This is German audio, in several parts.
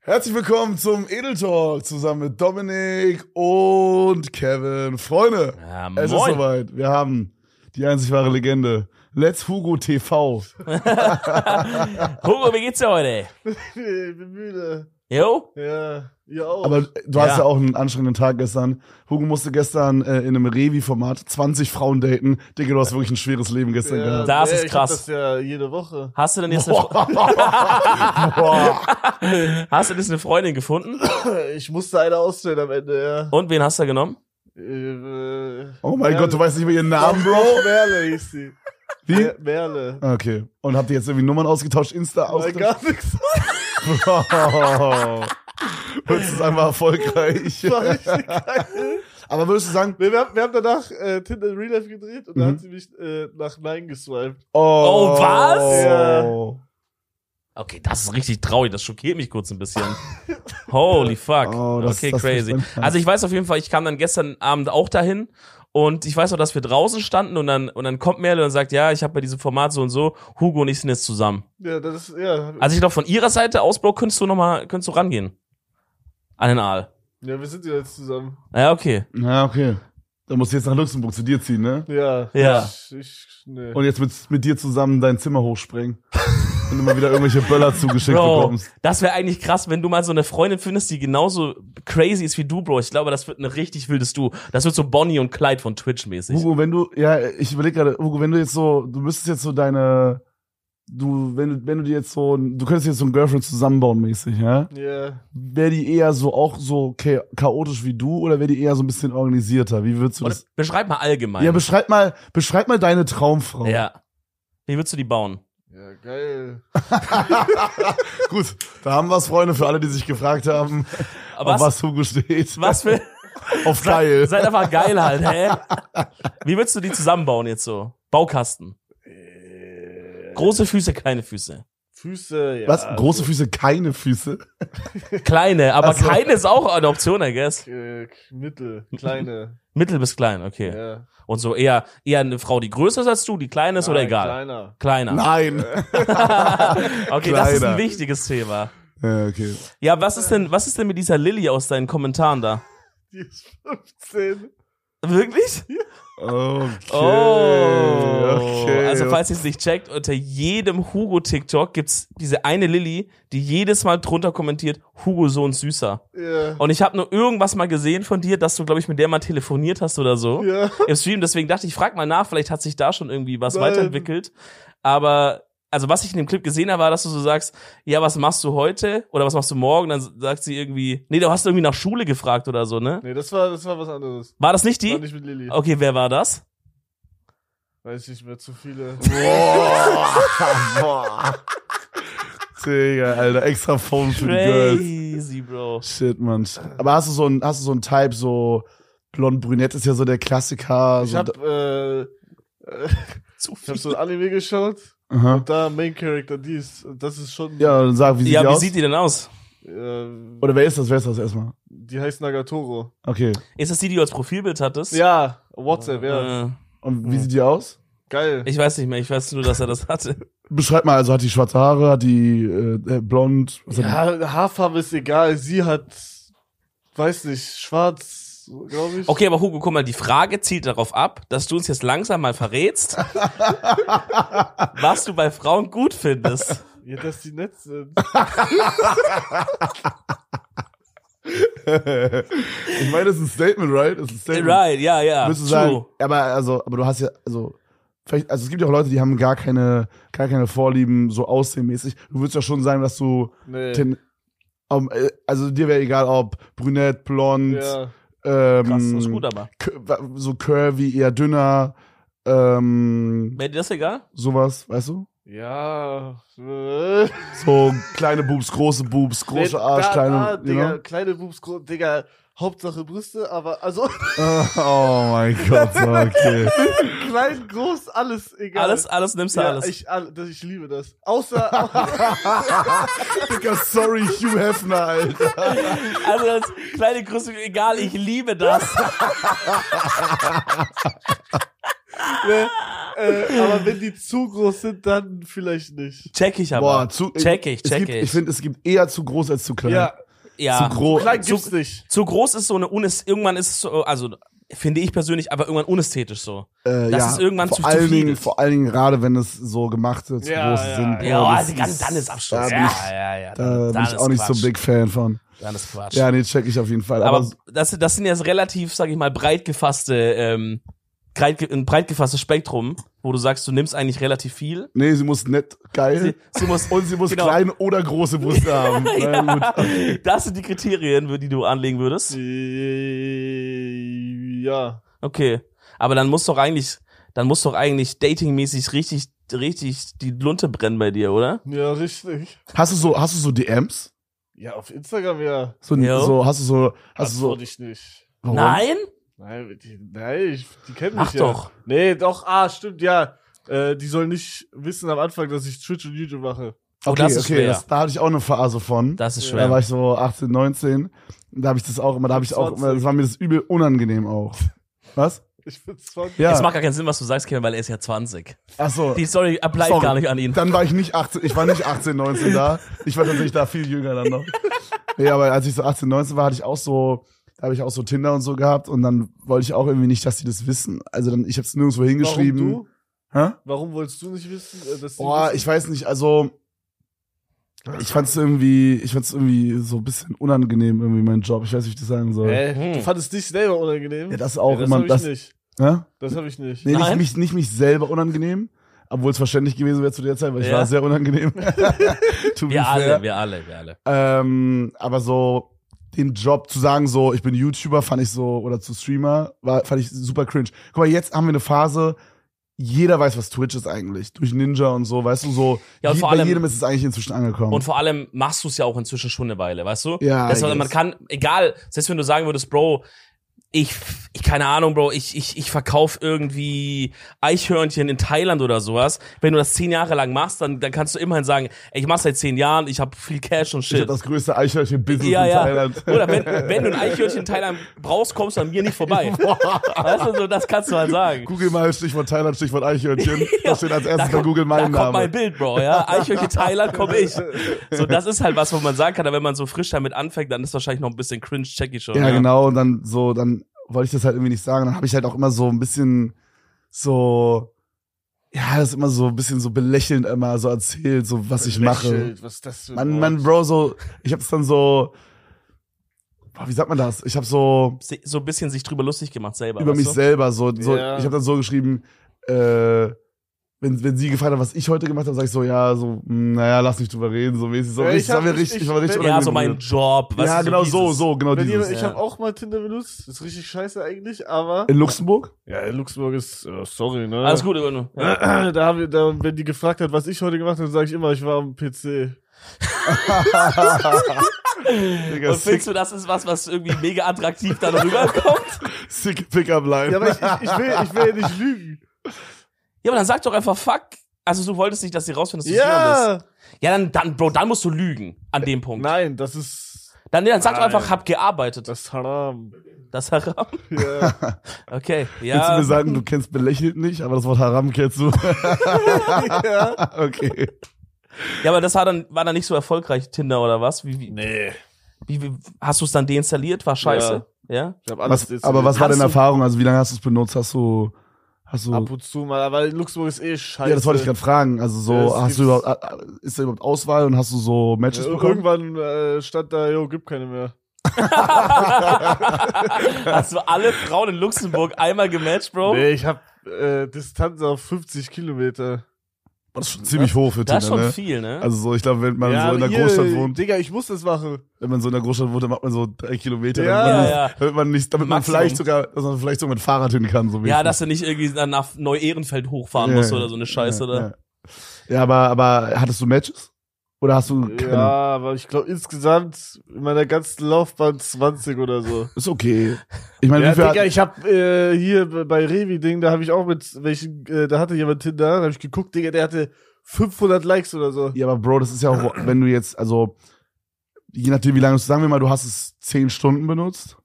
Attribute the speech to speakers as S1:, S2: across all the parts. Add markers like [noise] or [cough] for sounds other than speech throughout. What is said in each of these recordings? S1: Herzlich willkommen zum Edel Talk zusammen mit Dominik und Kevin. Freunde,
S2: Ja,
S1: es ist
S2: Ah, moin.
S1: soweit. Wir haben die einzig wahre Legende. Let's Hugo TV.
S2: Hugo, wie geht's dir heute?
S3: Ich bin müde.
S2: Jo?
S3: Ja, ihr auch.
S1: Aber du hast ja.
S2: Ja.
S1: auch einen anstrengenden Tag gestern. Hugo musste gestern äh, in einem Revi-Format 20 Frauen daten. Digga, du hast wirklich ein schweres Leben gestern
S3: ja, [laughs]
S1: gehabt.
S2: Das ist
S3: Ich
S2: krass.
S3: hab das ja jede Woche. [clears throat]
S2: Hast du denn jetzt eine, Fre-
S1: Boah.
S2: hast du jetzt eine Freundin gefunden?
S3: Ich musste eine auswählen am Ende, ja.
S2: Und wen hast du genommen?
S3: Äh,
S1: [laughs] Oh mein
S3: Merle.
S1: Gott, du weißt nicht mehr ihren Namen, Bro.
S3: Doch, Merle hieß sie.
S1: Wie?
S3: Mer- Merle.
S1: Okay. Und habt ihr jetzt irgendwie Nummern ausgetauscht, Insta
S3: Nein,
S1: ausgetauscht?
S3: gar nichts.
S1: [laughs] Wow. Würdest du sagen, war erfolgreich.
S3: War richtig geil.
S1: Aber würdest du sagen,
S3: Nee, wir, haben, wir haben danach äh, Tinder Real Life gedreht und da
S1: Mhm.
S3: hat sie mich äh, nach Nein geswiped.
S1: oh,
S2: Oh, was?
S1: Ja.
S2: Okay, das ist richtig traurig. Das schockiert mich kurz ein bisschen. [laughs] Holy fuck.
S1: Oh, das-
S2: okay,
S1: das
S2: crazy.
S1: trifft einen.
S2: Also ich weiß auf jeden Fall, ich kam dann gestern Abend auch dahin und ich weiß noch, dass wir draußen standen und dann, und dann kommt Merle und sagt, ja, ich habe bei diesem Format so und so, Hugo und ich sind jetzt zusammen.
S3: Ja, das ist, ja.
S2: Also ich glaube, von ihrer Seite aus, Bro, könntest du nochmal, könntest du rangehen. An den Aal.
S3: Ja, wir sind ja jetzt zusammen.
S2: Ja, okay.
S1: Ja, okay. Dann musst du jetzt nach Luxemburg zu dir ziehen, ne?
S3: Ja.
S2: Ja.
S3: Ich, ich, nee.
S1: Und jetzt mit, mit dir zusammen dein Zimmer
S2: [laughs]
S1: hochsprengen. Und immer wieder irgendwelche Böller zugeschickt
S2: Bro,
S1: bekommst.
S2: das wäre eigentlich krass, wenn du mal so eine Freundin findest, die genauso crazy ist wie du, Bro. Ich glaube, das wird eine richtig wildes Du. Das wird so Bonnie und Clyde von Twitch mäßig.
S1: Hugo, wenn du, ja, ich überlege gerade, Hugo, wenn du jetzt so, du müsstest jetzt so deine, du, wenn du, wenn du dir jetzt so, ein- du könntest jetzt so ein Girlfriend zusammenbauen mäßig, ja?
S3: Ja.
S1: Wäre die eher so auch so cha chaotisch wie du oder wäre die eher so ein bisschen organisierter? Wie würdest du
S2: Oder
S1: das?
S2: beschreib mal allgemein.
S1: Ja, beschreib mal, beschreib mal deine Traumfrau.
S2: Ja. Wie würdest du die bauen?
S3: Ja, geil.
S1: Gut, da haben wir's, Freunde, für alle, die sich gefragt haben,
S2: Aber
S1: auf
S2: was,
S1: Oh, was Hugo steht.
S2: was für.
S1: [laughs] Auf
S2: Sei,
S1: geil.
S2: [laughs] seid einfach geil halt, hä? Wie würdest du die zusammenbauen jetzt so? Baukasten.
S3: Äh,
S2: Große Füße, kleine Füße.
S3: Füße, ja.
S1: was? Große Füße, keine Füße?
S2: Kleine, aber
S1: Ach so.
S2: kleine ist auch eine Option, I guess.
S3: Äh, mittel,
S2: [laughs]
S3: kleine.
S2: Mittel bis klein, okay.
S3: ja.
S2: Und so eher, eher eine Frau, die größer ist als du, die klein ist oder
S3: Nein,
S2: egal?
S3: Kleiner.
S1: [laughs]
S2: Kleiner. [laughs]
S1: Nein.
S2: okay, das ist
S1: Kleiner.
S2: ein wichtiges Thema.
S1: ja, okay.
S2: Ja, was
S1: Äh.
S2: ist denn, was ist denn mit dieser Lilly aus deinen Kommentaren da?
S3: Die ist 15.
S2: Wirklich?
S1: Okay.
S2: Oh.
S1: Okay.
S2: Also, falls ihr es nicht checkt, unter jedem Hugo-TikTok gibt's diese eine Lilly, die jedes Mal drunter kommentiert, Hugo so ein Süßer.
S3: Ja.
S2: Und ich habe nur irgendwas mal gesehen von dir, dass du, glaube ich, mit der mal telefoniert hast
S1: [laughs]
S2: oder so
S3: Ja.
S2: im Stream. Deswegen dachte ich, frag mal nach, vielleicht hat sich da schon irgendwie was
S3: Nein.
S2: weiterentwickelt. Aber, also was ich in dem Clip gesehen habe, war, dass du so sagst, ja, was machst du heute oder was machst du morgen? Dann sagt sie irgendwie, nee, du hast irgendwie nach Schule gefragt oder so, ne?
S3: Nee, das war, das war was anderes.
S2: War das nicht
S3: War
S2: die?
S3: nicht mit Lilly.
S2: Okay, wer war das?
S3: Weiß ich nicht mehr, zu viele.
S1: Boah. Digga, Alter, extra Phone für die Girls.
S2: Crazy, Bro.
S1: Shit, Mann. Aber hast du so ein, hast du so ein Type, so blond-brünett ist ja so der Klassiker.
S2: Also
S3: Ich
S1: so,
S3: hab, äh, äh,
S2: Zu
S3: ich hab
S2: viel.
S3: so ein Anime geschaut.
S1: Aha.
S3: Und da Main Character, die ist, das ist schon,
S1: Ja, dann sag, wie sieht
S2: Ja,
S1: die
S2: wie
S1: aus?
S2: sieht die denn aus?
S3: äh,
S1: Oder wer ist das? Wer ist das erstmal?
S3: die heißt Nagatoro.
S1: Okay.
S2: Ist das die, die du als Profilbild hattest?
S3: Ja, WhatsApp, ja.
S2: Äh,
S1: Und wie sieht die aus?
S3: Geil.
S2: Ich weiß nicht mehr, ich weiß nur, dass er das hatte.
S1: Beschreib mal, also hat die schwarze Haare, hat die äh, äh, blond?
S2: Also
S1: Was hat
S3: ja, Haarfarbe ist egal. Sie hat, weiß nicht, schwarz, glaube ich.
S2: Okay, aber Hugo, guck mal, die Frage zielt darauf ab, dass du uns jetzt langsam mal verrätst, was du bei Frauen gut findest.
S3: Ja, dass die nett
S2: [laughs]
S3: sind.
S1: die? ich meine, das ist ein Statement, right? Das ist ein Statement.
S2: Äh, Right, ja, ja.
S1: Würdest du
S2: true.
S1: sagen, aber also, aber du hast ja, also, vielleicht, also es gibt ja auch Leute, die haben gar keine, gar keine Vorlieben so aussehenmäßig. Du würdest ja schon sagen, dass du,
S2: Äh.
S3: Nee.
S1: ten, um, äh, also dir wäre egal, ob brünett, blond,
S3: ja.
S1: ähm,
S2: Krass, das ist gut, aber.
S1: k- wa- so curvy, eher dünner, ähm,
S2: Wäre dir das egal?
S1: sowas, weißt du?
S3: Ja. [laughs] Äh.
S1: So kleine Boobs, große Boobs, große
S3: Nee,
S1: Arsch,
S3: da,
S1: kleine,
S3: da,
S1: you
S3: Digga,
S1: know?
S3: kleine Boobs, gro- Digga, Hauptsache Brüste, aber also [laughs]
S1: Äh, Oh mein [laughs] Gott, so, okay.
S3: klein, groß, alles egal.
S2: Alles, alles nimmst du
S3: ja,
S2: alles.
S3: Ich, all- das, ich liebe das. Außer [laughs]
S1: Digga, sorry, Hugh Hefner, Alter.
S2: also das kleine Grüße, egal, ich liebe das.
S3: ne, äh, aber wenn die zu groß sind, dann vielleicht nicht.
S2: Check ich aber.
S1: Boah, zu,
S2: check ich,
S1: es
S2: check
S1: gibt,
S2: ich.
S1: Ich finde, es gibt eher zu groß als zu klein.
S3: Ja,
S2: ja.
S1: Zu groß.
S3: klein
S2: Oh, zu-
S3: gibt's nicht.
S2: Zu groß ist so eine unis irgendwann ist es so, also finde ich persönlich, aber irgendwann unästhetisch so.
S1: äh,
S2: Das
S1: ja,
S2: ist irgendwann
S1: vor
S2: zu- zu
S1: allen
S2: viel
S1: Dingen,
S2: ist.
S1: Vor allen Dingen gerade, wenn es so gemachte zu
S3: Ja,
S1: groß
S3: ja,
S1: sind.
S2: Ja,
S1: boah,
S2: oh,
S1: das
S2: also ganz, dann ist Abschluss.
S1: Da bin
S2: ja,
S1: ich,
S2: ja, ja.
S1: da
S2: Dann, dann
S1: bin ich
S2: ist
S1: auch nicht
S2: Quatsch.
S1: so Big Fan von.
S2: Dann ist Quatsch.
S1: Ja, nee, check ich auf jeden Fall. Aber,
S2: aber das, das sind ja relativ, sag ich mal, breit gefasste, ähm, breit, ge- ein breit gefasstes Spektrum, wo du sagst, du nimmst eigentlich relativ viel.
S1: nee, sie muss nett, geil.
S2: Sie,
S1: [laughs]
S2: sie muss,
S1: und sie muss
S2: genau.
S1: kleine oder große
S2: [laughs]
S1: Brüste haben. Na gut.
S2: das sind die Kriterien, für die du anlegen würdest.
S3: Äh, Ja.
S2: Okay. Aber dann muss doch eigentlich, dann muss doch eigentlich datingmäßig richtig, richtig die Lunte brennen bei dir, oder?
S3: Ja, richtig.
S1: Hast du so, hast du so DMs?
S3: Ja, auf Instagram ja.
S1: So,
S2: Jo.
S1: so hast du so, hast du Also so.
S3: Antworte ich nicht.
S1: Warum?
S2: Nein?
S3: Nein, die, nein, ich, die kennen mich
S2: Mach
S3: ja.
S2: doch.
S3: Nee, doch, ah, stimmt, ja. Äh, die sollen nicht wissen am Anfang, dass ich Twitch und YouTube mache.
S2: Oh,
S1: Okay,
S2: das ist
S1: okay,
S2: schwer.
S1: das, da hatte ich auch eine Phase von.
S2: Das ist
S3: Ja.
S2: schwer.
S1: da war ich so 18, 19. Da habe ich das auch immer, da habe ich auch immer, das war mir das übel unangenehm auch. Was?
S3: Ich bin 20.
S1: Ja.
S2: Es macht gar keinen Sinn, was du sagst, Kevin, weil er ist ja 20.
S1: Ach so.
S2: Die Story applied
S1: Sorry.
S2: gar nicht an ihn.
S1: Dann war ich nicht 18, ich war nicht 18, 19 da. Ich war tatsächlich da viel jünger dann noch. Nee, aber als ich so 18, 19 war, hatte ich auch so, da habe ich auch so Tinder und so gehabt und dann wollte ich auch irgendwie nicht, dass die das wissen. Also dann, ich habe es nirgendwo
S3: Warum
S1: hingeschrieben.
S3: du?
S1: Hä?
S3: Warum wolltest du nicht wissen, äh, dass die
S1: Boah,
S3: wissen?
S1: ich weiß nicht, also ich fand es irgendwie, ich fand es irgendwie so ein bisschen unangenehm irgendwie mein Job. Ich weiß nicht, wie ich das sagen soll.
S3: Äh,
S2: Hm.
S3: Du fandest dich selber unangenehm?
S1: Ja, das auch
S3: das
S1: immer.
S3: hab ich
S1: Das,
S3: nicht.
S1: ne?
S3: Das habe ich nicht.
S1: Nee, nicht,
S2: Nein?
S1: mich, nicht mich selber unangenehm, obwohl es verständlich gewesen wäre zu der Zeit, weil ich
S2: Ja.
S1: war sehr
S2: [laughs]
S1: unangenehm. to be
S2: Wir
S1: fair.
S2: alle, wir alle, wir alle.
S1: Ähm, aber so den Job zu sagen, so ich bin YouTuber, fand ich so, oder zu Streamer, war, fand ich super cringe. Guck mal, jetzt haben wir eine Phase, jeder weiß, was Twitch ist eigentlich. Durch Ninja und so, weißt du, so
S2: Ja, und
S1: je,
S2: vor
S1: bei
S2: allem-
S1: jedem ist es eigentlich inzwischen angekommen.
S2: Und vor allem machst du es ja auch inzwischen schon eine Weile, weißt du?
S1: Ja,
S2: Das,
S1: I
S2: heißt, man
S1: guess.
S2: kann, egal, selbst wenn du sagen würdest, Bro, ich, ich keine Ahnung, Bro, ich, ich, ich verkaufe irgendwie Eichhörnchen in Thailand oder sowas. Wenn du das zehn Jahre lang machst, dann, dann kannst du immerhin sagen, ey, ich mach's seit zehn Jahren, ich habe viel Cash und
S1: ich hab
S2: Shit.
S1: das größte Eichhörnchen-Business
S2: Ja,
S1: in
S2: ja.
S1: Thailand.
S2: Oder wenn, wenn du ein Eichhörnchen in Thailand brauchst, kommst du an mir nicht
S1: [laughs]
S2: vorbei. weißt du, so, das kannst du halt
S1: [laughs]
S2: sagen.
S1: Google mal Stichwort Thailand, Stichwort
S2: [laughs]
S1: Eichhörnchen. Das steht als erstes bei
S2: kommt-
S1: Google
S2: da
S1: mein
S2: kommt
S1: Name.
S2: mein Bild, Bro,
S1: [laughs]
S2: ja. Eichhörnchen Thailand komme ich. So, das ist halt was, wo man sagen kann, aber wenn man so frisch damit anfängt, dann ist wahrscheinlich noch ein bisschen cringe, check ich schon.
S3: ne?
S1: Ja, genau. Und dann so, dann wollte ich das halt irgendwie nicht sagen. Dann habe ich halt auch immer so ein bisschen so, ja, das immer so ein bisschen so belächelnd immer so erzählt, so was ich mache.
S3: Lächelt, Was ist das für ein
S1: Man,
S3: Wort?
S1: man, Bro, so, ich hab's dann so, boah, wie sagt man das? Ich hab so
S2: Se- So ein bisschen sich drüber lustig gemacht selber.
S1: über
S2: weißt
S1: mich
S2: du?
S1: selber so, so
S3: Ja.
S1: ich hab dann so geschrieben, äh, wenn, wenn sie gefragt hat, was ich heute gemacht habe, sag ich so, ja, so, mh, naja, lass nicht drüber reden, so mäßig. So,
S3: Ja, ich
S1: richtig, das
S3: hab-
S1: war mir
S3: ich-
S1: richtig,
S3: ich-
S1: war mir richtig
S3: ja,
S2: Ja,
S1: unangenehm
S2: so mein
S1: berührt.
S2: Job. weißt
S1: Ja,
S2: du,
S1: genau so,
S2: dieses.
S1: so, genau
S3: Wenn ihr,
S1: dieses.
S3: ich
S2: Ja.
S3: habe auch mal Tinder benutzt. Ist richtig scheiße eigentlich, aber.
S1: In Luxemburg?
S3: Ja, Luxemburg ist. äh, sorry, ne?
S2: Alles gut, Bruno. ja.
S3: [clears throat] Da haben wir, da, wenn die gefragt hat, was ich heute gemacht habe, sage ich immer, ich war am PC.
S1: Digga,
S2: Und
S1: sick,
S2: findest du, das ist was, was irgendwie mega attraktiv dann rüberkommt?
S1: sick Pickup Line.
S3: Ja, aber ich, ich, ich, will, ich will ja nicht lügen.
S2: Ja, aber dann sag doch einfach fuck. Also du wolltest nicht, dass sie rausfinden,
S3: um
S2: dass du Simon
S3: ja!
S2: bist. Ja, dann, dann, Bro, dann musst du lügen an dem Punkt.
S3: Nein, das ist.
S2: Dann, dann sag doch einfach,
S3: Nein.
S2: hab gearbeitet.
S3: Das ist Haram.
S2: Das [laughs] Haram.
S3: Ja.
S2: Okay,
S1: Willst du
S2: ja.
S1: mir sagen, du kennst belächelt nicht, aber das Wort Haram kennst
S3: [laughs]
S1: du?
S3: ja.
S1: okay.
S2: Ja, aber das war dann, war dann nicht so erfolgreich, Tinder oder was? Wie, wie,
S3: Nee.
S2: wie, wie hast du es dann deinstalliert? War scheiße. Ja.
S3: Ich hab alles
S1: Was, aber was war
S2: Hast
S1: deine
S2: du-
S1: Erfahrung? Also wie lange hast du es benutzt? Hast du, hast du?
S3: Ab und zu mal, aber Luxemburg ist eh scheiße.
S1: ja, das wollte ich gerade fragen. Also so,
S3: Ja, es
S1: hast du
S3: gibt's-
S1: überhaupt, äh, äh, ist da überhaupt Auswahl und hast du so Matches
S3: Ir-
S1: bekommen?
S3: Irgendwann äh, stand da, jo, gibt keine mehr.
S2: Hast du alle Frauen in Luxemburg einmal gematcht, Bro?
S3: Nee, ich hab äh, Distanz auf 50 Kilometer.
S1: Das ist schon ziemlich hoch für
S2: das ist
S1: Tinder,
S2: schon
S1: ne?
S2: viel, ne?
S1: Also so, ich glaube, wenn man so in der
S3: ihr-
S1: Großstadt wohnt,
S3: Digga, ich muss das machen.
S1: wenn man so in der Großstadt wohnt, dann macht man so drei Kilometer,
S3: Ja.
S1: damit man nicht, damit man
S2: Ja,
S1: nicht, damit man
S2: Maximum.
S1: vielleicht sogar, dass man vielleicht sogar mit Fahrrad hin kann, so
S2: ja,
S1: wenigstens.
S2: dass du nicht irgendwie dann nach Neu-Ehrenfeld hochfahren musst oder so eine Scheiße,
S1: ja,
S2: oder?
S1: Ja, ja aber, aber hattest du Matches? Oder hast du keine?
S3: Ja, aber ich glaube insgesamt in meiner ganzen Laufbahn 20 oder so.
S1: Ist okay. Ich meine,
S3: Ja,
S1: wie viel
S3: Digga, ich hab äh, hier b- bei Revi-Ding, da habe ich auch mit welchen, äh, da hatte jemand Tinder, da habe ich geguckt, Digga, der hatte 500 Likes oder so.
S1: Ja, aber Bro, das ist ja auch, wenn du jetzt, also, je nachdem, wie lange du, sagen wir mal, du hast es zehn Stunden benutzt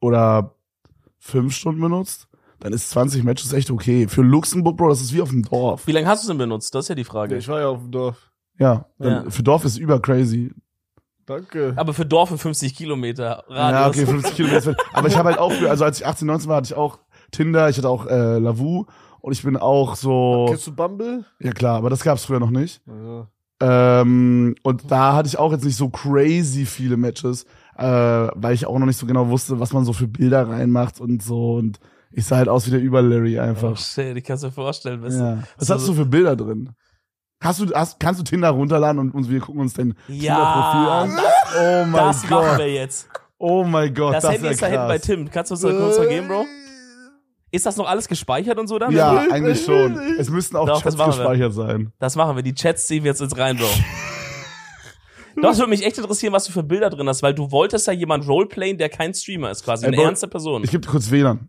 S1: oder fünf Stunden benutzt, dann ist 20 Matches echt okay. Für Luxemburg, Bro, das ist wie auf dem Dorf.
S2: Wie lange hast du es denn benutzt? Das ist ja die Frage.
S3: Ich war ja auf dem Dorf.
S1: Ja, dann,
S2: Ja.
S1: für Dorf ist über crazy.
S3: Danke.
S2: Aber für Dorf in 50 Kilometer
S1: Ja,
S2: Radius. [laughs]
S1: okay, 50 Kilometer. Aber ich habe halt auch, für, also als ich 18, 19 war, hatte ich auch Tinder, ich hatte auch äh, Lavu und ich bin auch so,
S3: Kennst du Bumble?
S1: ja klar, aber das gab es früher noch nicht.
S3: Ja.
S1: Ähm, und da hatte ich auch jetzt nicht so crazy viele Matches, äh, weil ich auch noch nicht so genau wusste, was man so für Bilder reinmacht und so. Und ich sah halt aus wie der Über-Larry
S2: Oh also
S1: einfach.
S2: shit, ich kann es mir vorstellen. weißt du.
S1: ja. Was hast du für Bilder drin? Hast du, hast, kannst du Tinder runterladen und uns, wir gucken uns dein Tinder-Profil
S2: Ja,
S1: an? Oh mein
S2: das machen
S1: Gott.
S2: wir jetzt.
S1: Oh mein Gott,
S2: Das,
S1: das,
S2: Handy
S1: ja
S2: ist da hinten
S1: krass.
S2: bei Tim. Kannst du uns das kurz mal geben,
S3: Äh,
S2: Bro? Ist das noch alles gespeichert und so dann?
S1: Ja,
S3: Ich will
S1: eigentlich
S3: nicht,
S1: schon.
S3: ich will nicht.
S1: Es müssten auch
S2: Doch, das
S1: Chats
S2: machen wir.
S1: gespeichert sein.
S2: Das machen wir. Die Chats ziehen wir jetzt ins
S1: [laughs]
S2: rein, Bro. Doch, es würde mich echt interessieren, was du für Bilder drin hast, weil du wolltest ja jemand roleplayen, der kein Streamer ist, quasi.
S1: Ey,
S2: Eine
S1: Bro,
S2: ernste Person.
S1: Ich geb dir kurz WLAN.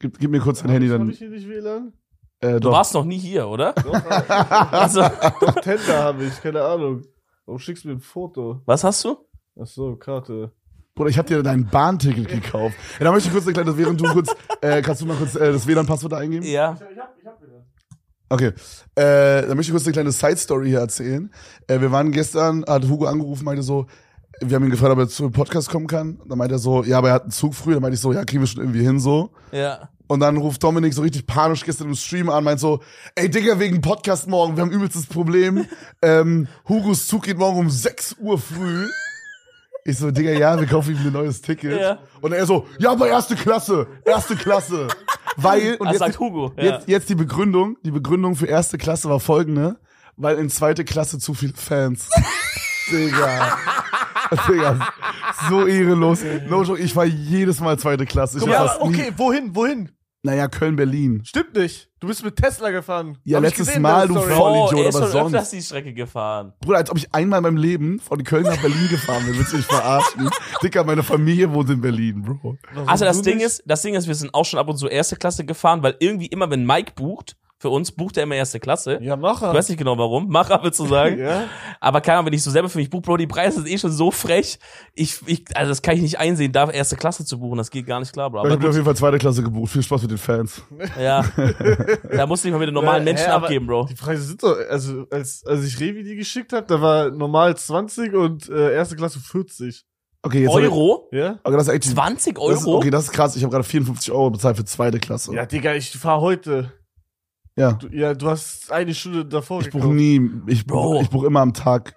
S1: Gib, gib mir kurz dein Handy
S3: Hab
S1: dann.
S3: ich hier nicht WLAN?
S1: Äh,
S2: Du
S1: doch.
S2: warst noch nie hier, oder?
S3: Doch, ah,
S1: [laughs]
S2: Also,
S3: doch Tender habe ich, keine Ahnung. Warum schickst du mir ein Foto?
S2: was hast du?
S3: Ach so, Karte.
S1: Bruder, ich hab dir dein Bahnticket gekauft. Ja, da möchte ich kurz erklären, dass während du kurz, äh, kannst du mal kurz äh, das WLAN-Passwort da eingeben?
S2: Ja.
S3: Ich hab, ich hab wieder.
S1: Okay. Äh, da möchte ich kurz eine kleine Side-Story hier erzählen. Äh, wir waren gestern, hat Hugo angerufen, meinte so, wir haben ihn gefragt, ob er zum Podcast kommen kann. Dann meinte er so, ja, aber er hat einen Zug früh. Dann meinte ich so, ja, kriegen wir schon irgendwie hin so.
S2: Ja.
S1: Und dann ruft Dominik so richtig panisch gestern im Stream an, meint so, ey Digga, wegen Podcast morgen, wir haben übelstes Problem. Ähm, Hugos Zug geht morgen um 6 Uhr früh. Ich so, Digga, ja, wir kaufen ihm ein neues Ticket.
S2: Ja.
S1: Und er so, ja, aber erste Klasse, erste Klasse.
S3: [laughs]
S1: Weil, und
S2: Das
S1: jetzt,
S2: Also
S3: Also
S2: sagt Hugo. Ja.
S1: jetzt, jetzt die Begründung, die Begründung für erste Klasse war folgende, weil in zweite Klasse zu viele Fans. [laughs] Digga. Digga, so ehrenlos. No joke, ich war jedes Mal zweite Klasse. Ich
S3: Guck
S1: hab
S3: mal,
S1: fast nie-
S3: okay, wohin, wohin?
S1: Naja, Köln-Berlin.
S3: Stimmt nicht. Du bist mit Tesla gefahren.
S1: Ja,
S3: Hab ich
S1: letztes
S3: gesehen,
S1: Mal,
S3: deine
S1: du
S3: Story.
S1: Voll
S2: Oh,
S1: Idiot,
S2: er ist
S1: aber
S2: schon
S1: sonst.
S2: öfters die Strecke gefahren.
S1: Bruder, als ob ich einmal in meinem Leben von Köln nach Berlin gefahren bin. Willst du mich
S2: [laughs]
S1: verarschen? Dicker, meine Familie wohnt in Berlin, Bro.
S3: Warum
S2: Also das
S3: du
S2: Ding
S3: nicht?
S2: ist, das Ding ist, wir sind auch schon ab und zu erste Klasse gefahren, weil irgendwie immer, wenn Mike bucht, für uns bucht er immer erste Klasse.
S3: Ja, Macher.
S2: Ich weiß nicht genau warum, [laughs] mach ab zu sagen.
S3: Ja.
S2: Aber keine Ahnung, wenn ich so selber für mich buche, Bro, die Preise sind eh schon so frech. Ich, ich, also das kann ich nicht einsehen, da erste Klasse zu buchen, das geht gar nicht klar, Bro.
S1: ich
S2: Aber
S1: hab [laughs] dir auf
S2: gut,
S1: jeden Fall zweite Klasse gebucht. Viel Spaß mit den Fans.
S2: ja. da musste ich mal wieder normalen
S3: Hä,
S2: Menschen
S3: aber
S2: abgeben, Bro.
S3: Die Preise sind doch, also als, als ich Revi die geschickt habe, da war normal 20 und äh, erste Klasse 40.
S1: Okay, jetzt. hab Ich,
S2: Euro?
S3: Ja?
S1: okay, das ist echt.
S2: 20 Euro?
S1: Das ist, okay, das ist krass. Ich habe gerade 54 Euro bezahlt für zweite Klasse.
S3: Ja, Digga, ich fahr heute.
S1: Ja.
S3: Du, ja, du hast eine Stunde davor
S1: Ich buche
S3: gekauft.
S1: nie. Ich buche
S2: Bro.
S1: ich buch immer am Tag.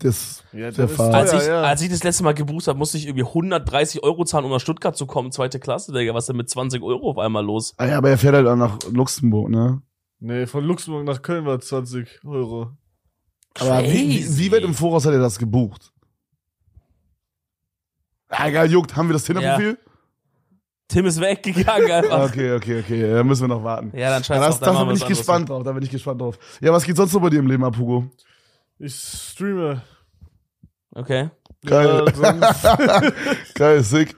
S1: Das.
S3: Ja,
S1: Der
S3: das ist
S1: Fahrt.
S3: teuer,
S2: als, ich,
S3: ja.
S2: als ich das letzte Mal gebucht habe, musste ich irgendwie 130 Euro zahlen, um nach Stuttgart zu kommen, zweite Klasse, Digga. Was ist denn mit 20 Euro auf einmal los?
S1: Ah ja, aber er fährt halt auch nach Luxemburg, ne?
S3: nee, von Luxemburg nach Köln war 20 Euro.
S1: Aber wie, wie,
S2: Crazy.
S1: wie weit im Voraus hat er das gebucht? Ah, egal, juckt. Haben wir das Tinder-Profil?
S2: Tim ist weggegangen einfach.
S1: Okay, okay, okay. Da müssen wir noch warten.
S2: Ja, dann scheiß
S1: Ja, das,
S2: drauf, dann
S1: da
S2: machen
S1: bin
S2: wir
S1: ich
S2: was anderes.
S1: gespannt drauf, da bin ich gespannt drauf. Ja, was geht sonst so bei dir im Leben ab, Hugo?
S3: Ich streame.
S2: Okay.
S1: Geil.
S3: Ja,
S1: [laughs]
S3: sonst
S1: Geil, sick.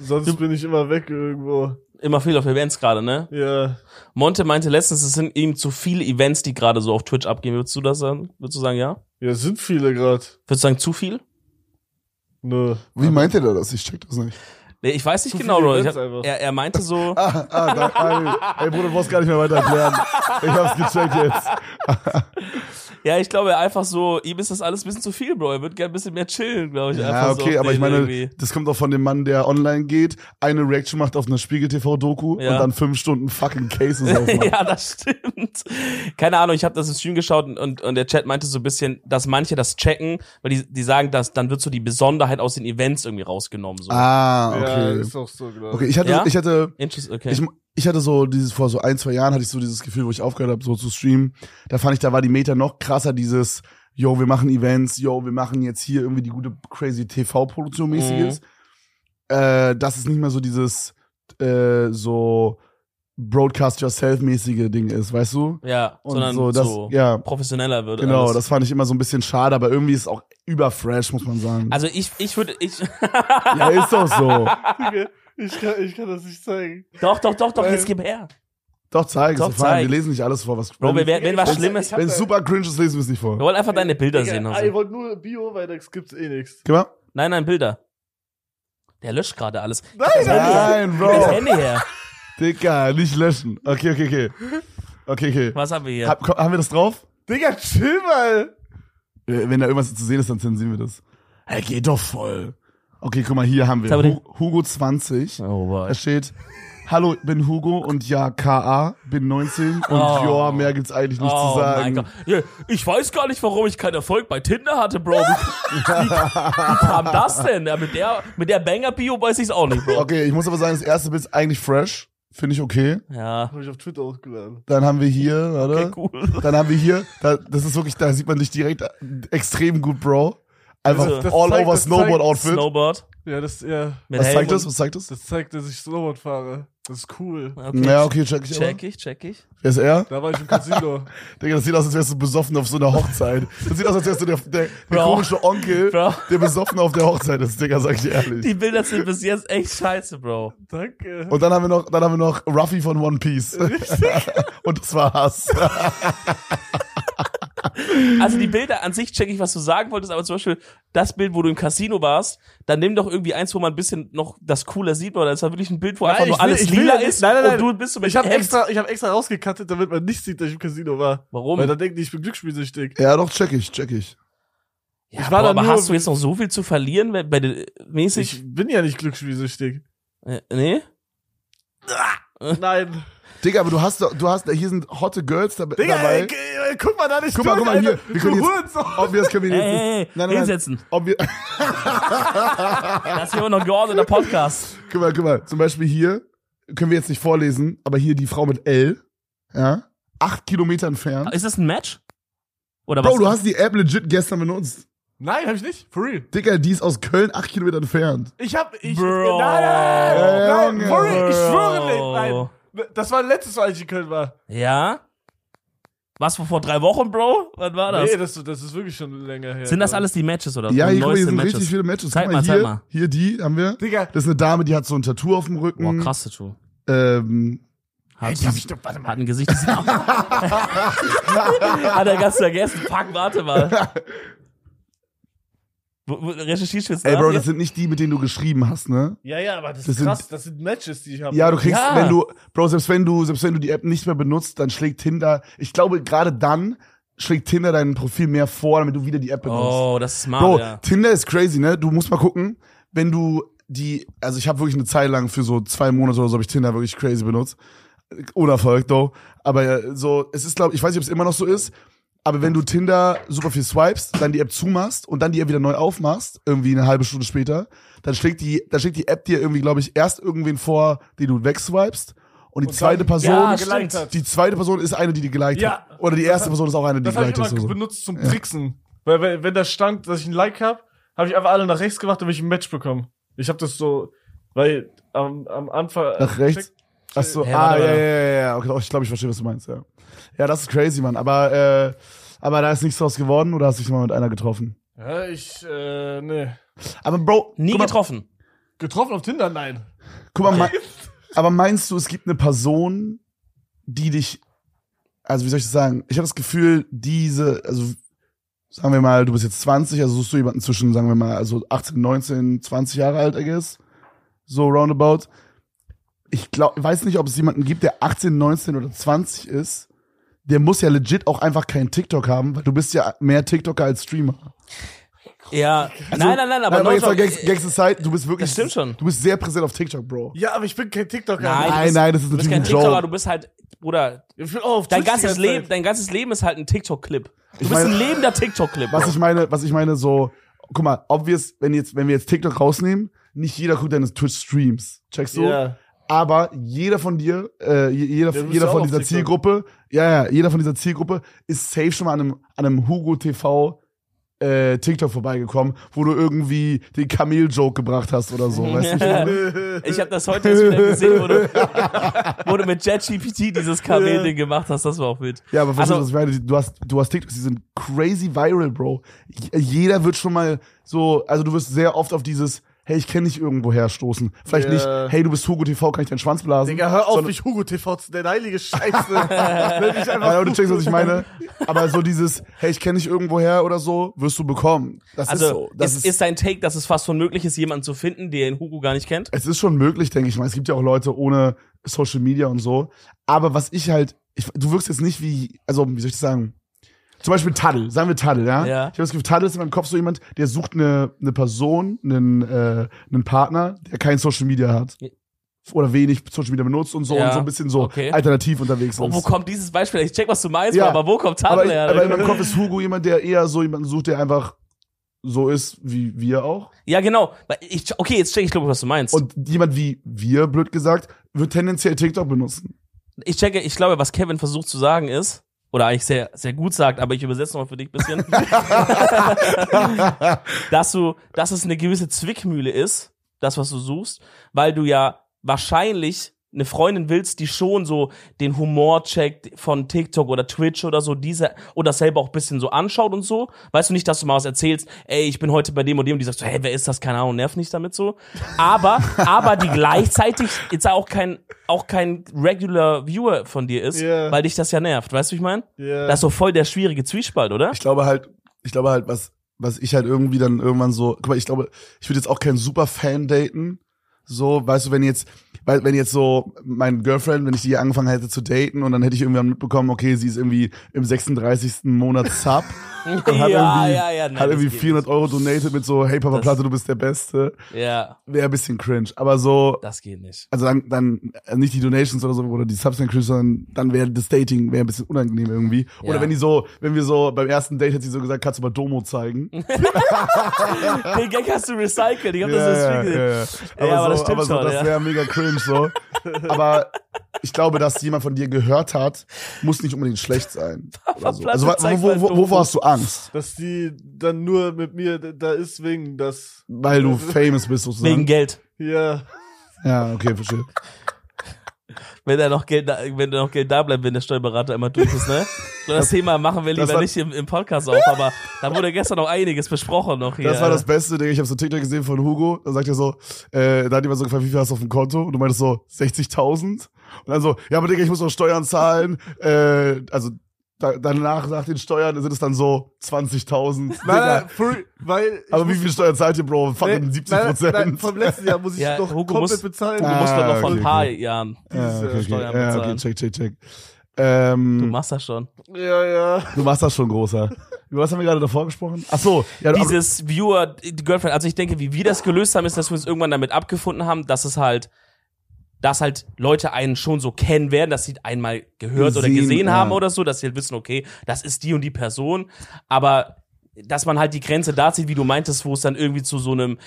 S3: sonst bin ich immer weg irgendwo.
S2: Immer viel auf Events gerade, ne?
S3: Ja.
S2: Monte meinte letztens, es sind ihm zu viele Events, die gerade so auf Twitch abgehen. Würdest du das sagen? Würdest du sagen, ja?
S3: Ja, sind viele grad.
S2: Würdest du sagen, zu viel?
S3: Nö.
S1: Wie meint er das? Ich check das nicht.
S2: Nee, ich weiß nicht
S3: Zu
S2: genau,
S3: viele
S2: Bro. Ich
S3: Events
S2: hab,
S3: einfach.
S2: er, er
S1: [laughs]
S2: meinte so,
S1: Ah, ah, da, ah, ey, Bruder, du brauchst gar nicht mehr weiter erklären. Ich hab's gecheckt jetzt.
S2: ja, ich glaube einfach so, ihm ist das alles ein bisschen zu viel, Bro. Er wird gerne ein bisschen mehr chillen, glaube ich.
S1: Ja,
S2: einfach so
S1: okay,
S2: auf
S1: aber ich
S2: den
S1: meine, [laughs]
S2: irgendwie.
S1: das kommt auch von dem Mann, der online geht, eine Reaction macht auf eine Spiegel-TV-Doku
S2: Ja.
S1: und dann fünf Stunden fucking Cases aufmacht.
S2: [laughs] ja, das stimmt. Keine Ahnung, ich habe das im Stream geschaut und, und, und der Chat meinte so ein bisschen, dass manche das checken, weil die, die sagen, dass dann wird so die Besonderheit aus den Events irgendwie rausgenommen. So.
S1: Ah,
S3: Ja,
S1: okay.
S3: ist auch so, glaub
S1: okay, ich hatte,
S2: Ja?
S1: ich hatte,
S2: Interest, okay.
S1: ich, ich hatte so dieses, vor so ein, zwei Jahren hatte ich so dieses Gefühl, wo ich aufgehört habe, so zu streamen. Da fand ich, da war die Meta noch krasser, dieses, yo, wir machen Events, yo, wir machen jetzt hier irgendwie die gute crazy TV-Produktion
S2: Mhm.
S1: mäßiges. Äh, das ist nicht mehr so dieses, äh, so Broadcast yourself mäßige Ding ist, weißt du?
S2: ja,
S1: Und
S2: sondern
S1: so, das,
S2: so
S1: ja.
S2: professioneller wird.
S1: Genau,
S2: alles.
S1: das fand ich immer so ein bisschen schade, aber irgendwie ist es auch überfresh, muss man sagen.
S2: Also ich, ich würde, ich,
S1: ja, ist doch so.
S2: [laughs]
S3: Digga, ich, kann, ich kann das nicht zeigen.
S2: doch, doch, doch, doch,
S3: Weil-
S2: jetzt gib her.
S1: Doch, zeig es.
S2: Doch,
S1: wir fahren. Wir
S2: zeig.
S1: lesen nicht alles vor, was
S2: Bro, wir werden- wenn was
S3: Ich- ich
S2: Schlimmes-
S3: hab
S1: Wenn
S3: da-
S1: es super cringe ist, lesen wir es nicht
S2: Wir
S1: vor.
S2: wollen einfach deine Bilder
S3: Digga,
S2: sehen. also.
S3: ah,
S2: Hase.
S3: Ihr wollt nur Bio, weil da gibt's eh nichts.
S1: Geh mal.
S2: Nein, nein, Bilder. Der löscht gerade alles.
S3: Nein,
S2: Das Handy her.
S1: Nein, Bro.
S2: Das Handy her.
S1: Digga, nicht löschen. Okay, okay, okay. Okay, okay.
S2: Was haben wir hier?
S1: Hab, komm, haben wir das drauf?
S3: Digga, chill mal.
S1: Äh, Wenn da irgendwas zu sehen ist, dann zensieren wir das. Hey, geht doch voll. Okay, guck mal, hier haben wir
S2: Sag mal den-
S1: Hu- Hugo 20.
S2: oh boy.
S1: Da steht, hallo, ich bin Hugo und ja, K.A., bin 19 und
S2: Oh.
S1: ja, mehr gibt's eigentlich nicht
S2: oh
S1: zu sagen.
S2: mein Gott. Ja, Ich weiß gar nicht, warum ich keinen Erfolg bei Tinder hatte, Bro. Wie, wie, wie kam das denn? Ja, mit der, mit der Banger-Bio weiß ich's auch nicht, Bro.
S1: Okay, ich muss aber sagen, das erste Bild ist eigentlich fresh. Finde ich okay.
S2: Ja.
S3: Hab ich auf Twitter hochgeladen.
S1: Dann haben wir hier, warte.
S2: Okay, cool.
S1: Dann haben wir hier, da, das ist wirklich, da sieht man dich direkt extrem gut, Bro. Einfach
S2: Also,
S3: das
S1: all
S3: zeigt-
S1: over
S3: das zeigt
S1: Snowboard-Outfit.
S2: Snowboard.
S3: Ja, das, ja,
S2: Mit
S1: Was
S2: Helm
S1: zeigt
S2: und-
S1: das? Was zeigt das?
S3: das zeigt, dass ich Snowboard fahre. Das ist cool.
S2: Okay.
S1: Ja, okay, check ich
S2: Check ich, check ich.
S1: aber. Wer ist er?
S3: Da war ich im Casino.
S1: Digga, das sieht aus, als wärst du besoffen auf so einer Hochzeit. Das sieht aus, als wärst du der, der, der
S2: Bro.
S1: komische Onkel,
S2: Bro.
S1: der besoffen auf der Hochzeit ist, Digga, sag ich dir ehrlich.
S2: Die Bilder sind bis jetzt echt scheiße, Bro.
S3: Danke.
S1: Und dann haben wir noch, dann haben wir noch Ruffy von One
S2: [laughs]
S1: Piece. Und das war Hass.
S2: Also die
S3: Mhm.
S2: Bilder an sich check ich, was du sagen wolltest, aber zum Beispiel das Bild, wo du im Casino warst, dann nimm doch irgendwie eins, wo man ein bisschen noch das Cooler sieht, weil das war wirklich ein Bild, wo einfach
S3: ich
S2: nur
S3: will-
S2: alles
S3: ich will
S2: lila
S3: ja nicht-
S2: ist
S3: nein, nein, nein.
S2: und du bist so mit
S3: Ich habe
S2: Hemd.
S3: extra, ich hab extra rausgekattet, damit man nicht sieht, dass ich im Casino war.
S2: Warum?
S3: Weil dann denken die, ich bin glücksspielsüchtig.
S1: Ja, doch, check ich, check ich.
S2: Ja,
S3: ich war
S2: boah,
S3: da
S2: aber
S3: nur-
S2: hast du jetzt noch so viel zu verlieren, wenn- bei den mäßig?
S3: Ich bin ja nicht glücksspielsüchtig.
S2: äh, nee?
S3: Nein.
S1: Digga, aber du hast, doch- du hast, hier sind hotte Girls da,
S3: Digga,
S1: dabei.
S3: ey, ey, ey, guck mal da nicht
S1: Guck mal,
S3: durch,
S1: guck mal hier.
S3: Alter.
S1: Wir können
S3: Du
S1: jetzt-
S3: Hurensohn.
S1: Ob wir das können wir
S2: Hey,
S1: jetzt
S2: hey,
S1: nicht.
S2: hey,
S1: Nein, nein, nein.
S2: hinsetzen.
S1: Ob wir,
S2: Das ist hier immer noch ein geordneter Podcast.
S3: [laughs]
S1: guck mal, guck mal. Zum Beispiel hier, können wir jetzt nicht vorlesen, aber hier die Frau mit L, ja, acht Kilometer entfernt.
S2: Ist das ein Match? Oder was?
S1: Bro, du hast die App legit gestern benutzt.
S3: Nein, hab ich nicht. For real.
S1: Digga, die ist aus Köln acht Kilometer entfernt.
S3: Ich hab. Ich,
S2: Bro.
S3: Nein, nein, nein,
S1: Junge.
S3: nein. For real. Ich
S2: Bro.
S3: schwöre nicht. Nein. Das war letztes Mal, als ich in Köln war.
S2: ja? Was, vor- vor drei Wochen, Bro? Wann war das?
S3: Nee, das, das ist wirklich schon länger her.
S2: Sind das
S3: Bro.
S2: alles die Matches oder
S1: Ja,
S2: so?
S1: hier, guck mal, hier
S2: Neueste
S1: sind
S2: Matches?
S1: richtig viele Matches.
S2: Zeig
S1: guck
S2: mal,
S1: mal,
S2: zeig
S1: hier,
S2: mal.
S1: hier die haben wir.
S3: Digga.
S1: Das ist eine Dame, die hat so ein Tattoo auf dem Rücken.
S2: Boah, krass, Tattoo.
S1: Ähm,
S2: Hat,
S3: Mhm. die hab ich doch- warte mal.
S2: hat ein Gesicht. das- [laughs] hat er ganz vergessen. Fuck, warte mal. Wo- wo- Recherchierst du jetzt
S1: ey,
S2: nach
S1: Bro,
S2: hier?
S1: das sind nicht die, mit denen du geschrieben hast, ne?
S3: Ja, ja, aber das,
S1: Das
S3: ist
S1: sind-
S3: krass. das sind Matches, die ich habe.
S1: Ja, du kriegst,
S2: Ja.
S1: wenn du, Bro, selbst wenn du, selbst wenn du die App nicht mehr benutzt, dann schlägt Tinder, ich glaube, gerade dann schlägt Tinder dein Profil mehr vor, damit du wieder die App benutzt.
S2: Oh, das ist smart,
S1: Bro,
S2: ja.
S1: Tinder ist crazy, ne? Du musst mal gucken, wenn du die, also ich habe wirklich eine Zeit lang für so zwei Monate oder so habe ich Tinder wirklich crazy benutzt. Unerfolgt, though. Aber äh, so, es ist, glaube ich, weiß nicht, ob es immer noch so ist, aber wenn du Tinder super viel swipest, dann die App zumachst und dann die App wieder neu aufmachst, irgendwie eine halbe Stunde später, dann schlägt die, dann schlägt die App dir irgendwie, glaube ich, erst irgendwen vor, den du wegswipest. Und die
S3: Und
S1: zweite
S3: dann-
S1: Person,
S2: Ja,
S3: geliked hat.
S1: die zweite Person ist eine, die die geliked
S3: Ja.
S1: hat. Oder die erste Person ist auch eine, die
S3: Das habe ich
S1: geliked
S3: immer
S1: ist. oder so.
S3: benutzt zum Tricksen. Weil, weil wenn da stand, dass ich ein Like habe, habe ich einfach alle nach rechts gemacht, damit ich ein Match bekomme. Ich habe das so, weil am, am Anfang. äh,
S2: Äh,
S1: Nach rechts? Ach so,
S2: Hey,
S1: ah,
S2: warte,
S1: ja,
S2: warte.
S1: ja, ja, ja. Okay, doch, ich glaube, ich verstehe, was du meinst, ja. Ja, das ist crazy, Mann. Aber, äh, aber da ist nichts draus geworden oder hast du dich mal mit einer getroffen?
S3: Ja, ich, äh, nee.
S1: Aber Bro,
S2: Nie
S1: guck, mal,
S2: getroffen.
S3: Getroffen auf Tinder? Nein.
S1: guck mal, mei- aber meinst du, es gibt eine Person, die dich, also wie soll ich das sagen? Ich habe das Gefühl, diese, also sagen wir mal, du bist jetzt 20, also suchst du jemanden zwischen, sagen wir mal, also 18, 19, 20 Jahre alt, I guess. So roundabout. Ich glaub, ich weiß nicht, ob es jemanden gibt, der 18, 19 oder 20 ist. Der muss ja legit auch einfach keinen TikTok haben, weil du bist ja mehr TikToker als Streamer.
S2: Ja. nein, nein, nein, aber
S1: Also, Nein, jetzt mal
S2: Leute,
S1: Gangs, Gangs aside, du bist wirklich,
S2: äh, Das stimmt schon.
S1: du bist sehr präsent auf TikTok, Bro.
S3: Ja, aber ich bin kein TikToker.
S2: Nein. du
S1: Nein,
S2: bist-
S1: nein, das ist
S2: du
S1: natürlich
S2: bist kein
S1: ein
S2: TikToker,
S1: Joke.
S2: du bist halt, Bruder,
S3: Ich bin auch auf
S2: dein
S3: Twitch
S2: ganzes
S3: die ganze
S2: Leben,
S3: Zeit.
S2: dein ganzes Leben ist halt ein TikTok-Clip. Du
S1: Ich
S2: bist ein
S1: meine-
S2: lebender TikTok-Clip.
S1: Was
S2: Bro.
S1: ich meine, was ich meine, so, guck mal, obvious, wenn jetzt, wenn wir jetzt TikTok rausnehmen, nicht jeder guckt deine Twitch-Streams. Checkst du?
S3: Ja.
S1: [laughs] Aber jeder von dir, äh, je- jeder,
S3: Ja, du bist
S1: jeder
S3: ja
S1: von
S3: auch
S1: dieser
S3: auf TikTok.
S1: Zielgruppe, ja, ja, jeder von dieser Zielgruppe ist safe schon mal an einem, an einem Hugo TV äh, TikTok vorbeigekommen, wo du irgendwie den Kamel-Joke gebracht hast oder so, weißt du?
S2: [laughs]
S3: [laughs]
S1: ich meine?
S2: Ich habe das heute erst wieder gesehen, wo du, [laughs] wo du mit JetGPT
S1: [laughs]
S2: dieses Kamel-Ding gemacht hast. Das war auch wild.
S1: Ja, aber weißt du,
S2: also,
S1: was ich meine? Du hast, du hast TikToks, die sind crazy viral, Bro. J- äh, Jeder wird schon mal so, also du wirst sehr oft auf dieses, hey, ich kenne dich irgendwo herstoßen. Vielleicht
S3: Ja.
S1: nicht, hey, du bist Hugo TV, kann ich deinen Schwanz blasen?
S3: Digga, hör auf,
S1: Sondern-
S3: mich Hugo TV zu nennen, heilige Scheiße.
S2: [laughs]
S3: Nenn mich einfach
S1: Ja, du checkst, was ich
S3: [laughs]
S1: meine. Aber so dieses, hey, ich kenne dich irgendwo her oder so, wirst du bekommen. Das
S2: also
S1: ist so. Das
S2: ist,
S1: ist,
S2: ist dein Take, dass es fast unmöglich ist, jemanden zu finden, der den Hugo gar nicht kennt?
S1: es ist schon möglich, denke ich mal. Es gibt ja auch Leute ohne Social Media und so. Aber was ich halt, ich, du wirkst jetzt nicht wie, also wie soll ich das sagen? Zum Beispiel Taddel, sagen wir Taddel, ja?
S2: Ja.
S1: Ich habe das Gefühl, Taddel ist in meinem Kopf so jemand, der sucht eine, eine Person, einen, äh, einen Partner, der kein Social Media hat.
S2: Ja.
S1: Oder wenig Social Media benutzt und so
S2: Ja.
S1: und so ein bisschen so
S2: Okay.
S1: alternativ unterwegs
S2: Oh,
S1: ist.
S2: wo kommt dieses Beispiel? her? Ich check, was du meinst,
S1: Ja.
S2: aber wo kommt
S1: aber,
S2: Tadel
S1: ich,
S2: her?
S1: aber in meinem Kopf ist Hugo jemand, der eher so jemanden sucht, der einfach so ist wie wir auch.
S2: Ja, genau. Weil Ich, okay, jetzt check ich, glaube ich, was du meinst.
S1: Und jemand wie wir, blöd gesagt, wird tendenziell TikTok benutzen.
S2: ich checke, ich glaube, was Kevin versucht zu sagen ist, oder eigentlich sehr, sehr gut sagt, aber ich übersetze nochmal für dich ein bisschen, dass du, dass es eine gewisse Zwickmühle ist, das, was du suchst, weil du ja wahrscheinlich eine Freundin willst, die schon so den Humor checkt von TikTok oder Twitch oder so, diese, oder selber auch ein bisschen so anschaut und so. Weißt du nicht, dass du mal was erzählst, ey, ich bin heute bei dem und dem, und die sagt so, hey, wer ist das? Keine Ahnung, nerv nicht damit so. Aber, aber die gleichzeitig jetzt auch kein, auch kein regular Viewer von dir ist,
S3: Ja.
S2: weil dich das ja nervt. Weißt du, wie ich meine?
S3: Ja.
S2: Das ist so voll der schwierige Zwiespalt, oder?
S1: Ich glaube halt, ich glaube halt, was, was ich halt irgendwie dann irgendwann so, guck mal, ich glaube, ich würde jetzt auch keinen Superfan daten. So, weißt du, wenn jetzt, weil, wenn jetzt so mein Girlfriend, wenn ich die angefangen hätte zu daten und dann hätte ich irgendwann mitbekommen, okay, sie ist irgendwie im 36. Monat
S2: [laughs]
S1: Sub [laughs] und hat irgendwie,
S2: nein,
S1: hat
S2: das
S1: irgendwie
S2: geht
S1: 400 Euro donated mit so, hey Papa
S2: Das-
S1: Platte, du bist der Beste.
S2: nicht. Ja,
S1: Wäre ein bisschen cringe, aber so,
S2: das
S1: [laughs]
S2: geht nicht.
S1: also dann, dann äh, nicht die Donations oder so oder die Subs dann kriegst, sondern dann wäre das Dating wäre ein bisschen unangenehm irgendwie.
S2: Ja.
S1: Oder wenn die so, wenn wir so beim ersten Date hat sie so gesagt, kannst du mal Domo
S2: [laughs]
S1: zeigen. ja,
S2: Den Gag hast du recycelt, ich hab das so
S1: ja,
S2: gesehen.
S1: ja. Aber,
S2: Ja, aber das
S1: so,
S2: stimmt
S1: aber so,
S2: schon,
S1: das
S2: ja.
S1: wäre mega cringe so. aber ich glaube, dass jemand von dir gehört hat, muss nicht unbedingt schlecht
S2: [laughs]
S1: sein. Oder so.
S2: Platte,
S1: Also wa-
S2: zeig
S1: wo, wo,
S2: mal
S1: wo,
S2: Domo.
S1: wovor hast du Angst?
S3: Dass die dann nur mit mir d- da ist wegen das.
S1: Weil du famous bist sozusagen.
S2: Wegen Geld.
S3: [laughs] Ja.
S1: ja, okay, verstehe.
S2: Wenn da noch Geld, da, wenn da noch Geld da bleibt, wenn der Steuerberater immer durch ist,
S1: [laughs]
S2: ne? So, das Thema machen wir
S1: das
S2: lieber
S1: war-
S2: nicht im, im Podcast auf, aber da wurde gestern noch einiges besprochen noch hier.
S1: Das war das Beste, Digga. Ich habe so einen TikTok gesehen von Hugo. Da sagt er so, äh, da hat jemand so gefragt, wie viel hast du auf dem Konto? Und du meintest so 60.000. Und dann so, ja, aber Digga, ich muss noch Steuern zahlen. Äh, also da, danach, nach den Steuern sind es dann so 20.000. Digga.
S3: for real, weil. ich
S1: Aber wie
S3: muss-
S1: viel Steuern zahlt ihr, Bro? Fucking
S3: Nee,
S1: 70 Prozent.
S3: Nein, nein, vom letzten Jahr muss ich
S2: Ja,
S3: doch
S2: Hugo
S3: komplett
S2: muss-
S3: bezahlen.
S2: Du musst
S1: Ah,
S2: doch noch vor ein
S1: okay,
S2: paar
S1: okay.
S2: Jahren.
S1: ja, okay, okay.
S2: Steuern
S1: ja, okay,
S2: bezahlen.
S1: check, check, check.
S2: Du
S1: Ähm,
S2: machst das schon.
S3: Ja, ja.
S1: du, machst das schon, großer. Über was haben wir gerade davor gesprochen? Ach so, ja, du-
S2: Dieses Viewer, die Girlfriend, also ich denke, wie wir das gelöst haben, ist, dass wir uns irgendwann damit abgefunden haben, dass es halt, dass halt Leute einen schon so kennen werden, dass sie einmal gehört oder
S1: Gesehen,
S2: gesehen
S1: ja.
S2: haben oder so, dass sie halt wissen, okay, das ist die und die Person, aber dass man halt die Grenze da zieht, wie du meintest, wo es dann irgendwie zu so einem,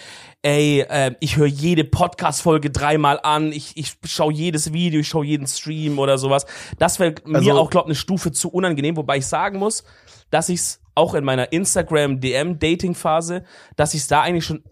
S2: ey, äh, ich höre jede Podcast-Folge dreimal an, ich, ich schaue jedes Video, ich schaue jeden Stream oder sowas. Das wäre mir
S1: Also-
S2: auch, glaube ich, eine Stufe zu unangenehm, wobei ich sagen muss, dass ich es auch in meiner Instagram-DM-Dating-Phase, dass ich es da eigentlich schon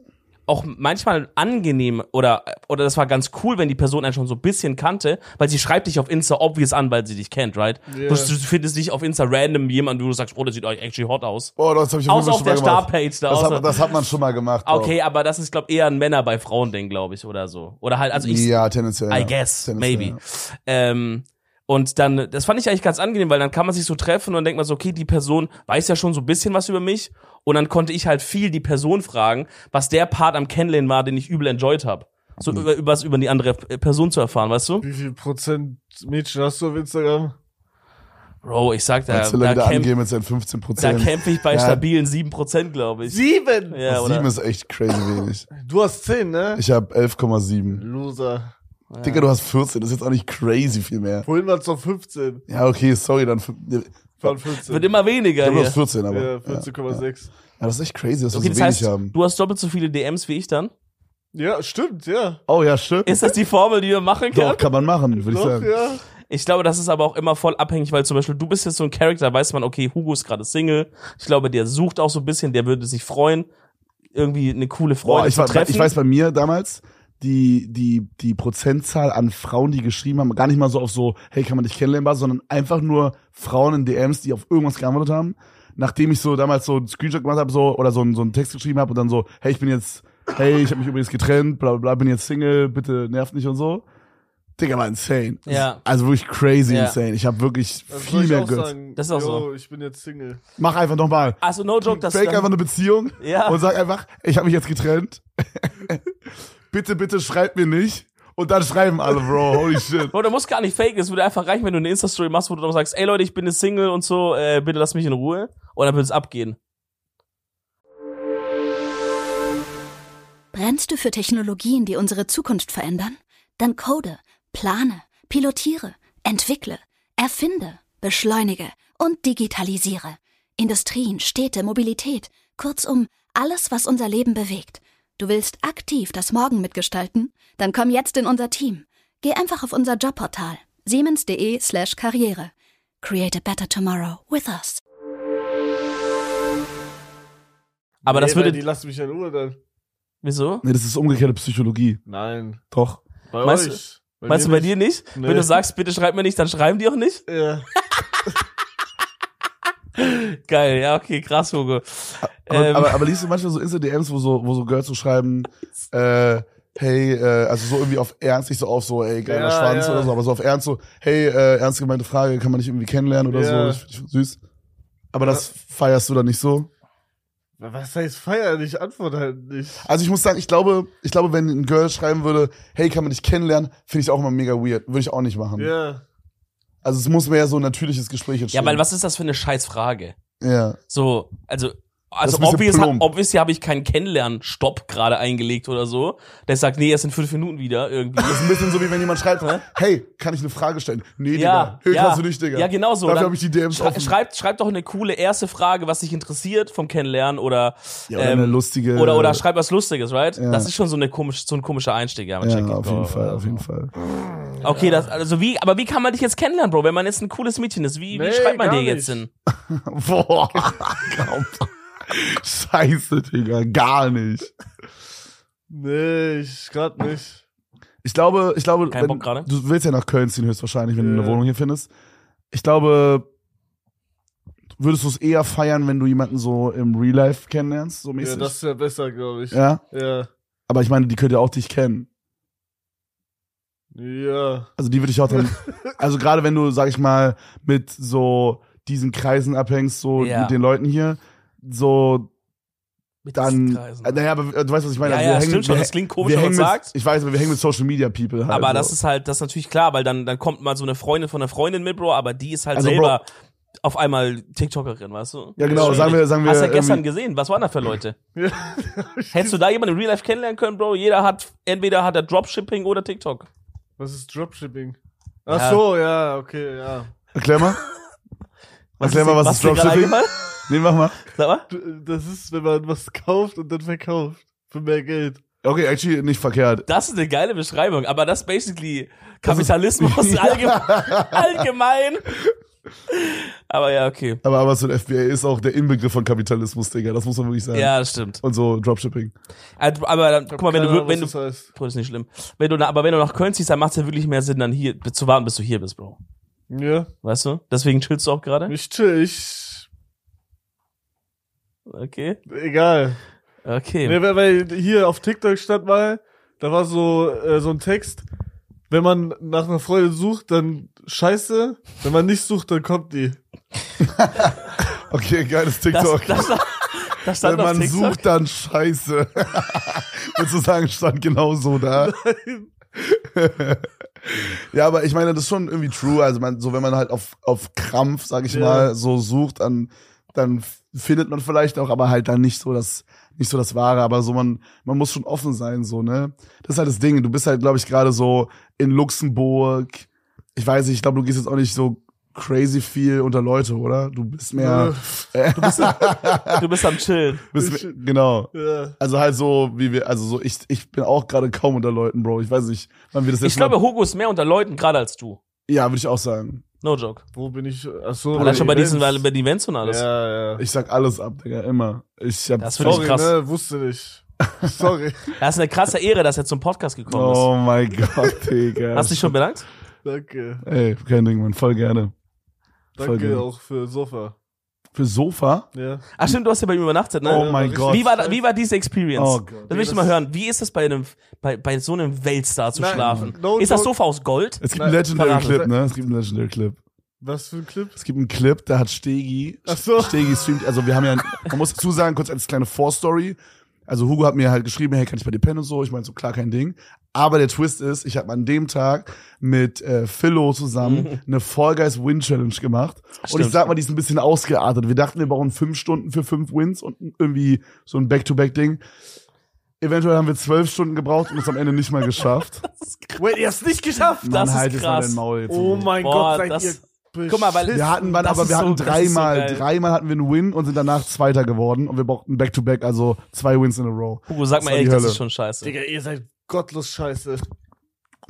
S2: auch manchmal angenehm oder, oder das war ganz cool, wenn die Person einen schon so ein bisschen kannte, weil sie schreibt dich auf Insta obvious an, weil sie dich kennt, right?
S3: Yeah.
S2: Du, du findest nicht auf Insta random jemanden, wo du sagst, oh, der sieht eigentlich actually hot aus.
S1: oh, das habe ich jeden
S2: Außer
S1: Fall
S2: auf
S1: schon mal
S2: der
S1: gemacht.
S2: Startpage da.
S1: Das
S2: Außer,
S1: hat, das hat man schon mal gemacht. Bro.
S2: okay, aber das ist, glaube ich, eher ein Männer bei Frauen-Ding, glaube ich, oder so. Oder halt, also ich,
S1: ja, tendenziell.
S2: I
S1: ja.
S2: guess,
S1: Tendenziell,
S2: maybe.
S1: ja.
S2: Ähm, und dann, das fand ich eigentlich ganz angenehm, weil dann kann man sich so treffen und dann denkt man so, okay, die Person weiß ja schon so ein bisschen was über mich. Und dann konnte ich halt viel die Person fragen, was der Part am Kennenlernen war, den ich übel enjoyed habe. So
S1: Hm.
S2: über, über was über die andere äh, Person zu erfahren, weißt du?
S3: Wie viel Prozent Mädchen hast du auf Instagram?
S2: Bro, ich sag da,
S1: Als Zylinder
S2: da, camp,
S1: angehen mit seinen 15
S2: da
S1: Prozent.
S2: kämpfe ich bei
S1: Ja.
S2: stabilen 7%, glaube ich.
S3: Sieben!
S2: Ja,
S1: Sieben
S2: oder?
S1: ist echt crazy wenig.
S3: Du hast zehn, ne?
S1: Ich habe 11,7.
S3: Loser.
S1: Digga, du hast 14. Das ist jetzt auch nicht crazy viel mehr.
S3: Vorhin war es doch 15.
S1: Ja, okay, sorry, dann. fün- nee,
S3: Waren 14.
S2: Wird immer weniger
S1: Ich glaube, du
S2: hier.
S1: hast 14, aber.
S3: ja,
S1: Ja, ja.
S3: 14,6.
S1: Ja, das ist echt crazy, dass wir
S2: Okay,
S1: so
S2: das
S1: wenig
S2: heißt,
S1: haben.
S2: du hast doppelt so viele DMs wie ich dann.
S3: Ja. stimmt, ja.
S1: Oh ja, stimmt.
S2: Ist das die Formel, die wir machen können?
S1: Doch, kann man machen, würde ich
S3: Doch,
S1: sagen.
S3: ja.
S2: Ich glaube, das ist aber auch immer voll abhängig, weil zum Beispiel du bist jetzt so ein Charakter, weiß man, okay, Hugo ist gerade Single. Ich glaube, der sucht auch so ein bisschen, der würde sich freuen, irgendwie eine coole Freundin
S1: Boah, ich,
S2: zu
S1: war,
S2: treffen.
S1: ich weiß bei mir damals, die, die, die Prozentzahl an Frauen, die geschrieben haben, gar nicht mal so auf so, hey, kann man dich kennenlernen, Basis, sondern einfach nur Frauen in DMs, die auf irgendwas geantwortet haben. Nachdem ich so damals so einen Screenshot gemacht habe so, oder so, einen- so einen Text geschrieben habe und dann so, hey, ich bin jetzt, hey, ich habe mich übrigens getrennt, bla bla bla, bin jetzt Single, bitte nervt nicht und so. Digga, war insane. Das
S2: Ja.
S1: ist Also wirklich crazy
S2: Ja.
S1: insane. Ich habe wirklich
S3: Das soll
S1: viel
S3: ich
S1: mehr
S3: auch
S1: gehört.
S3: sagen.
S2: Das ist auch
S3: yo,
S2: so.
S3: ich bin jetzt Single.
S1: Mach einfach nochmal.
S2: also no joke, das
S1: Fake einfach eine Beziehung [laughs]
S2: Ja.
S1: und sag einfach, ich habe mich jetzt getrennt. bitte, bitte schreibt mir nicht. Und dann schreiben alle, Bro, holy shit.
S2: Bro, du musst gar nicht faken. Es würde einfach reichen, wenn du eine Insta-Story machst, wo du dann sagst, ey Leute, ich bin eine Single und so, äh, bitte lass mich in Ruhe. Und dann wird es abgehen.
S4: Brennst du für Technologien, die unsere Zukunft verändern? Dann code, plane, pilotiere, entwickle, erfinde, beschleunige und digitalisiere. Industrien, Städte, Mobilität, kurzum alles, was unser Leben bewegt. Du willst aktiv das Morgen mitgestalten? Dann komm jetzt in unser Team. Geh einfach auf unser Jobportal siemens.de slash karriere. Create a better tomorrow with us.
S2: Aber das
S3: Nee, weil
S2: würde.
S3: Die lassen mich in Ruhe dann.
S2: wieso?
S1: Nee, das ist umgekehrte Psychologie.
S3: Nein.
S1: Doch.
S3: Bei
S2: Meinst du-
S3: euch.
S2: Meinst du
S3: mir
S2: bei dir nicht?
S3: Nee.
S2: Wenn du sagst, bitte schreib mir nicht, dann schreiben die auch
S3: [laughs]
S2: nicht?
S3: nicht. Ja.
S2: Geil, ja, okay, krass, Hugo.
S1: Aber,
S2: Ähm.
S1: aber, aber liest du manchmal so Insta-DMs, wo so, wo so Girls so schreiben, äh, hey, äh, also so irgendwie auf Ernst, nicht so auf so, ey, geiler
S3: Ja,
S1: Schwanz
S3: ja.
S1: oder so, aber so auf Ernst so, hey, äh, ernst gemeinte Frage, kann man nicht irgendwie kennenlernen oder
S3: Ja.
S1: so, das find ich süß. Aber das feierst du dann nicht so?
S3: Was heißt feiern? Ich antworte halt nicht.
S1: Also ich muss sagen, ich glaube, ich glaube, wenn ein Girl schreiben würde, hey, kann man dich kennenlernen, finde ich auch immer mega weird. Würde ich auch nicht machen.
S3: Ja.
S1: Also es muss mehr so ein natürliches Gespräch
S2: Ja,
S1: entstehen.
S2: weil was ist das für eine Scheißfrage?
S1: Ja.
S2: So, also, also
S1: ist ein bisschen
S2: obvious, hat,
S1: plump.
S2: obviously habe ich keinen Kennenlernstopp gerade eingelegt oder so. Der sagt, nee, erst in fünf Minuten
S1: [laughs]
S2: wieder irgendwie.
S1: Das ist ein bisschen so, wie wenn jemand schreibt, hey, kann ich eine Frage stellen? Nee, Digga. Hey, kannst du nicht, Digga.
S2: Ja, genau so.
S1: Dafür
S2: Dann
S1: habe ich die DMs
S2: schrei-
S1: offen.
S2: Schreibt, schreibt doch eine coole erste Frage, was dich interessiert vom Kennenlernen oder, ähm,
S1: ja, oder eine lustige.
S2: oder, oder schreibt was Lustiges, right?
S1: Ja.
S2: Das ist schon so, eine komisch, so ein komischer Einstieg, ja. check
S1: Ja,
S2: it,
S1: auf
S2: Bro.
S1: jeden Fall, auf jeden Fall. [laughs]
S2: Okay, das, also wie, aber wie kann man dich jetzt kennenlernen, Bro, wenn man jetzt ein cooles Mädchen ist? Wie,
S3: Nee,
S2: wie schreibt man
S3: gar
S2: dir jetzt
S3: nicht.
S2: hin?
S1: Boah, komm. Scheiße, Digga, gar nicht.
S3: Nee, ich grad nicht.
S1: Ich glaube, ich glaube,
S2: Kein
S1: wenn,
S2: Bock gerade? Äh.
S1: du willst ja nach Köln ziehen höchstwahrscheinlich, wenn du eine
S3: Ja.
S1: Wohnung hier findest. Ich glaube, würdest du es eher feiern, wenn du jemanden so im Real Life kennenlernst, so
S3: Ja,
S1: mäßig?
S3: das wäre besser, glaube ich.
S1: ja,
S3: Ja.
S1: aber ich meine, die könnte ja auch dich kennen.
S3: Ja. [laughs]
S1: Also die würde ich auch
S2: [laughs]
S1: dann, also gerade wenn du, sag ich mal, mit so diesen Kreisen abhängst, so
S2: Ja.
S1: mit den Leuten hier, so
S2: Mit
S1: dann,
S2: diesen Kreisen.
S1: äh, naja, aber du weißt, was ich meine.
S2: ja,
S1: Also
S2: ja,
S1: wir hängen-
S2: stimmt schon.
S1: wir
S2: Das
S1: hä-
S2: klingt komisch,
S1: wir
S2: wenn man
S1: hängen mit,
S2: sagt.
S1: ich weiß, aber wir hängen mit Social Media People halt.
S2: Aber
S1: so.
S2: das ist halt, das ist natürlich klar, weil dann, dann kommt mal so eine Freundin von einer Freundin mit, Bro, aber die ist halt
S1: Also, Bro-
S2: selber auf einmal TikTokerin, weißt du?
S1: Ja, genau,
S2: Schwierig.
S1: sagen wir- sagen wir ähm,
S2: Hast du ja gestern
S1: irgendwie-
S2: gesehen, was waren da für
S1: [clears throat]
S2: Leute?
S3: ja.
S2: Hättest du da jemanden im Real Life kennenlernen können, Bro? Jeder hat, entweder hat er Dropshipping oder TikTok.
S3: Was ist Dropshipping? Ach
S2: Ja.
S3: so, ja, okay, ja.
S1: Erklär
S2: [laughs]
S1: mal. Erklär
S2: ist
S1: mal,
S2: dir-
S1: was, ist
S2: dir gerade
S1: Dropshipping?
S2: eingefallen?
S1: Nee, mach mal.
S2: Sag mal.
S3: D- Das ist, wenn man was kauft und dann verkauft. Für mehr Geld.
S1: Okay, actually nicht verkehrt.
S2: Das ist eine geile Beschreibung, aber das ist basically Kapitalismus
S1: [laughs]
S2: allgemein. allgemein. Aber ja, okay.
S1: Aber, aber so ein FBA ist auch der Inbegriff von Kapitalismus, Digga. Das muss man wirklich sagen.
S2: Ja, das stimmt.
S1: Und so Dropshipping.
S2: Also, Aber dann, guck mal, wenn
S3: Keine
S2: du,
S3: Ahnung,
S2: wir- wenn du,
S3: was das heißt.
S2: Bro, das ist nicht schlimm. Wenn du, na- aber wenn du nach Köln ziehst, dann macht es ja wirklich mehr Sinn, dann hier zu warten, bis du hier bist, Bro.
S3: Ja.
S2: Weißt du? Deswegen chillst du auch gerade?
S3: Ich chill, ich.
S2: Okay.
S3: Egal.
S2: Okay.
S3: Nee, weil, weil hier auf TikTok stand mal, da war so, äh, so ein Text, wenn man nach einer Freundin sucht, dann scheiße, wenn man nicht sucht, dann kommt die.
S1: Okay, geiles
S2: das,
S1: TikTok.
S2: das, das, stand
S1: Wenn
S2: auf
S1: man
S2: TikTok.
S1: sucht, dann
S2: [laughs]
S1: scheiße. Würdest du sagen, stand genau so da. ja, aber ich meine, das ist schon irgendwie true. Also man, so wenn man halt auf, auf Krampf, sag ich
S3: Ja.
S1: mal, so sucht, dann, dann f- findet man vielleicht auch, aber halt dann nicht so das, nicht so das Wahre. Aber so man, man muss schon offen sein, so, ne? Das ist halt das Ding. Du bist halt, glaube ich, gerade so in Luxemburg. Ich weiß nicht, ich glaube, du gehst jetzt auch nicht so crazy viel unter Leute, oder? Du bist mehr,
S2: Du bist, du bist am Chillen.
S1: bist mehr genau.
S3: [laughs] Ja.
S1: Also halt so, wie wir, also so, ich, ich bin auch gerade kaum unter Leuten, Bro. Ich weiß nicht, wann wir das jetzt
S2: Ich glaube,
S1: mal,
S2: Hugo ist mehr unter Leuten, gerade als du.
S1: Ja, würde ich auch sagen.
S2: No joke.
S3: Wo bin ich? Achso,
S2: Allein schon bei diesen bei den Events und alles.
S3: Ja, ja.
S1: Ich sag alles ab, Digga, immer. Ich hab,
S2: Das find
S3: Sorry,
S2: ich krass.
S3: ne? Wusste
S2: [laughs]
S3: nicht. Sorry.
S2: Das ist eine krasse Ehre, dass er zum Podcast gekommen
S1: oh mein [laughs] Gott, Digga.
S2: ist. Hast du dich schon bedankt?
S3: Danke.
S1: Ey, kein Ding, Mann, voll gerne. Voll gut.
S3: Danke auch für Sofa.
S1: Für Sofa?
S3: Ja.
S2: Ach stimmt, du hast ja bei ihm übernachtet, ne?
S1: Oh mein
S3: Wie
S1: Gott.
S2: wie, war, da- wie war diese Experience?
S1: Oh Gott.
S2: Das möchte ich mal hören. Wie ist es bei, einem, bei, bei so einem Weltstar zu
S3: Nein,
S2: schlafen?
S3: no
S2: ist das
S3: joke.
S2: Sofa aus Gold?
S1: Es gibt
S3: Nein,
S1: einen Legendary
S2: verrate.
S1: Clip, ne? Es gibt einen Legendary Clip.
S3: Was für ein Clip?
S1: Es gibt einen Clip, da hat Stegi,
S3: Ach so.
S1: Stegi streamt, also wir haben ja, man muss dazu sagen, kurz als kleine Vorstory, also Hugo hat mir halt geschrieben, hey, kann ich bei dir pennen und so. Ich meine so, klar, kein Ding. Aber der Twist ist, ich habe an dem Tag mit äh, Philo zusammen eine Fall Guys Win Challenge gemacht. Und ich
S2: Mhm. Stimmt.
S1: sag mal, die ist ein bisschen ausgeartet. Wir dachten, wir brauchen fünf Stunden für fünf Wins und irgendwie so ein Back-to-Back-Ding. Eventuell haben wir zwölf Stunden gebraucht und es am Ende nicht mal geschafft.
S3: Wait, ihr habt es nicht geschafft?
S2: Das
S1: Mann,
S2: ist
S1: halt jetzt mal
S2: krass.
S1: dein Maul jetzt.
S3: Oh mein
S2: Boah,
S3: Gott, seid
S2: das-
S3: ihr beschissen.
S2: Guck mal, weil-
S1: Wir hatten, wann,
S2: Das
S1: aber
S2: ist
S1: wir
S2: so-
S1: hatten
S2: das ist so
S1: dreimal,
S2: geil.
S1: dreimal hatten wir einen Win und sind danach Zweiter geworden und wir brauchten Back-to-Back, also zwei Wins in a row.
S2: Hugo, sag
S1: Das
S2: mal
S1: war die
S2: ehrlich, das
S1: Hölle.
S2: ist schon scheiße.
S3: Digga, ihr seid gottlos scheiße.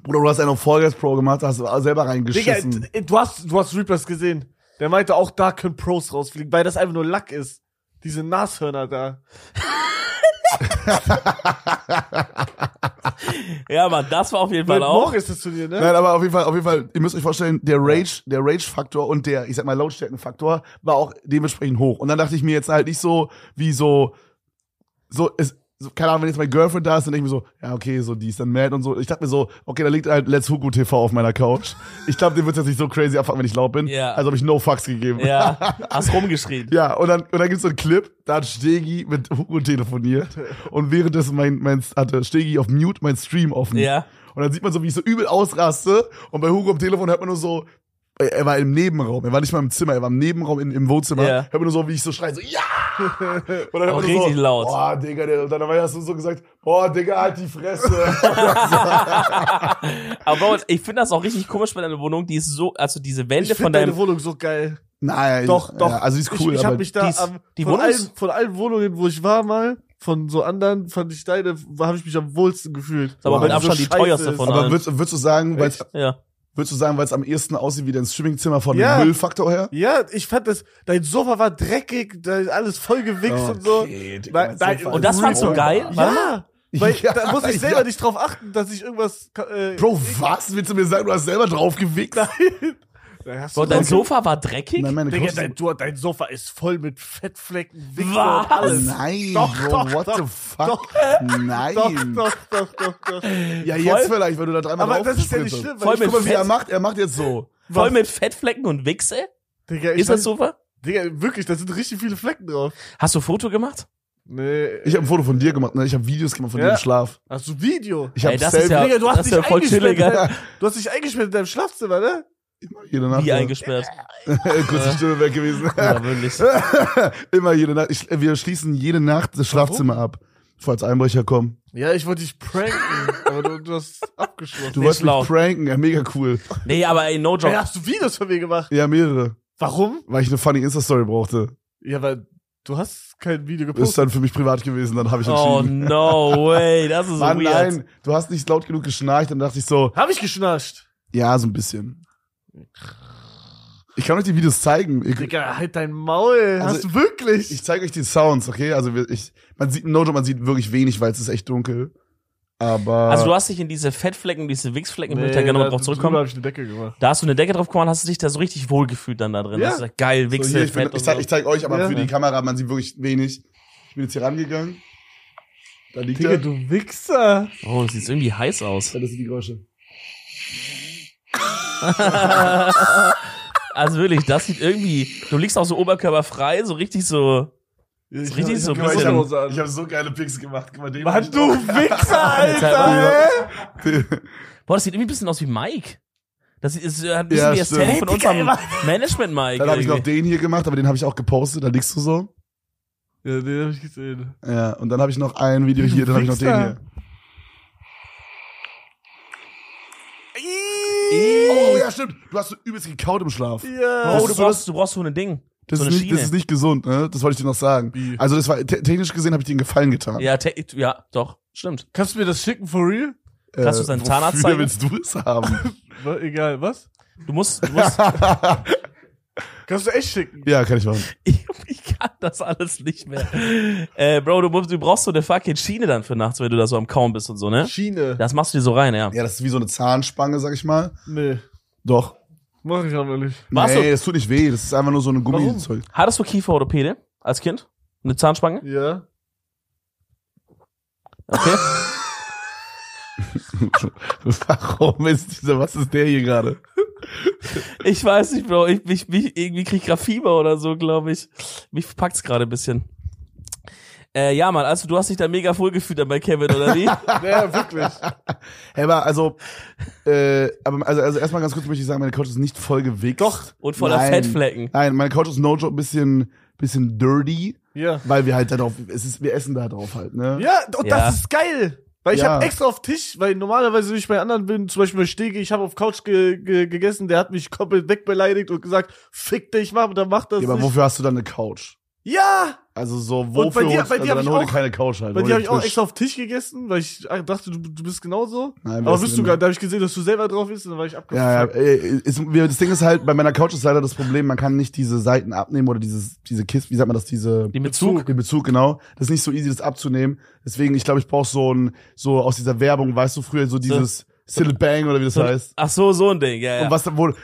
S1: Bruder, du hast einen auf Fall Guys Pro gemacht, hast du selber
S3: Digga,
S1: reingeschissen.
S3: d- du hast, du hast Reapers gesehen. Der meinte, auch da können Pros rausfliegen, weil das einfach nur Lack ist. Diese Nashörner da.
S2: Ja, Mann, das war auf jeden Fall
S3: Mit
S2: auch.
S3: Morgen ist das Turnier, ne?
S1: Nein, aber auf jeden Fall, auf jeden Fall, ihr müsst euch vorstellen, der Rage, der Rage-Faktor und der, ich sag mal, Lautstärkenfaktor war auch dementsprechend hoch. Und dann dachte ich mir jetzt halt nicht so, wie so, so, es, so keine Ahnung, wenn jetzt meine Girlfriend da ist, dann denke ich mir so, ja, okay, so, die ist dann mad und so. Ich dachte mir so, okay, da liegt halt Let's Hugo TV auf meiner Couch. Ich glaube, den wird's jetzt nicht so crazy abfacken, wenn ich laut bin.
S2: Ja.
S1: Also habe ich no fucks gegeben.
S2: Ja, hast rumgeschrien.
S1: Ja, und dann, und dann gibt's so einen Clip, da hat Stegi mit Hugo telefoniert und währenddessen mein, mein, hatte Stegi auf Mute mein Stream offen.
S2: Ja.
S1: Und dann sieht man so, wie ich so übel ausraste und bei Hugo am Telefon hört man nur so, er er war im Nebenraum, er war nicht mal im Zimmer, er war im Nebenraum in, im Wohnzimmer,
S2: Ja.
S1: hört man nur so, wie ich so schreie, so,
S3: [laughs]
S1: ja! Und dann
S2: Auch
S1: hört man nur
S2: richtig
S1: so,
S2: laut.
S1: Boah, Digga, der, und dann hast du so gesagt, boah, Digga, halt die Fresse.
S3: [laughs]
S2: Aber ich finde das auch richtig komisch bei deiner Wohnung, die ist so, also diese Wände
S3: Ich
S2: von
S3: finde deine
S2: deinem.
S3: Wohnung so geil.
S1: naja,
S3: Doch, doch.
S1: Ja, also die ist cool,
S3: ich, ich
S1: aber
S3: hab mich da
S2: die ist-
S3: am,
S2: die
S3: von,
S2: Wohnung ist-
S3: allen, von allen Wohnungen, wo ich war mal, von so anderen, fand ich deine, habe ich mich am wohlsten gefühlt.
S2: aber
S1: mit
S3: Weil
S2: Abstand die
S3: scheiße
S2: teuerste
S3: ist.
S2: von
S1: aber würdest, würdest du sagen, weil's,
S2: Ja.
S1: würdest du sagen, weil es am ehesten aussieht wie dein Streamingzimmer von
S3: Ja.
S1: dem Müllfaktor her?
S3: Ja, ich fand das, dein Sofa war dreckig, da ist alles voll gewichst und so.
S1: Okay, Digga,
S3: Nein,
S1: mein
S3: nein, Oh
S1: Sofa
S2: Und
S1: ist
S2: das fandst du
S1: real.
S2: geil?
S3: Ja, weil
S1: Ja,
S3: da muss ich selber
S1: ja.
S3: nicht drauf achten, dass ich irgendwas. Äh,
S1: Bro, was? Willst du mir sagen, du hast selber drauf gewickt?
S3: da hast
S2: Bro, dein
S3: Sofa.
S2: Sofa war dreckig?
S1: Nein, meine Oh
S3: Digga,
S1: Couch-
S3: dein, du, dein Sofa ist voll mit Fettflecken, Wichsen
S2: Was?
S3: und alles.
S1: Nein,
S3: Doch,
S1: Bro,
S3: doch,
S1: what
S3: doch,
S1: the fuck?
S3: doch.
S1: Nein.
S3: Doch, doch, doch, doch, doch.
S1: Ja, jetzt
S2: Voll-
S1: vielleicht, weil du da dreimal
S3: Aber
S1: drauf
S3: das ist ja nicht
S1: gespritzt
S3: schlimm,
S2: Voll
S3: weil
S1: hast.
S2: mit
S1: Guck mal, wie
S2: Fett.
S1: er macht. Er macht jetzt so.
S2: Voll mit Fettflecken und Wichse?
S3: Digga, ich
S2: Ist das
S3: weiß-
S2: Sofa?
S3: Digga, wirklich, da sind richtig viele Flecken drauf.
S2: Hast du ein Foto gemacht?
S3: Nee.
S1: Ich habe ein Foto von dir gemacht, ne? Ich habe Videos gemacht von
S3: Ja.
S1: dir im Schlaf.
S3: hast du Video?
S1: Ich habe
S2: Ey, das ist ja-
S1: selber
S3: Digga, du hast
S2: das
S3: dich
S2: ist ja voll
S3: eingesperrt.
S2: chilliger.
S3: in deinem- Du hast dich eingesperrt in deinem Schlafzimmer, ne?
S1: jede Nacht.
S2: Wie
S1: ja.
S2: eingesperrt.
S1: [laughs] Kurze Stimme weg gewesen. [laughs]
S2: Ja, wirklich.
S1: Immer jede Nacht. Ich, wir schließen jede Nacht das Schlafzimmer ab. Falls Einbrecher kommen.
S3: Ja, ich wollte dich [laughs] pranken, aber du, du hast abgeschlossen.
S1: Du
S2: Nee,
S1: wolltest
S2: schlau.
S1: mich pranken, ja, mega cool.
S2: Nee, aber ey, no
S3: Ey,
S2: joke.
S3: hast du Videos von mir gemacht?
S1: Ja, mehrere.
S3: Warum?
S1: Weil ich eine funny Insta-Story brauchte.
S3: Ja, weil du hast kein Video
S1: Ist
S3: gepostet.
S1: dann für mich privat gewesen, dann habe ich
S2: Oh
S1: entschieden.
S2: no way, das ist so
S1: Mann,
S2: Oh, weird.
S1: nein, du hast nicht laut genug geschnarcht, dann dachte ich so,
S3: Hab ich geschnarcht.
S1: ja, so ein bisschen. Ich kann euch die Videos zeigen. Ich,
S3: Digga, halt dein Maul.
S1: Also-
S3: hast du wirklich?
S1: ich zeige euch die Sounds, okay? Also wir- ich, man sieht, no joke, man sieht wirklich wenig, weil es ist echt dunkel. Aber
S2: Also du hast dich in diese Fettflecken, diese Wichsflecken, ich möchte ja gerne noch drauf
S3: Da
S2: zurückkommen.
S3: hab ich eine Decke gemacht.
S2: Da hast du eine Decke drauf gemacht, hast du dich da so richtig wohl gefühlt dann da drin.
S3: Ja.
S2: Hast du gesagt, geil,
S1: so
S2: Wichse,
S1: hier, ich, bin,
S2: Fett
S1: ich,
S2: und
S1: zeig,
S2: so.
S1: ich zeig euch, aber
S3: Ja.
S1: für die Kamera, man sieht wirklich wenig. Ich bin jetzt hier rangegangen. Da liegt
S3: Digga,
S1: er.
S3: du Wichser.
S2: Oh, das sieht irgendwie heiß aus.
S1: Ja, das sind die Geräusche.
S2: Also wirklich, das sieht irgendwie, du liegst auch so oberkörperfrei, so richtig so,
S3: Ich
S2: richtig so ein
S1: Guck mal, ich
S2: bisschen-
S1: habe hab ich hab so geile Pics gemacht. Guck mal, den
S3: Mann, du
S2: [laughs]
S3: Wichser,
S1: Ja.
S3: Alter. hä?
S2: boah, das sieht irgendwie ein bisschen aus wie Mike. Das sieht, ist, äh, hat ein
S1: Ja,
S2: bisschen wie das
S1: stimmt.
S2: Tape von
S3: Hey, Digga,
S2: unserem Management-Mike.
S1: Dann habe ich noch
S2: irgendwie.
S1: den hier gemacht, aber den habe ich auch gepostet. Da liegst du so.
S3: Ja, den hab ich gesehen.
S1: Ja, und dann habe ich noch ein Video hier, dann habe ich noch den hier. Oh ja, stimmt. Du hast so übelst gekaut im Schlaf.
S3: Ja.
S2: Oh,
S1: Das
S2: du
S1: ist so
S2: brauchst, du brauchst so ein Ding.
S1: Das,
S2: so eine
S1: ist nicht,
S2: Schiene.
S1: das ist nicht gesund, ne? Das wollte ich dir noch sagen.
S3: Wie?
S1: Also das war te technisch gesehen habe ich dir einen Gefallen getan.
S2: ja, te- ja, doch, stimmt.
S3: Kannst du mir das schicken for real?
S2: Kannst du es deinem Zahnarzt
S1: Äh, wofür
S2: zeigen?
S1: willst du es
S2: [laughs]
S1: haben?
S3: Wa- Egal, was?
S2: Du musst, du musst,
S3: Kannst du echt schicken?
S1: [laughs] ja, kann ich machen.
S2: [laughs] ich, ich kann das alles nicht mehr. Äh, Bro, du, musst- du brauchst so eine fucking Schiene dann für nachts, wenn du da so am Kauen bist und so, ne?
S3: Schiene.
S2: Das machst du dir so rein, ja.
S1: Ja, das ist wie so eine Zahnspange, sag ich mal.
S3: Nee,
S1: Doch.
S3: mach ich aber nicht.
S2: Warst
S1: nee,
S2: du-
S1: das tut nicht weh. Das ist einfach nur so eine Gummizeug. [laughs]
S2: Hattest du Kieferorthopäde als Kind? Eine Zahnspange?
S3: Ja.
S2: Okay.
S1: Warum ist dieser, was ist der hier gerade?
S2: ich weiß nicht, Bro. Ich, mich, mich, irgendwie krieg ich grad Fieber oder so, glaube ich. Mich packt's gerade ein bisschen. Äh, ja, Mann, also du hast dich da mega voll gefühlt dann bei Kevin, oder
S1: [laughs]
S2: wie?
S3: Ja, wirklich.
S1: Hey, aber also, äh, aber also, also erstmal ganz kurz möchte ich sagen, meine Couch ist nicht voll gewichst. Doch.
S2: Und voller
S1: Nein.
S2: Fettflecken.
S1: Nein, meine Couch ist no joke ein bisschen, bisschen dirty,
S3: Ja.
S1: weil wir halt da drauf, es ist, wir essen da drauf halt, ne?
S3: Ja, und
S2: Ja.
S3: das ist geil. Weil ich
S1: Ja.
S3: hab extra auf Tisch, weil normalerweise, wenn ich bei anderen bin, zum Beispiel bei Stege, ich habe auf Couch ge ge gegessen, der hat mich komplett wegbeleidigt und gesagt, fick dich, Mann, dann mach das
S1: Ja, aber
S3: nicht.
S1: wofür hast du dann eine Couch?
S3: Ja,
S1: Also so, wofür
S3: dir-
S1: holst-
S3: bei dir
S1: also dann
S3: hab ich
S1: hol dir
S3: auch-
S1: keine Couch halt.
S3: bei
S1: hol
S3: dir
S1: dir
S3: habe ich auch
S1: Tisch.
S3: extra auf Tisch gegessen, weil ich dachte, du, du bist genauso.
S1: Nein, wir
S3: aber
S1: essen
S3: bist du
S1: immer.
S3: gar, da habe ich gesehen, dass du selber drauf bist und dann war ich
S1: Ja, ja,
S3: abgefuckt.
S1: äh, ist, wir- das Ding ist halt, bei meiner Couch ist leider das Problem, man kann nicht diese Seiten abnehmen oder dieses, diese Kiste, wie sagt man das, diese,
S2: Den Bezug.
S1: den Bezug, genau. Das ist nicht so easy, das abzunehmen. Deswegen, ich glaube, ich brauche so ein, so aus dieser Werbung, weißt du, früher so dieses Silly Bang oder wie das heißt.
S2: Ach so, so ein Ding, ja, ja.
S1: Und was da wohl,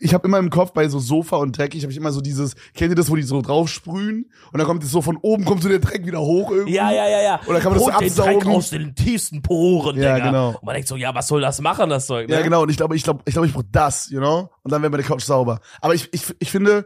S1: ich habe immer im Kopf bei so Sofa und Dreck, ich habe immer so dieses, kennt ihr das, wo die so drauf sprühen und dann kommt es so von oben, kommt so der Dreck wieder hoch irgendwie.
S2: ja, ja, ja, ja.
S1: Oder kann man das
S2: Holt
S1: so
S2: den
S1: absaugen?
S2: Dreck aus den tiefsten Poren,
S1: Ja,
S2: Digga.
S1: genau.
S2: Und man denkt so, ja, was soll das machen, das Zeug? Ne?
S1: Ja, genau. Und ich glaube, ich glaube, ich glaube, ich brauche das, you know? Und dann wäre meine Couch sauber. Aber ich, ich, ich finde,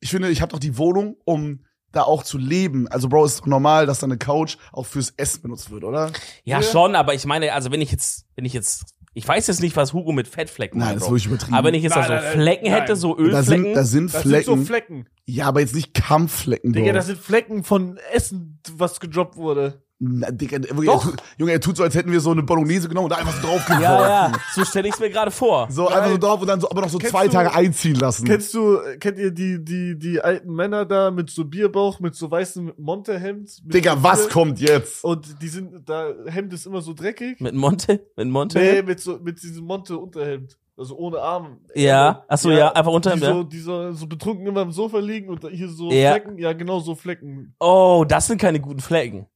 S1: ich finde, ich habe doch die Wohnung, um da auch zu leben. Also, Bro, ist doch normal, dass deine Couch auch fürs Essen benutzt wird, oder?
S2: Ja, schon, aber ich meine, also wenn ich jetzt, wenn ich jetzt, ich weiß jetzt nicht, was Hugo mit Fettflecken
S1: Nein,
S2: meint,
S1: das ist
S2: Bro.
S1: wirklich übertrieben.
S2: Aber wenn ich jetzt
S3: Nein,
S2: da so
S3: nein, nein,
S2: Flecken
S3: nein.
S2: hätte, so
S1: da
S2: Ölflecken.
S1: sind, da sind
S3: Das
S1: Flecken.
S3: sind so Flecken.
S1: ja, aber jetzt nicht Kampfflecken, Bro.
S3: Digga, das sind Flecken von Essen, was gedroppt wurde.
S1: Na, Digga, wirklich, er
S3: Doch.
S1: tut, Junge, er tut so, als hätten wir so eine Bolognese genommen und da einfach so draufgeworfen.
S2: ja, ja, so stelle ich es mir gerade vor.
S1: So einfach so
S3: Nein.
S1: drauf und dann so, aber noch so
S3: Kennst
S1: zwei
S3: du-
S1: Tage einziehen lassen.
S3: Kennst du, kennt ihr die, die, die alten Männer da mit so Bierbauch, mit so weißem Montehemd? Mit
S1: Digga,
S3: so
S1: was
S3: Bier?
S1: kommt jetzt?
S3: Und die sind, da, Hemd ist immer so dreckig.
S2: Mit Monte, mit Monte.
S3: Nee, mit so, mit diesem Monte-Unterhemd. Also ohne Arm. Also,
S2: Ja, ach so, ja, einfach
S3: Die
S2: Unterhemd, ja.
S3: so, die so, so betrunken immer am Sofa liegen und da- hier so
S2: Ja.
S3: Flecken. Ja, genau so Flecken.
S2: Oh, das sind keine guten Flecken.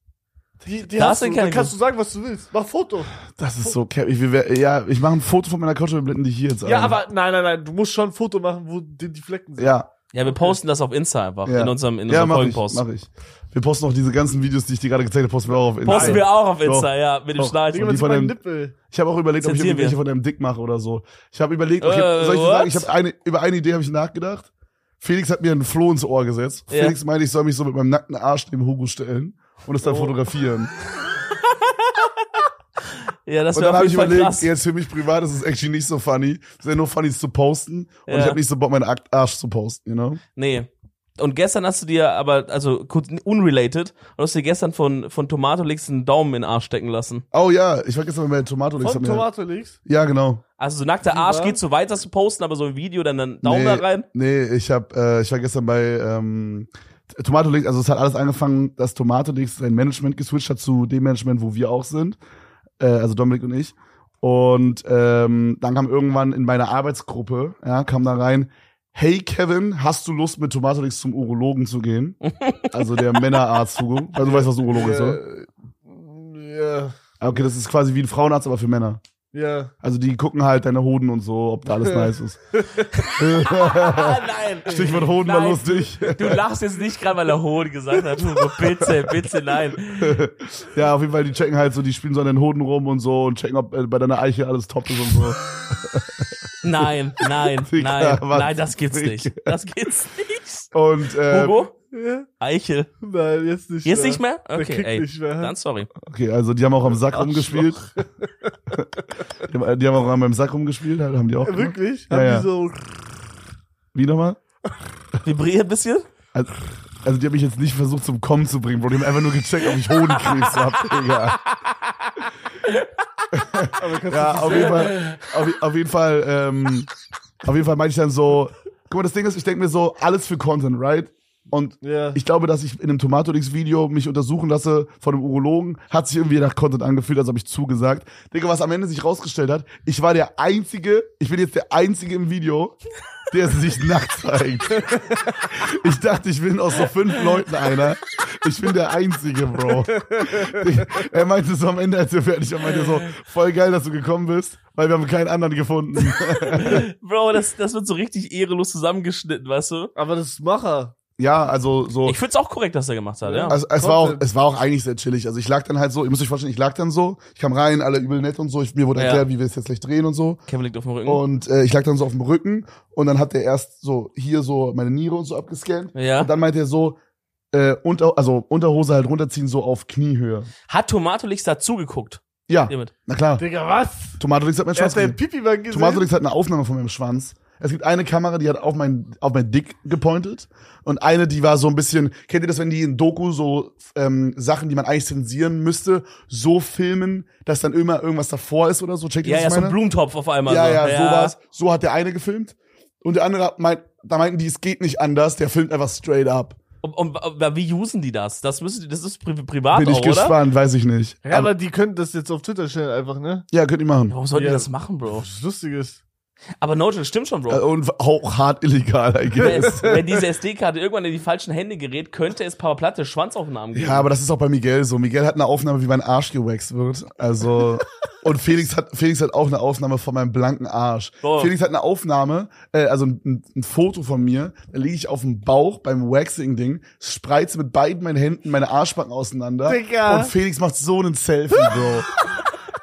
S3: Die, die
S2: Das
S3: hast
S2: sind
S3: du,
S2: keine
S3: da kannst du sagen, was du willst. Mach Foto.
S1: Das ist so, Cap- ich, wir, ja, ich mache ein Foto von meiner Couch und wir blenden die hier jetzt ein.
S3: Ja, aber nein, nein, nein. Du musst schon ein Foto machen, wo die, die Flecken sind.
S1: Ja,
S2: Ja, wir posten das auf Insta einfach
S1: Ja.
S2: in unserem in unserem
S1: mach
S2: Folgenpost.
S1: Ich, mach ich. Wir posten auch diese ganzen Videos, die ich dir gerade gezeigt habe, posten wir auch auf Insta.
S2: Posten wir auch auf Insta,
S1: Doch.
S2: ja, mit dem
S1: Doch.
S3: Digga,
S2: Schnarchen.
S1: Und
S3: man
S1: die
S3: sieht
S1: von dem-
S3: meinen Nippel.
S1: Ich habe auch überlegt, ob ich
S2: Zensieren
S1: irgendwelche
S2: wir.
S1: von deinem Dick mache oder so. Ich habe überlegt, okay,
S2: Äh,
S1: soll ich dir
S2: what?
S1: sagen, ich habe eine, über eine Idee habe ich nachgedacht. Felix hat mir einen Floh ins Ohr gesetzt.
S2: Ja.
S1: Felix meinte, ich soll mich so mit meinem nackten Arsch dem Hugo stellen und es dann
S3: Oh.
S1: fotografieren.
S2: Ja, das
S1: und
S2: wäre
S1: dann
S2: auf
S1: habe ich
S2: jeden Fall
S1: überlegt,
S2: krass.
S1: jetzt für mich privat ist es actually nicht so funny. Es wäre nur funny, es zu posten. Und
S2: Ja.
S1: ich habe nicht so Bock, meinen Akt- Arsch zu posten, you know?
S2: Nee. Und gestern hast du dir aber, also kurz unrelated, du hast dir gestern von, von Tomato Leaks einen Daumen in den Arsch stecken lassen.
S1: Oh ja, ich war gestern bei meiner Tomato. und ich
S3: Von
S1: hab mir-
S3: Tomato Leaks.
S1: Ja, genau.
S2: Also so nackter Arsch
S3: Ja.
S2: geht so weit, das zu posten, aber so ein Video, dann einen Daumen
S1: [laughs]
S2: da rein.
S1: Nee, ich hab, äh, ich war gestern bei ähm, Tomato Leaks, also es hat alles angefangen, dass Tomato Leaks sein Management geswitcht hat zu dem Management, wo wir auch sind. Äh, also Dominik und ich. Und ähm, dann kam irgendwann in meiner Arbeitsgruppe, ja, kam da rein, hey Kevin, hast du Lust mit Tomato Leaks zum Urologen zu gehen? also
S2: [laughs]
S1: der Männerarzt, Hugo. Weil du weißt, was ein Urologe ist, oder? Ah,
S3: Äh, ja.
S1: Okay, das ist quasi wie ein Frauenarzt, aber für Männer.
S3: Ja.
S1: Also die gucken halt deine Hoden und so, ob da
S2: [laughs]
S1: alles nice ist.
S2: Ah, nein.
S1: Stichwort Hoden war
S2: Nein.
S1: lustig.
S2: Du lachst jetzt nicht gerade, weil er Hohn gesagt hat. Hugo, bitte, bitte, nein.
S1: Ja, auf jeden Fall, die checken halt so, die spielen so an den Hoden rum und so und checken, ob äh, bei deiner Eiche alles top ist und so.
S2: Nein,
S1: [laughs]
S2: nein, nein,
S1: Digga, ah, was
S2: nein, das gibt's
S1: Digga.
S2: nicht. Das gibt's
S1: [laughs]
S2: nicht.
S1: Und äh,
S2: Hugo?
S3: ja.
S2: Eichel.
S3: Nein, jetzt nicht
S2: Jetzt
S3: mehr.
S2: nicht mehr?
S3: Der
S2: Okay,
S3: kickt
S2: ey.
S3: nicht mehr.
S2: Dann sorry.
S1: okay, also die haben auch am Sack rumgespielt. [laughs] Die haben, die haben auch an meinem Sack rumgespielt, halt, haben die auch.
S3: Äh,
S1: Gemacht.
S3: Wirklich?
S1: Ja,
S3: Haben
S1: ja.
S3: die so.
S1: Wie nochmal?
S2: Vibriert ein bisschen?
S1: Also, also die haben mich jetzt nicht versucht zum Kommen zu bringen, Bro. Die haben einfach nur gecheckt, ob ich Hodenkrebs
S3: [laughs]
S1: hab. Digga.
S3: Aber kannst
S1: Ja,
S3: du
S1: auf jeden Fall, auf, auf jeden Fall, ähm, auf jeden Fall meinte ich dann so, guck mal, das Ding ist, ich denke mir so, alles für Content, right? Und
S3: Ja.
S1: Ich glaube, dass ich in einem Tomatolix-Video mich untersuchen lasse von einem Urologen, hat sich irgendwie nach Content angefühlt, als habe ich zugesagt. Digga, was am Ende sich rausgestellt hat, ich war der Einzige, ich bin jetzt der Einzige im Video, der sich nackt zeigt. Ich dachte, ich bin aus so fünf Leuten einer. Ich bin der Einzige, Bro. Er meinte so am Ende, als wir fertig waren, meinte er so, voll geil, dass du gekommen bist, weil wir haben keinen anderen gefunden.
S2: Bro, das, das wird so richtig ehrelos zusammengeschnitten, weißt du?
S3: Aber das ist Macher.
S1: Ja, also so.
S2: Ich find's auch korrekt, was er gemacht hat, ja.
S1: Also, es, war auch,
S3: Content.
S1: es war auch eigentlich sehr chillig. Also ich lag dann halt so, ihr müsst euch vorstellen, ich lag dann so, ich kam rein, alle übel nett und so, ich, mir wurde
S2: Ja. Mhm.
S1: erklärt, wie wir es jetzt gleich drehen und so.
S2: Kevin liegt auf dem Rücken.
S1: Und äh, ich lag dann so auf dem Rücken und dann hat der erst so hier so meine Niere und so abgescannt.
S2: ja.
S1: Und dann meinte er so, äh, unter, also Unterhose halt runterziehen, so auf Kniehöhe.
S2: Hat Tomatolix dazu geguckt?
S1: Ja,
S2: Hiermit.
S1: na klar.
S3: Digga, was?
S1: Tomatolix hat meinen
S3: Er
S1: Schwanz
S3: hat dein
S1: gesehen.
S3: Pipi mal gesehen.
S1: Tomatolix hat eine Aufnahme von meinem Schwanz. Es gibt eine Kamera, die hat auf mein, auf mein Dick gepointet. Und eine, die war so ein bisschen, kennt ihr das, wenn die in Doku so ähm, Sachen, die man eigentlich zensieren müsste, so filmen, dass dann immer irgendwas davor ist oder so? Checkt ihr,
S2: Ja,
S1: was
S2: ja,
S1: ich
S2: so
S1: meine?
S2: ein Blumentopf auf einmal.
S1: ja,
S2: so.
S1: ja, so war's. So hat der eine gefilmt. Und der andere hat meint, da meinten die, es geht nicht anders, der filmt einfach straight up.
S2: Und, und, und wie usen die das? Das müssen die, das ist pri privat
S1: Bin ich
S2: auch, oder?
S1: gespannt, weiß ich nicht.
S3: Ja, aber die könnten das jetzt auf Twitter stellen einfach, ne?
S1: Ja, könnt ihr machen.
S2: Warum sollten die
S3: Ja.
S2: das machen, Bro?
S3: Was Lustiges.
S2: Aber no, das stimmt schon, Bro.
S1: Äh, Und auch hart illegal, I
S2: wenn,
S1: guess.
S2: wenn diese SD-Karte irgendwann in die falschen Hände gerät, könnte es Papa Platte Schwanzaufnahmen geben.
S1: Ja, aber das ist auch bei Miguel so. Miguel hat eine Aufnahme, wie mein Arsch gewaxt wird.
S3: [laughs]
S1: Also. Und Felix hat, Felix hat auch eine Aufnahme von meinem blanken Arsch.
S2: Boah.
S1: Felix hat eine Aufnahme, äh, also ein, ein Foto von mir. Da liege ich auf dem Bauch beim Waxing-Ding, spreize mit beiden meinen Händen meine Arschbacken auseinander.
S3: Digga.
S1: Und Felix macht so einen Selfie,
S3: [laughs]
S1: Bro.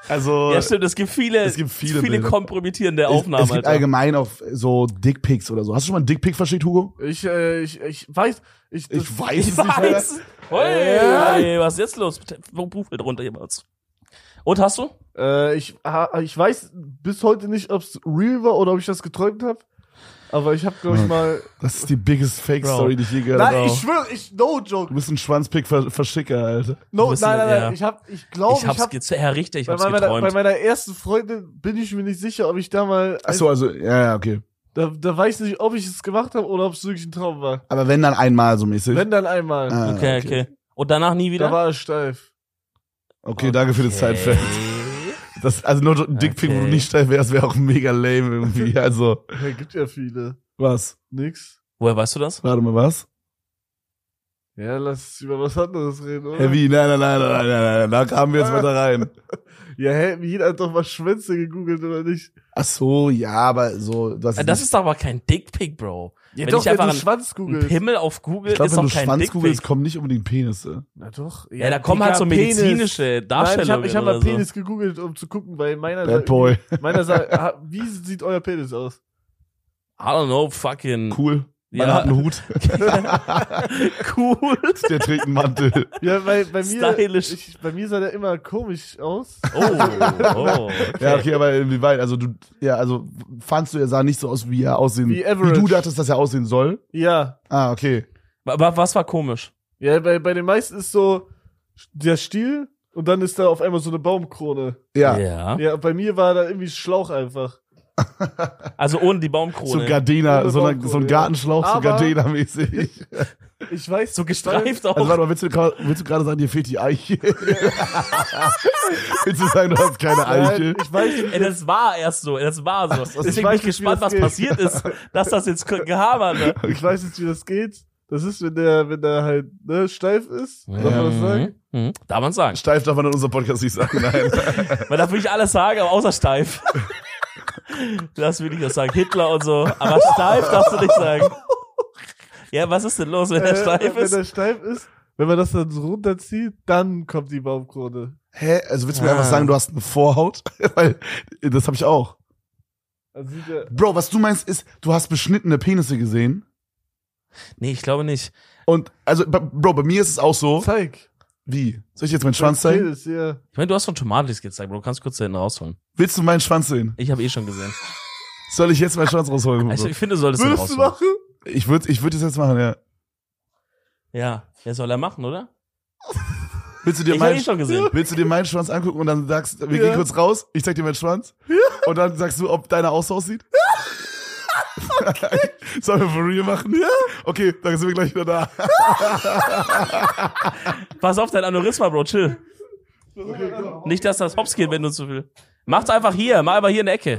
S1: also.
S2: Ja, stimmt, es gibt viele,
S1: Es gibt viele Bilder.
S2: kompromittierende
S1: es,
S2: Aufnahmen.
S1: es gibt
S2: Alter.
S1: allgemein auf so Dickpics oder so. Hast du schon mal einen Dickpic verschickt, Hugo?
S3: Ich, äh, ich, ich weiß, ich, das-
S1: weiß
S2: Ich weiß. Hey, was ist jetzt los? Buch fällt runter jemals. Und hast du?
S3: Äh, ich, ha- ich weiß bis heute nicht, ob's real war oder ob ich das geträumt habe. Aber ich habe glaube ich
S1: Hm. genau.
S3: mal.
S1: Das ist die biggest Fake-Story, die ich je gehört habe.
S3: Nein, ich schwöre, ich no
S1: Du
S3: joke.
S1: bist ein Schwanzpick-Verschicker, Alter.
S2: Du
S3: No, nein,
S2: bist
S3: nein,
S2: eine-
S3: nein.
S2: ja.
S3: Ich habe, ich glaube,
S2: ich hab's, ge- Herr Richter, ich
S3: bei,
S2: hab's
S3: meiner, bei
S2: geträumt.
S3: meiner ersten Freundin bin ich mir nicht sicher, ob ich da mal.
S1: Ach so, also, ja, ja, okay.
S3: Da, da weiß ich nicht, ob ich es gemacht habe oder ob es wirklich ein Traum war.
S1: Aber wenn dann einmal so mäßig.
S3: Wenn dann einmal.
S1: Ah,
S2: Okay, okay. Und danach nie wieder?
S3: Da war er steif.
S1: Okay, danke für das Zeitfeld.
S2: Okay.
S1: Das, also nur ein Dickpick, wo du
S2: Okay.
S1: nicht steif wärst, wäre auch mega lame
S2: [laughs]
S1: irgendwie. Also,
S3: Ja, gibt ja viele.
S1: was?
S3: Nix.
S2: Woher weißt du das?
S1: Warte mal, was?
S3: Ja, lass über was anderes reden, oder?
S1: Heavy, nein, nein, nein, nein, nein, nein, nein, da kamen wir jetzt weiter rein.
S3: Ja, hä, jeder hat doch mal Schwänze gegoogelt, oder nicht?
S1: Ach so, ja, aber so, das,
S2: Äh, Das ist aber kein Dickpick, Bro.
S3: Ja,
S2: Wenn
S3: doch,
S2: ich
S3: wenn
S2: einfach
S3: du
S2: einen-
S3: Schwanz
S2: Ein
S3: googelst.
S2: Pimmel auf Google
S1: ich glaube,
S2: ist
S1: wenn du
S2: doch kein
S1: Schwanz googelst,
S2: Dickpick.
S1: kommen nicht unbedingt Penisse.
S3: Na doch.
S2: Ja, da kommen halt so
S3: Digga,
S2: medizinische
S3: Nein, ich
S2: Darstellungen.
S3: habe ich hab mal
S2: oder so.
S3: Penis gegoogelt, um zu gucken, weil
S2: Also
S3: meiner
S1: Bad
S2: [laughs]
S1: Boy.
S3: meiner sagt, ah, wie sieht euer Penis aus?
S2: I don't know, fucking
S1: Cool. Man
S2: Ja.
S1: hat einen
S2: [laughs]
S1: Hut.
S2: cool.
S1: Der trägt einen Mantel.
S3: Ja, weil bei mir
S2: Stylisch.
S3: ich, bei mir sah der immer komisch aus.
S2: Oh, oh
S1: Ja, okay, aber inwieweit? Also du, ja, also fandst du, er sah nicht so aus, wie er aussehen,
S3: Wie
S1: wie
S3: average.
S1: du dachtest, dass er aussehen soll?
S3: Ja.
S1: Ah, okay.
S2: Aber was war komisch?
S3: Ja, bei bei den meisten ist so der Stiel und dann ist da auf einmal so eine Baumkrone.
S1: Ja,
S2: ja.
S3: Ja, bei mir war da irgendwie Schlauch einfach.
S2: Also ohne die Baumkrone.
S1: so Gardena,
S3: Ohne
S1: so, eine,
S3: Baumkrone,
S1: so ein
S3: ja.
S1: Gartenschlauch, so
S3: Aber-
S1: [laughs] Gardena-mäßig.
S3: Ich weiß
S2: so gestreift auch.
S1: Also warte mal, willst du, gra- willst du gerade sagen, dir fehlt die [laughs] Eiche? willst du sagen, du hast keine
S3: Nein,
S1: Eiche?
S3: ich weiß
S2: [laughs] Ey, das war erst so, das war so.
S3: Also, ich
S2: Deswegen bin
S3: weiß
S2: ich
S3: nicht, wie
S2: gespannt,
S3: das
S2: was
S3: geht.
S2: passiert ist, dass das jetzt gehabert
S3: [laughs]
S2: wird.
S3: Ich weiß jetzt, wie das geht. Das ist, wenn der, wenn der halt ne, steif ist. Darf man das sagen?
S2: Mhm. Mhm. Darf man sagen.
S1: Steif darf man in unserem Podcast nicht sagen, nein.
S2: Man darf wirklich alles sagen, aber außer steif. [laughs] Das will ich das sagen. Hitler und so. Aber steif darfst du nicht sagen. Ja, was ist denn los, wenn er
S3: Äh,
S2: steif
S3: wenn
S2: ist?
S3: er steif ist, wenn man das dann so runterzieht, dann kommt die Baumkrone.
S1: [laughs] Hä? Also willst du mir einfach
S2: Ah.
S1: sagen, du hast eine Vorhaut? [laughs] Weil das habe ich auch.
S3: Also sieht er,
S1: Bro, was du meinst ist, du hast beschnittene Penisse gesehen.
S2: Nee, ich glaube nicht.
S1: Und also, b- Bro, bei mir ist es auch
S2: Oh.
S1: so.
S3: zeig.
S1: Wie? Soll ich jetzt meinen Schwanz zeigen?
S3: Penis, ja.
S2: Ich meine, du hast von Tomatis gezeigt, Bro. Du kannst kurz da hinten rausholen.
S1: Willst du meinen Schwanz sehen?
S2: Ich habe eh schon gesehen.
S1: Soll ich jetzt meinen Schwanz rausholen?
S2: Also, ich finde, du solltest ihn
S3: Würdest du
S2: rausholen.
S3: machen?
S1: Ich würde ich würd das jetzt machen, ja.
S2: Ja, ja, soll er machen, oder?
S1: Willst du dir
S2: Ich habe
S1: meinen
S2: eh
S1: [laughs]
S2: schon gesehen.
S1: Willst du dir meinen Schwanz angucken und dann sagst, wir
S3: Ja.
S1: gehen kurz raus, ich zeig dir meinen Schwanz und dann sagst du, ob deiner auch so aussieht? [laughs] Sollen wir for real machen? Ja. Okay, dann sind wir gleich wieder da.
S2: Pass auf, dein Aneurysma, Bro. Chill. Nicht, dass das hops geht, wenn du zu viel. Mach's einfach hier. Mach einfach hier in der Ecke.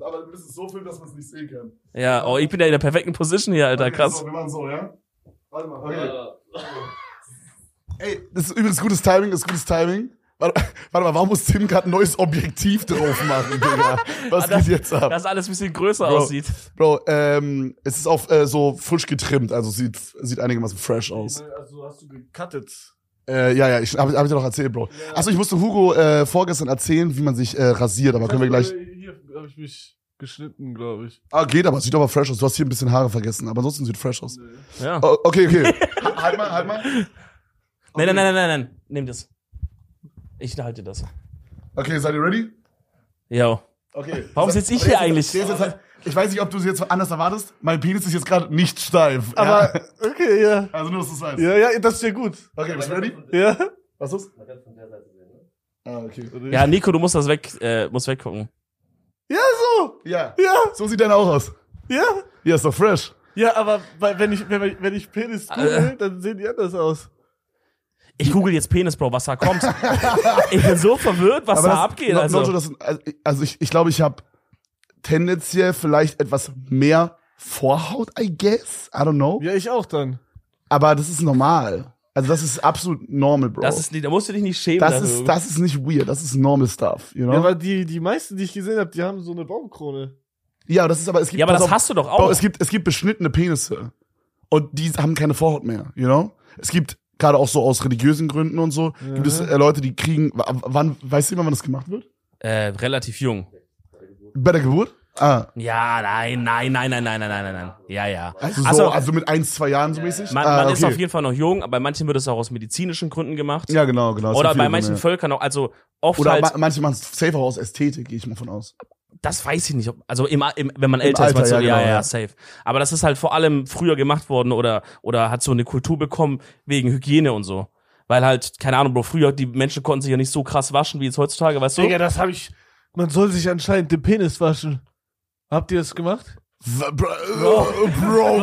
S1: aber du bist so filmen, dass man es nicht sehen kann.
S2: Ja, oh, ich bin ja in der perfekten Position hier, Alter. Krass.
S1: wir machen so, ja? Warte mal, okay. Ey, das ist übrigens gutes Timing, das ist gutes Timing. Warte, warte mal, warum muss Tim gerade ein neues Objektiv drauf machen, Digga? Was
S2: Ah, das-
S1: geht jetzt ab?
S2: Dass alles ein bisschen größer
S1: Bro.
S2: aussieht.
S1: Bro, ähm, es ist auch äh, so frisch getrimmt, also sieht, sieht einigermaßen fresh aus.
S3: Also hast du gecuttet.
S1: Äh, ja, ja, ich habe hab ich dir doch erzählt, Bro. Achso, ich musste Hugo äh, vorgestern erzählen, wie man sich äh, rasiert, aber können wir gleich.
S3: Also, Hier hab ich mich geschnitten, glaube ich.
S1: Ah, geht aber. Sieht aber fresh aus. Du hast hier ein bisschen Haare vergessen, aber ansonsten sieht fresh aus.
S2: Ja.
S1: Oh, okay, okay. [laughs] halt mal, halt mal.
S2: Nein, nein, nein, nein, nein, nein. Nimm das. Ich halte das.
S1: Okay, seid ihr ready?
S2: Ja.
S1: Okay.
S2: Warum sitze ich hier
S1: Der
S2: eigentlich?
S1: ist jetzt- der ist jetzt- Ich weiß nicht, ob du es jetzt anders erwartest. Mein Penis ist jetzt gerade nicht steif.
S3: Aber,
S1: ja.
S3: okay, ja.
S1: Also nur, dass du es weißt.
S3: Ja, ja, das ist ja gut.
S1: Okay, bist du ready?
S3: Ja.
S1: Was ist? Ah, okay.
S2: Ja, Nico, du musst das weg, äh, musst weggucken.
S3: Ja, so.
S1: Ja.
S3: Ja,
S1: So sieht dein auch aus.
S3: ja.
S1: Ja, ist doch fresh.
S3: Ja, aber bei- wenn ich, wenn ich, wenn ich Penis
S2: Ah.
S3: google, dann sehen die anders aus.
S2: Ich google jetzt Penis, Bro, was da kommt. ich bin so verwirrt, was da
S1: das-
S2: abgeht.
S1: No-
S2: Also.
S1: Nojo, das, also, also ich, ich glaube, ich habe tendenziell vielleicht etwas mehr Vorhaut, I guess. I don't know.
S3: Ja, ich auch dann.
S1: Aber das ist normal. Also das ist absolut normal, Bro.
S2: das ist, nicht- also. da musst du dich nicht schämen.
S1: das,
S2: dafür.
S1: ist, das ist nicht weird. Das ist normal stuff, you know?
S3: Ja, aber die, die meisten, die ich gesehen habe, die haben so eine Baumkrone.
S1: Ja, das ist aber es gibt
S2: ja, aber
S1: pass
S2: das
S1: auf,
S2: hast du doch
S1: Bro,
S2: auch.
S1: es gibt es gibt beschnittene Penisse und die haben keine Vorhaut mehr, you know? Es gibt gerade auch so aus religiösen Gründen und so gibt es äh, Leute, die kriegen w- wann weiß jemand, wann das gemacht wird?
S2: äh, relativ jung.
S1: Bei der Geburt? Ah,
S2: Ja, nein, nein, nein, nein, nein, nein, nein, nein, nein. Ja, ja.
S1: also,
S2: Also-
S1: so, also mit ein, zwei Jahren so mäßig?
S2: Man,
S1: ah,
S2: man
S1: okay.
S2: ist auf jeden Fall noch jung, aber bei manchen wird es auch aus medizinischen Gründen gemacht.
S1: Ja, genau, genau. es
S2: Oder
S1: gibt viele
S2: bei manchen
S1: Gründe,
S2: Völkern auch. Also oft
S1: ja. Oder
S2: halt,
S1: ma manche machen es safer aus Ästhetik, gehe ich mal von aus.
S2: das weiß ich nicht. ob- Also im, im, wenn man älter ist,
S1: Alter,
S2: man so,
S1: ja,
S2: ja,
S1: genau,
S2: ja,
S1: ja.
S2: ja, safe. Aber das ist halt vor allem früher gemacht worden oder, oder hat so eine Kultur bekommen wegen Hygiene und so. Weil halt, keine Ahnung, Bro, früher, die Menschen konnten sich ja nicht so krass waschen wie jetzt heutzutage, weißt du?
S3: Digga, das habe ich. Man soll sich anscheinend den Penis waschen. Habt ihr das gemacht?
S1: W- Bro, bro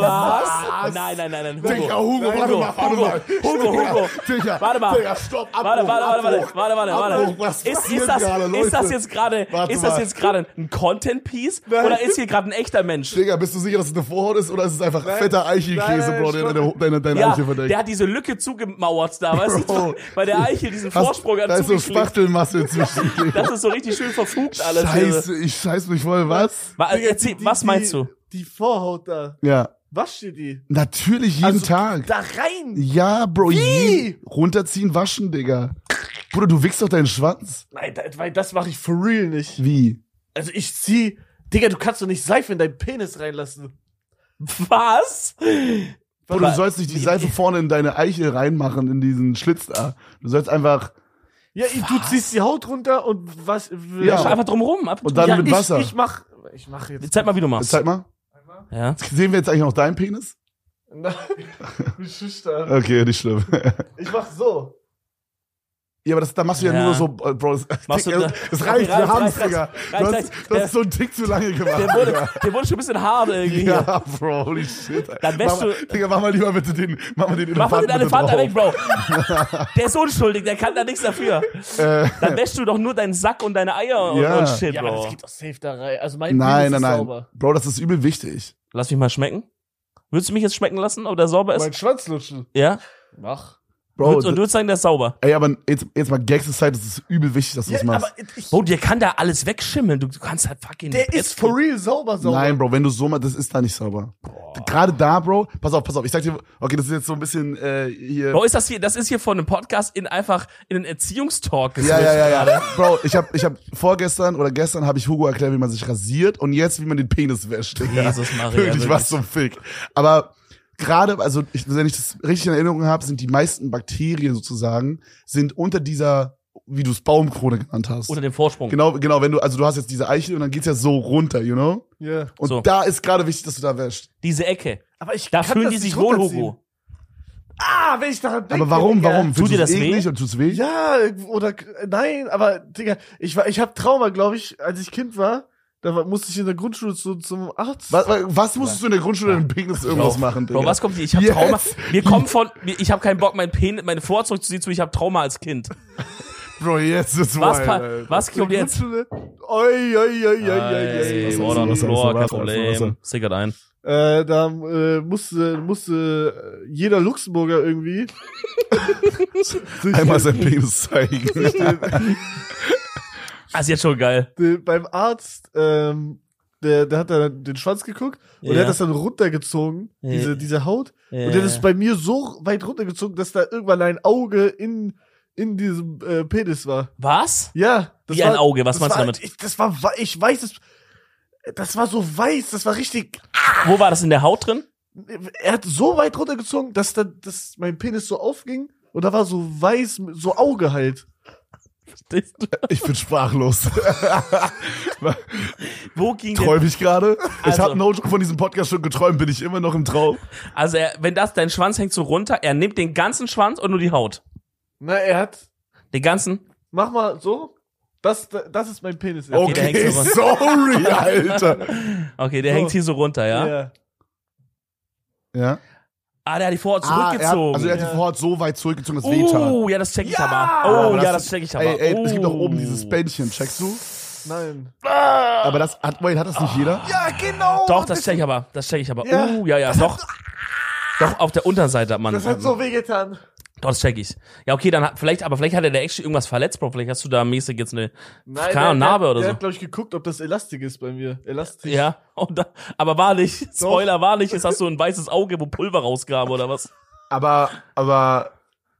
S2: [laughs] Was? Oh, Nein, nein, nein, nein. Hugo.
S1: Oh, Digga, Hugo,
S2: Nein,
S1: warte
S2: Hugo,
S1: mal, warte
S2: Hugo,
S1: mal.
S2: Hugo, Hugo.
S1: Digga,
S2: Warte mal.
S1: Digga, stopp, Abbruch,
S2: Warte, warte,
S1: Abbruch.
S2: warte, warte, warte,
S1: Abbruch,
S2: warte,
S1: was
S2: warte. Ist,
S1: passiert
S2: ist, das,
S1: gerade,
S2: ist das
S1: Leute?
S2: jetzt gerade,
S1: Warte
S2: ist das
S1: mal.
S2: jetzt gerade ein Content-Piece?
S3: Nein.
S2: Oder ist hier gerade ein echter Mensch?
S1: Digga, bist du sicher, dass es eine Vorhaut ist oder ist es einfach
S3: Nein.
S1: fetter Eichelkäse,
S3: Nein,
S1: Bro, der
S3: stopp.
S1: deine, deine, deine
S2: Ja,
S1: Eiche
S2: der
S1: verdeckt?
S2: hat diese Lücke zugemauert da, weißt
S1: Bro.
S2: du? Bei der Eiche diesen
S1: Hast-
S2: Vorsprung
S1: Da
S2: hat
S1: ist so
S2: zugeklebt. [laughs]
S1: Spachtelmasse zwischen. Digga.
S2: Das ist so richtig schön verfugt alles. hier.
S1: Scheiße, ich scheiß mich voll, was?
S2: Wa- äh,
S3: Digga,
S2: Ah, erzähl,
S3: die-
S2: was
S3: die-
S2: meinst du?
S3: Die Vorhaut da.
S1: Ja,
S3: Wascht ihr die?
S1: natürlich jeden
S3: Also,
S1: Tag.
S3: Da rein!
S1: Ja, Bro,
S3: Wie?
S1: jeden- runterziehen, waschen, Digga. Bruder, du wickst doch deinen Schwanz.
S3: Nein, da, weil das mache ich for real nicht.
S1: Wie?
S3: Also ich zieh. Digga, du kannst doch nicht Seife in deinen Penis reinlassen.
S2: Was?
S1: Bruder, du sollst nicht die Seife vorne in deine Eichel reinmachen, in diesen Schlitz da. Du sollst einfach,
S3: Ja, du ziehst die Haut runter und was.
S1: Ja.
S2: Einfach drum rum. Ab
S1: Und dann-
S3: ja
S1: mit
S3: ich,
S1: Wasser.
S3: Ich mach. Ich mach jetzt. [laughs]
S2: Zeig mal, wie du machst.
S1: zeig mal,
S2: Ja.
S1: sehen wir jetzt eigentlich noch deinen Penis?
S3: Nein, ich bin schüchtern.
S1: Okay, nicht schlimm. [laughs]
S3: Ich mach so.
S1: Ja, aber das, da machst du ja,
S2: Ja.
S1: nur so, äh, Bro, das,
S2: Machst du
S1: Digga,
S2: da-
S1: das reicht,
S2: Reicht,
S1: wir haben's,
S2: reicht,
S1: Digga.
S2: reicht,
S1: Du hast,
S2: reicht.
S1: du
S2: Der-
S1: hast so einen Tick zu lange gemacht,
S2: Der wurde, [laughs]
S1: Digga.
S2: der wurde schon ein bisschen hart irgendwie. hier.
S1: Ja, Bro, holy shit.
S2: Dann wärst
S1: mach mal,
S2: du-
S1: Digga, mach mal lieber bitte den, mach mal den
S2: Mach mal den
S1: bitte
S2: Elefanten
S1: drauf.
S2: weg, Bro.
S1: [laughs]
S2: Der ist unschuldig, der kann da nichts dafür.
S1: Äh,
S2: Dann wäschst du doch nur deinen Sack und deine Eier und,
S1: Ja.
S2: und shit,
S3: Ja, aber
S2: Bro.
S3: das geht doch safe da rein. Also mein
S1: nein,
S3: Penis
S1: nein,
S3: ist
S1: nein.
S3: sauber.
S1: Bro, das ist übel wichtig.
S2: Lass mich mal schmecken. Würdest du mich jetzt schmecken lassen, ob der sauber ist?
S3: Mein Schwanz lutschen.
S2: ja.
S3: Mach.
S1: Bro,
S2: und du würdest sagen, der ist sauber.
S1: ey, aber jetzt, jetzt mal Gags aside, das ist übel wichtig, dass du das machst.
S3: ich,
S2: Bro, dir kann da alles wegschimmeln. Du, du kannst halt fucking.
S3: der ist for real sauber, sauber.
S1: Nein, Bro, wenn du so mal, das ist da nicht sauber. Gerade da, Bro, pass auf, pass auf, ich sag dir, okay, das ist jetzt so ein bisschen, äh, hier.
S2: Bro, ist das hier, das ist hier von einem Podcast in einfach in einen Erziehungstalk
S1: Ja,
S2: geswitcht
S1: ja, ja,
S2: gerade.
S1: ja. Bro, ich hab, ich hab vorgestern oder gestern habe ich Hugo erklärt, wie man sich rasiert und jetzt, wie man den Penis wäscht. Digga.
S2: Jesus
S1: [laughs]
S2: Maria,
S1: Wirklich,
S2: wirklich.
S1: was zum Fick. Aber gerade, also ich, wenn ich das richtig in Erinnerung habe, sind die meisten Bakterien sozusagen, sind unter dieser, wie du es Baumkrone genannt hast.
S2: Unter dem Vorsprung.
S1: genau, genau, wenn du, also du hast jetzt diese Eichel und dann geht's ja so runter, you know?
S3: Ja.
S1: Und
S2: So.
S1: da ist gerade wichtig, dass du da wäschst.
S2: Diese Ecke.
S3: Aber ich
S2: Da
S3: kann
S2: fühlen
S3: das
S2: die
S3: nicht
S2: sich wohl,
S3: runterziehen.
S2: Hugo.
S3: Ah, wenn ich daran denke.
S1: Aber warum,
S3: Digga.
S1: warum?
S2: Tut dir
S1: Findest
S2: das
S1: du's
S2: weh?
S1: eklig und tut's weh?
S3: Ja, oder äh, nein, aber Digga, ich war, ich habe Trauma, glaube ich, als ich Kind war. Da war, musste ich in der Grundschule zu, zum Arzt.
S1: Was, was musstest du in der Grundschule mit dem Penis irgendwas
S2: Bro,
S1: machen, Digga?
S2: Bro, was kommt hier? Ich hab
S1: Jetzt?
S2: Trauma. Wir kommen von, wir- ich hab keinen Bock, mein Pen, meine Vorzug zu sehen, zu, ich hab Trauma als Kind.
S1: Bro, jetzt ist
S2: Was,
S1: wild,
S2: pa-
S1: Alter.
S2: was kommt jetzt?
S3: Grundschule. Oi, oi, oi, oi, oi,
S2: Ey,
S1: Wasser,
S3: oi,
S2: Mord
S1: Wasser,
S2: on the
S1: Wasser,
S2: floor, kein
S1: Wasser, Wasser,
S2: Problem.
S1: Wasser.
S2: Sickert ein.
S3: Äh, da äh, musste, musste äh, jeder Luxemburger irgendwie
S2: [laughs]
S3: sich
S1: Einmal sein Penis zeigen.
S2: Ah, ist jetzt schon geil.
S3: den, beim Arzt, ähm, der, der hat dann den Schwanz geguckt und
S2: Ja.
S3: der hat das dann runtergezogen,
S2: Ja.
S3: diese, diese Haut.
S2: Ja.
S3: Und der hat es bei mir so weit runtergezogen, dass da irgendwann ein Auge in, in diesem äh, Penis war.
S2: Was?
S3: Ja.
S2: Wie ein Auge, was
S3: das
S2: meinst du
S3: war,
S2: damit?
S3: Ich, das war, wa- ich weiß es. das war so weiß, das war richtig.
S2: Wo war das in der
S1: [laughs]
S2: Haut drin?
S3: Er hat so weit runtergezogen, dass, da, dass mein Penis so aufging und da war so weiß, so Auge halt.
S1: Ich bin
S2: [laughs]
S1: sprachlos.
S2: Wo ging denn,
S1: Träume ich gerade? Ich
S2: Also-
S1: habe no joke von diesem Podcast schon geträumt, bin ich immer noch im Traum.
S2: also er, wenn das dein Schwanz hängt so runter, er nimmt den ganzen Schwanz und nur die Haut.
S3: Na, er hat.
S2: Den ganzen.
S3: Mach mal so. Das, das ist mein Penis. jetzt.
S2: der
S1: Okay,
S2: hängt so
S1: [laughs] sorry, Alter.
S2: Okay, der
S3: So.
S2: hängt hier so runter, ja?
S3: Ja.
S1: Ja.
S2: Ah, der hat die Vorhaut
S1: Ah, er hat,
S2: zurückgezogen.
S1: also er hat
S3: Ja.
S1: die Vorhaut so weit zurückgezogen, dass wehtat.
S2: oh, ja, das check ich
S3: Ja!
S2: aber. Oh,
S1: Aber
S2: ja,
S1: das-
S2: das check ich aber.
S1: Ey, ey,
S2: oh.
S1: es gibt doch oben dieses Bändchen, checkst du?
S3: Nein.
S1: Aber das hat, wait, hat das nicht jeder?
S3: Ja, genau.
S2: Doch, das check ich aber. Das check ich aber.
S3: Ja.
S2: Oh, ja, ja, doch. Doch, auf der Unterseite hat man
S3: Das hat so wehgetan.
S2: Doch, das check ich. Ja, okay, dann hat, vielleicht, aber vielleicht hat er da actually irgendwas verletzt, Bro. Vielleicht hast du da mäßig jetzt eine,
S3: Nein,
S2: keine Ahnung,
S3: der,
S2: Narbe
S3: der,
S2: oder
S3: der
S2: so. [laughs]
S3: hat, glaube ich, geguckt, ob das Elastik ist bei mir. Elastisch.
S2: ja. Und da, aber wahrlich, Spoiler, wahrlich, ist das so ein weißes Auge, wo Pulver rausgab oder was?
S1: Aber, aber,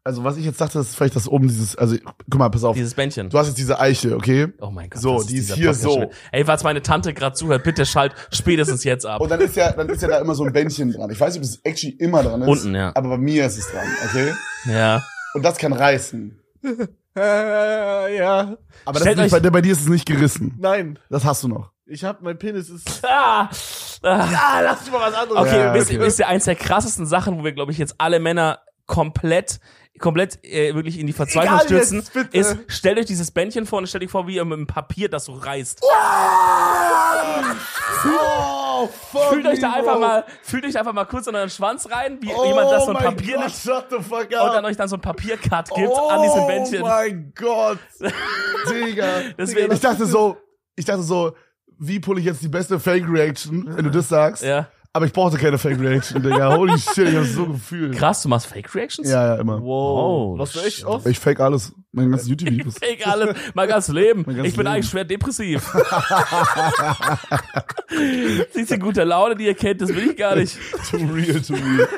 S1: also was ich jetzt dachte, ist vielleicht, dass oben dieses, also guck mal, pass auf.
S2: Dieses Bändchen.
S1: Du hast jetzt diese Eiche, okay?
S2: Oh mein Gott.
S1: So,
S2: das
S1: die ist
S2: dieser
S1: hier
S2: Podcast
S1: so.
S2: schon wieder. Ey, falls meine Tante gerade zuhört, bitte schalt spätestens jetzt ab.
S1: Und dann ist ja, dann ist ja da immer so ein Bändchen dran. Ich weiß nicht, ob es actually immer dran ist.
S2: Unten, ja.
S1: Aber bei mir ist es dran, okay?
S2: Ja.
S1: Und das kann reißen.
S3: Äh, [laughs] ja.
S1: Aber
S2: Stellt
S1: das ist
S2: euch-
S1: nicht, bei, bei dir ist es nicht gerissen.
S3: Nein.
S1: Das hast du noch.
S3: Ich hab, mein Penis ist.
S2: Ah, ah.
S3: Ah, lass mal was anderes.
S2: Okay,
S1: Ja,
S2: wisst,
S1: okay.
S2: ihr- wisst ihr, eins der krassesten Sachen, wo wir, glaube ich, jetzt alle Männer komplett, komplett äh, wirklich in die Verzweiflung
S3: Egal jetzt,
S2: stürzen,
S3: bitte.
S2: ist, stellt euch dieses Bändchen vor und stellt euch vor, wie ihr mit dem Papier das so reißt.
S1: Oh, fuck
S2: fühlt euch da
S1: me,
S2: einfach
S1: bro.
S2: mal, fühlt euch einfach mal kurz unter den Schwanz rein,
S3: Oh
S2: wie jemand das so ein
S1: Oh mein
S2: Papier
S1: Gott,
S2: nicht
S1: Shut the fuck
S2: und dann
S1: up.
S2: euch dann so ein Papiercut gibt an diesem Bändchen.
S1: Oh mein Gott. Digga.
S2: [laughs] Deswegen-
S1: ich dachte so, ich dachte so, wie pull ich jetzt die beste Fake Reaction, wenn du das sagst?
S2: Ja.
S1: Aber ich brauchte keine Fake Reaction, Digga. [laughs] Holy shit, ich hab's so gefühlt.
S2: Krass, du machst Fake Reactions?
S1: Ja, ja, immer.
S3: Wow.
S2: Oh,
S3: Was du echt oft?
S1: Ich fake alles. Meine ganzen YouTube-Videos.
S2: [laughs] Fake alles, mein ganzes Leben.
S1: Mein ganzes
S2: ich bin
S1: Leben.
S2: eigentlich schwer depressiv. [laughs] Diese gute Laune, die ihr kennt, das will ich gar nicht.
S1: too real, too real.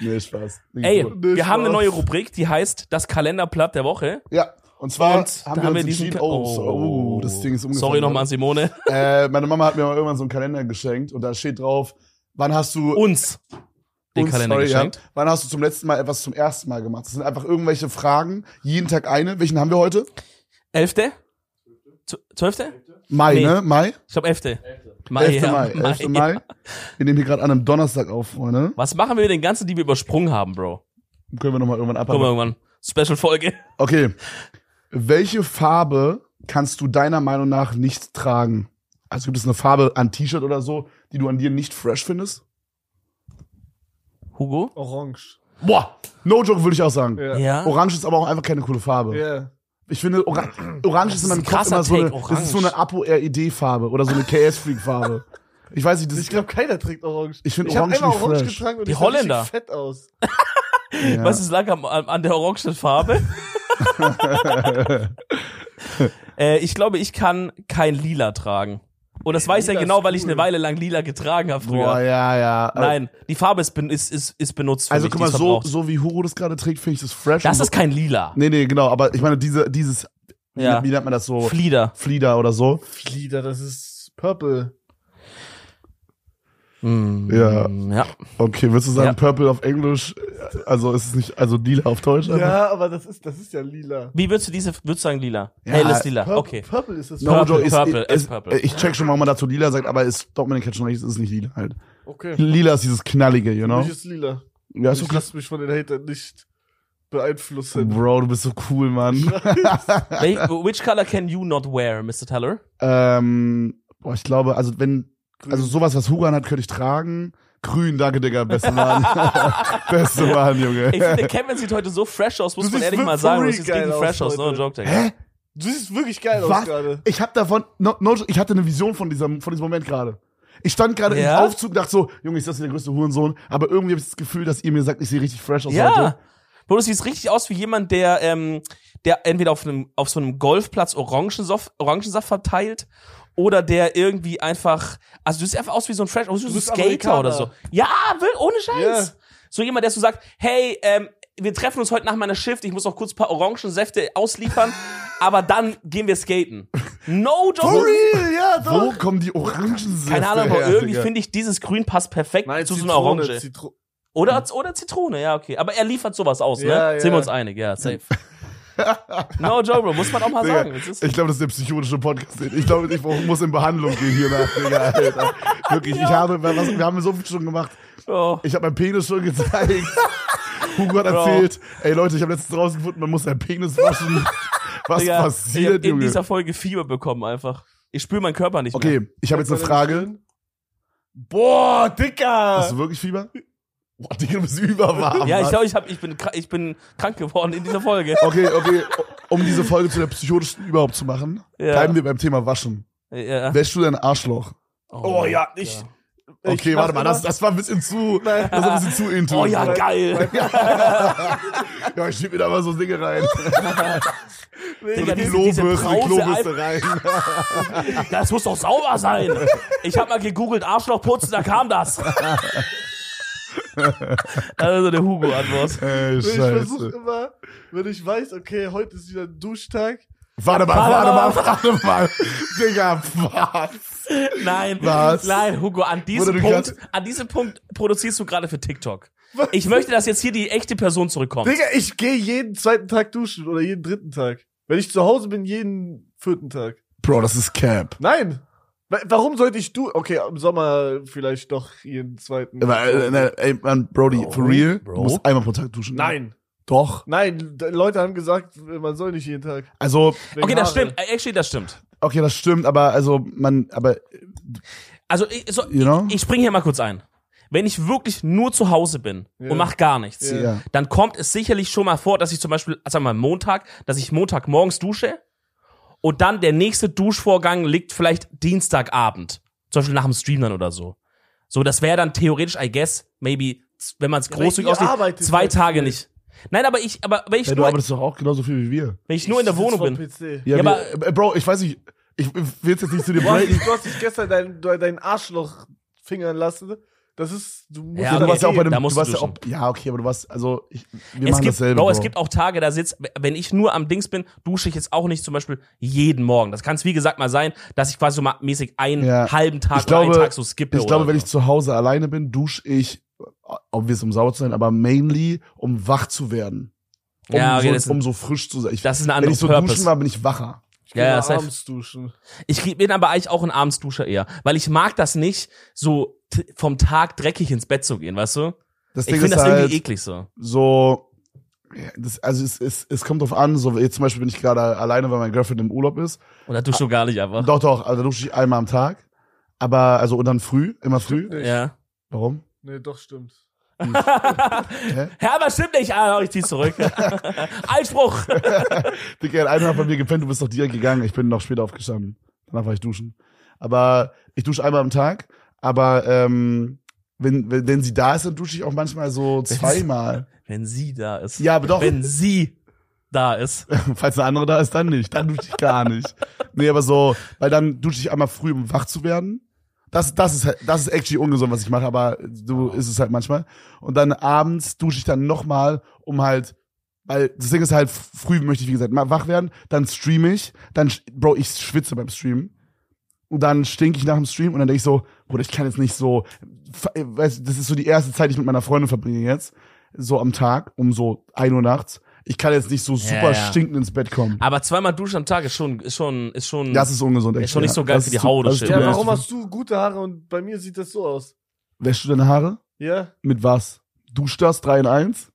S1: Nee, Spaß.
S2: Ey,
S3: Nee,
S2: wir haben eine
S3: Spaß.
S2: neue Rubrik, die heißt das Kalenderblatt der Woche.
S1: Ja, und zwar
S2: Und
S1: Ah, haben
S2: da
S1: wir uns entschieden,
S2: Ka-
S1: oh, so, oh, das Ding ist umgefallen.
S2: Sorry nochmal
S1: [laughs]
S2: an Simone.
S1: Äh, meine Mama hat mir mal irgendwann so einen Kalender geschenkt und da steht drauf, wann hast du
S2: Uns den
S1: uns,
S2: Kalender
S1: sorry,
S2: geschenkt.
S1: Ja, wann hast du zum letzten Mal etwas zum ersten Mal gemacht? Das sind einfach irgendwelche Fragen, jeden Tag eine. Welchen haben wir heute?
S2: Elfte? Zw- Zwölfte?
S1: Mai,
S2: Nee.
S1: ne? Mai?
S2: Ich glaube elfte. Mai,
S1: 11.
S2: ja,
S1: Mai. 11. Mai. Wir nehmen hier gerade an einem Donnerstag auf, Freunde.
S2: Was machen wir mit den ganzen, die wir übersprungen haben, Bro?
S1: Können wir nochmal irgendwann
S2: Guck mal
S1: abhaben.
S2: irgendwann. Special-Folge.
S1: Okay. Welche Farbe kannst du deiner Meinung nach nicht tragen? Also gibt es eine Farbe an T-Shirt oder so, die du an dir nicht fresh findest?
S2: Hugo?
S3: Orange.
S1: Boah, no joke würde ich auch sagen.
S3: Ja.
S2: Ja.
S1: Orange ist aber auch einfach keine coole Farbe.
S3: Ja.
S1: Ich finde, Oran Orange ist in
S2: ist
S1: meinem
S2: ein
S1: Kopf
S2: krasser
S1: immer so eine,
S2: Take,
S1: das ist so eine Apo-RED-Farbe oder
S2: [laughs]
S1: so eine KS-Freak-Farbe. Ich weiß nicht, das
S3: Ich glaube, keiner trägt Orange.
S1: Ich find
S3: hab
S1: Orange
S3: einmal
S1: nicht
S3: Orange
S1: fresh.
S3: getragen und
S2: Die
S3: ich sah richtig
S2: Holländer.
S3: fett aus.
S1: ja.
S2: Was ist lag am- an, an der
S1: [laughs]
S2: orangen Farbe? äh, ich glaube, ich kann kein Lila tragen. Und das weiß ich ja
S3: Lila ist
S2: genau, weil ich
S3: cool.
S2: eine Weile lang Lila getragen habe früher.
S1: Boah, ja, ja.
S2: Nein, die Farbe ist, ben- ist, ist, ist benutzt. Für
S1: Also
S2: mich,
S1: guck
S2: die
S1: mal,
S2: ist
S1: so,
S2: verbraucht.
S1: so wie Huro das gerade trägt, finde ich das fresh.
S2: Das
S1: und
S2: ist kein Lila.
S1: so. Nee, nee, genau, aber ich meine, diese, dieses, wie-
S2: Ja.
S1: wie nennt man das so?
S2: Flieder.
S1: Flieder oder so.
S3: Flieder, das ist purple.
S2: Mm,
S1: Ja.
S2: ja.
S1: Okay, würdest du sagen,
S2: Ja.
S1: Purple auf Englisch, also ist es nicht, also Lila auf Deutsch? einfach?
S3: Ja, aber das ist, das ist ja lila.
S2: Wie würdest du diese, würdest du sagen Lila?
S1: Ja,
S2: Helles Lila,
S3: Purple,
S2: okay.
S3: Purple ist das.
S1: No,
S2: Purple,
S1: Joe, ist,
S2: Purple,
S1: ist,
S2: ist Purple.
S1: Ich check schon, warum man dazu Lila sagt, aber ist Dominik hat schon recht, es ist nicht Lila halt.
S3: Okay.
S1: Lila ist dieses knallige, you
S3: Für
S1: know?
S3: mich ist lila.
S1: Ja, ist
S3: ich
S1: so krass.
S3: lasse mich von den Hatern nicht beeinflussen.
S1: Bro, du bist so cool, Mann.
S2: Wel- Which color can you not wear, Mr. Teller?
S1: ähm, boah, ich glaube, also wenn, also sowas, was Hugan hat, könnte ich tragen. Grün, danke, Digga, beste Mann. [laughs] beste Mann, Junge.
S2: Ich finde, Kevin sieht heute so fresh aus, muss
S3: Du
S2: man
S3: siehst
S2: ehrlich mal
S3: for
S2: sagen. Du
S3: real
S2: siehst
S3: geil
S2: richtig fresh
S3: aus
S2: aus, no
S3: heute.
S2: joke, Digga.
S1: Hä?
S3: Du siehst wirklich geil aus
S1: Was?
S3: gerade.
S1: Ich hab davon, no, no, ich hatte eine Vision von diesem, von diesem Moment gerade. Ich stand gerade
S2: Ja?
S1: im Aufzug und dachte so, Junge, ist das hier der größte Hurensohn? Aber irgendwie habe ich das Gefühl, dass ihr mir sagt, ich sehe richtig fresh aus
S2: Ja.
S1: heute.
S2: Bro, du siehst richtig aus wie jemand, der, ähm, der entweder auf, einem, auf so einem Golfplatz Orangensaft, Orangensaft verteilt oder der irgendwie einfach, also du siehst einfach aus wie so ein Fresh, aus wie so ein
S3: bist
S2: Skater
S3: Amerikaner.
S2: oder so. Ja, will, ohne Scheiß.
S3: Ja.
S2: So jemand, der so sagt, hey, ähm, wir treffen uns heute nach meiner Shift. Ich muss noch kurz ein paar Orangensäfte ausliefern, aber dann gehen wir skaten. No joke.
S1: For real, ja, doch. Wo kommen die Orangensäfte
S2: Keine Ahnung, aber
S1: her,
S2: irgendwie
S1: Digga?
S2: finde ich, dieses Grün passt perfekt
S3: Nein,
S2: zu so
S3: Zitrone,
S2: einer Orange.
S3: Zitro
S1: Hm.
S2: Oder, oder Zitrone, ja, okay. Aber er liefert sowas aus, ne?
S3: Ja, ja.
S2: Sind wir uns einig,
S1: [laughs]
S2: ja, safe. no joke, Bro, muss man auch mal
S1: Digga,
S2: sagen. Es ist-
S1: Ich glaube, das ist der psychotische Podcast. Ich glaube, ich brauch- muss in Behandlung gehen hier nach, Digga,
S2: [laughs]
S1: Alter. Wirklich, ich habe, was, wir haben so viel schon gemacht.
S2: oh.
S1: Ich habe meinen Penis schon
S2: [laughs]
S1: gezeigt. Hugo hat
S2: Bro.
S1: erzählt, ey Leute, ich habe letztens rausgefunden, man muss seinen Penis waschen. Was
S2: Digga, ich hab
S1: passiert,
S2: in
S1: Junge?
S2: dieser Folge Fieber bekommen einfach. Ich spüre meinen Körper nicht mehr.
S1: Okay, ich habe jetzt eine Frage.
S3: Boah, Oh, Dicker!
S1: Hast du wirklich Fieber? Boah, Digga, du bist überwarm.
S2: Ja, ich
S1: Mann.
S2: glaube, ich, hab- ich, bin, kra- ich bin krank geworden in
S1: [laughs]
S2: dieser Folge.
S1: Okay, okay, um diese Folge zu der psychotischen überhaupt zu machen,
S2: Ja.
S1: bleiben wir beim Thema Waschen.
S2: ja.
S1: Wäschst du dein Arschloch?
S3: Oh ja, ich. ich
S1: Okay,
S3: mach
S1: warte mal, das,
S3: immer-
S1: das war ein bisschen zu, das war ein bisschen zu intim.
S2: Oh ja, geil.
S1: Ja, ich schieb mir da mal so Dinge rein. So
S2: [laughs] Digga,
S1: eine
S2: diese-
S1: Klobürste, eine
S2: diese
S1: Klobürste rein.
S2: Das muss doch sauber sein. Ich habe mal gegoogelt, Arschloch putzen, da
S1: [laughs]
S2: kam das. Also der Hugo-Antwort.
S1: Ey,
S3: Ich versuche
S1: scheiße.
S3: immer, wenn ich weiß, okay, heute ist wieder ein Duschtag.
S1: Warte mal, warte mal, warte mal. Digga, was?
S2: Nein,
S1: Was?
S2: nein, Hugo, an diesem
S1: Wurde du
S2: Punkt,
S1: grad-
S2: an diesem Punkt produzierst du gerade für TikTok. Ich möchte, dass jetzt hier die echte Person zurückkommt.
S3: Digga, ich gehe jeden zweiten Tag duschen oder jeden dritten Tag. Wenn ich zu Hause bin, jeden vierten Tag.
S1: Bro, das ist Cap.
S3: Nein! Wa- Warum sollte ich du? Okay, im Sommer vielleicht doch jeden zweiten.
S1: Weil, äh, ne, ey, Mann, Brody, for real, du musst einmal pro Tag duschen. ne?
S3: Nein,
S1: Doch.
S3: nein, d- Leute haben gesagt, man soll nicht jeden Tag.
S1: Also,
S3: Wegen
S2: Okay, das
S3: Haare.
S2: stimmt. Äh, Actually, das stimmt.
S1: okay, das stimmt, aber, also, man, aber,
S2: Also, ich, so,
S1: you know?
S2: ich springe hier mal kurz ein. Wenn ich wirklich nur zu Hause bin
S3: Ja.
S2: und mach gar nichts,
S3: Ja.
S1: ja.
S2: dann kommt es sicherlich schon mal vor, dass ich zum Beispiel, sagen wir mal Montag, dass ich Montag morgens dusche und dann der nächste Duschvorgang liegt vielleicht Dienstagabend. Zum Beispiel nach dem Stream dann oder so. So, das wäre dann theoretisch, I guess, maybe, z- wenn man es großzügig
S3: ihr
S2: auslegt,
S3: arbeitet
S2: zwei
S3: halt
S2: Tage
S3: viel.
S2: nicht. Nein, aber ich, aber wenn ich,
S1: ja. Du
S2: nur,
S1: arbeitest doch auch genauso viel wie wir.
S2: wenn ich nur in der
S3: Ich sitz
S2: Wohnung
S3: vor
S2: bin.
S3: PC.
S1: Ja,
S2: Ja,
S1: wir, äh, Bro, ich weiß nicht, ich will jetzt nicht zu dir
S3: Du hast,
S1: breaken.
S3: du hast dich gestern dein, de- dein Arschloch fingern lassen. Das ist, du musst
S2: Ja,
S1: du
S2: okay.
S1: warst ja auch bei dem,
S2: Da
S1: du
S2: musst du
S1: warst ja auch,
S2: duschen.
S1: ja, okay, aber du warst, also, ich, wir
S2: Es
S1: machen
S2: gibt,
S1: dasselbe.
S2: Bro,
S1: Bro,
S2: es gibt auch Tage, da sitzt, wenn ich nur am Dings bin, dusche ich jetzt auch nicht zum Beispiel jeden Morgen. Das kann es wie gesagt mal sein, dass ich quasi so mal mäßig einen
S1: Ja.
S2: halben Tag
S1: Ich glaube-
S2: oder einen Tag so skippe.
S1: Ich glaube,
S2: oder
S1: wenn
S2: so.
S1: ich zu Hause alleine bin, dusche ich, obvious, um sauer zu sein, aber mainly, um wach zu werden. Um,
S2: Ja, okay,
S1: so,
S2: das-
S1: um so frisch zu sein. Ich,
S2: das ist ein
S1: wenn
S2: anderer
S1: ich so
S2: Purpose.
S1: duschen war, bin ich wacher.
S3: Ich gehe
S2: Ja,
S3: mal
S2: safe.
S3: abends duschen.
S2: Ich geb- bin aber eigentlich auch ein Abendsduscher eher, weil ich mag das nicht, so t- vom Tag dreckig ins Bett zu gehen, weißt du?
S1: Das
S2: Ich
S1: Ding
S2: finde
S1: ist
S2: das irgendwie
S1: halt
S2: eklig so.
S1: so, ja, das, also es, es, es kommt drauf an, so jetzt zum Beispiel bin ich gerade alleine, weil mein Girlfriend im Urlaub ist.
S2: Und da duschst du gar nicht einfach.
S1: Ah, Doch, doch, also dusche ich einmal am Tag. Aber, also, und dann früh, immer früh.
S3: Stimmt nicht.
S2: Ja.
S1: Warum?
S3: Nee, doch, stimmt.
S1: Hä?
S2: Ja, aber stimmt nicht. Ah, ich
S1: [laughs]
S2: zieh zurück. Einspruch.
S1: Digga, er hat einmal bei mir gepennt, du bist doch direkt gegangen. Ich bin noch später aufgestanden. Danach war ich duschen. Aber ich dusche einmal am Tag. Aber ähm, wenn, wenn, wenn sie da ist, dann dusche ich auch manchmal so zweimal.
S2: Wenn sie da ist.
S1: Ja, aber doch,
S2: Wenn sie da ist.
S1: [laughs] falls eine andere da ist, dann nicht. Dann dusche ich gar nicht. Nee, aber so, weil dann dusche ich einmal früh, um wach zu werden. Das, das, ist, halt- das ist actually ungesund, was ich mache, aber du ist es halt manchmal. Und dann abends dusche ich dann nochmal, um halt, weil das Ding ist halt, früh möchte ich, wie gesagt, mal wach werden, dann streame ich, dann, sch- Bro, ich schwitze beim Streamen. Und dann stinke ich nach dem Stream und dann denke ich so, Bruder, ich kann jetzt nicht so, f- weißt du, das ist so die erste Zeit, die ich mit meiner Freundin verbringe jetzt, so am Tag, um so 1 Uhr nachts. Ich kann jetzt nicht so super
S2: ja.
S1: stinkend ins Bett kommen.
S2: Aber zweimal duschen am Tag ist schon, ist schon, ist schon.
S1: Das ist ungesund.
S2: Ist schon
S1: actually,
S2: nicht so
S1: ja.
S2: geil
S1: Das
S2: für die
S1: ist zu-
S2: Haut,
S1: das ist
S2: das
S1: zu
S3: Ja,
S2: stimmt.
S1: blöd.
S3: warum hast du gute Haare und bei mir sieht das so aus?
S1: Wäschst du deine Haare?
S3: Ja,
S1: Mit was? Duscht das 3 in 1?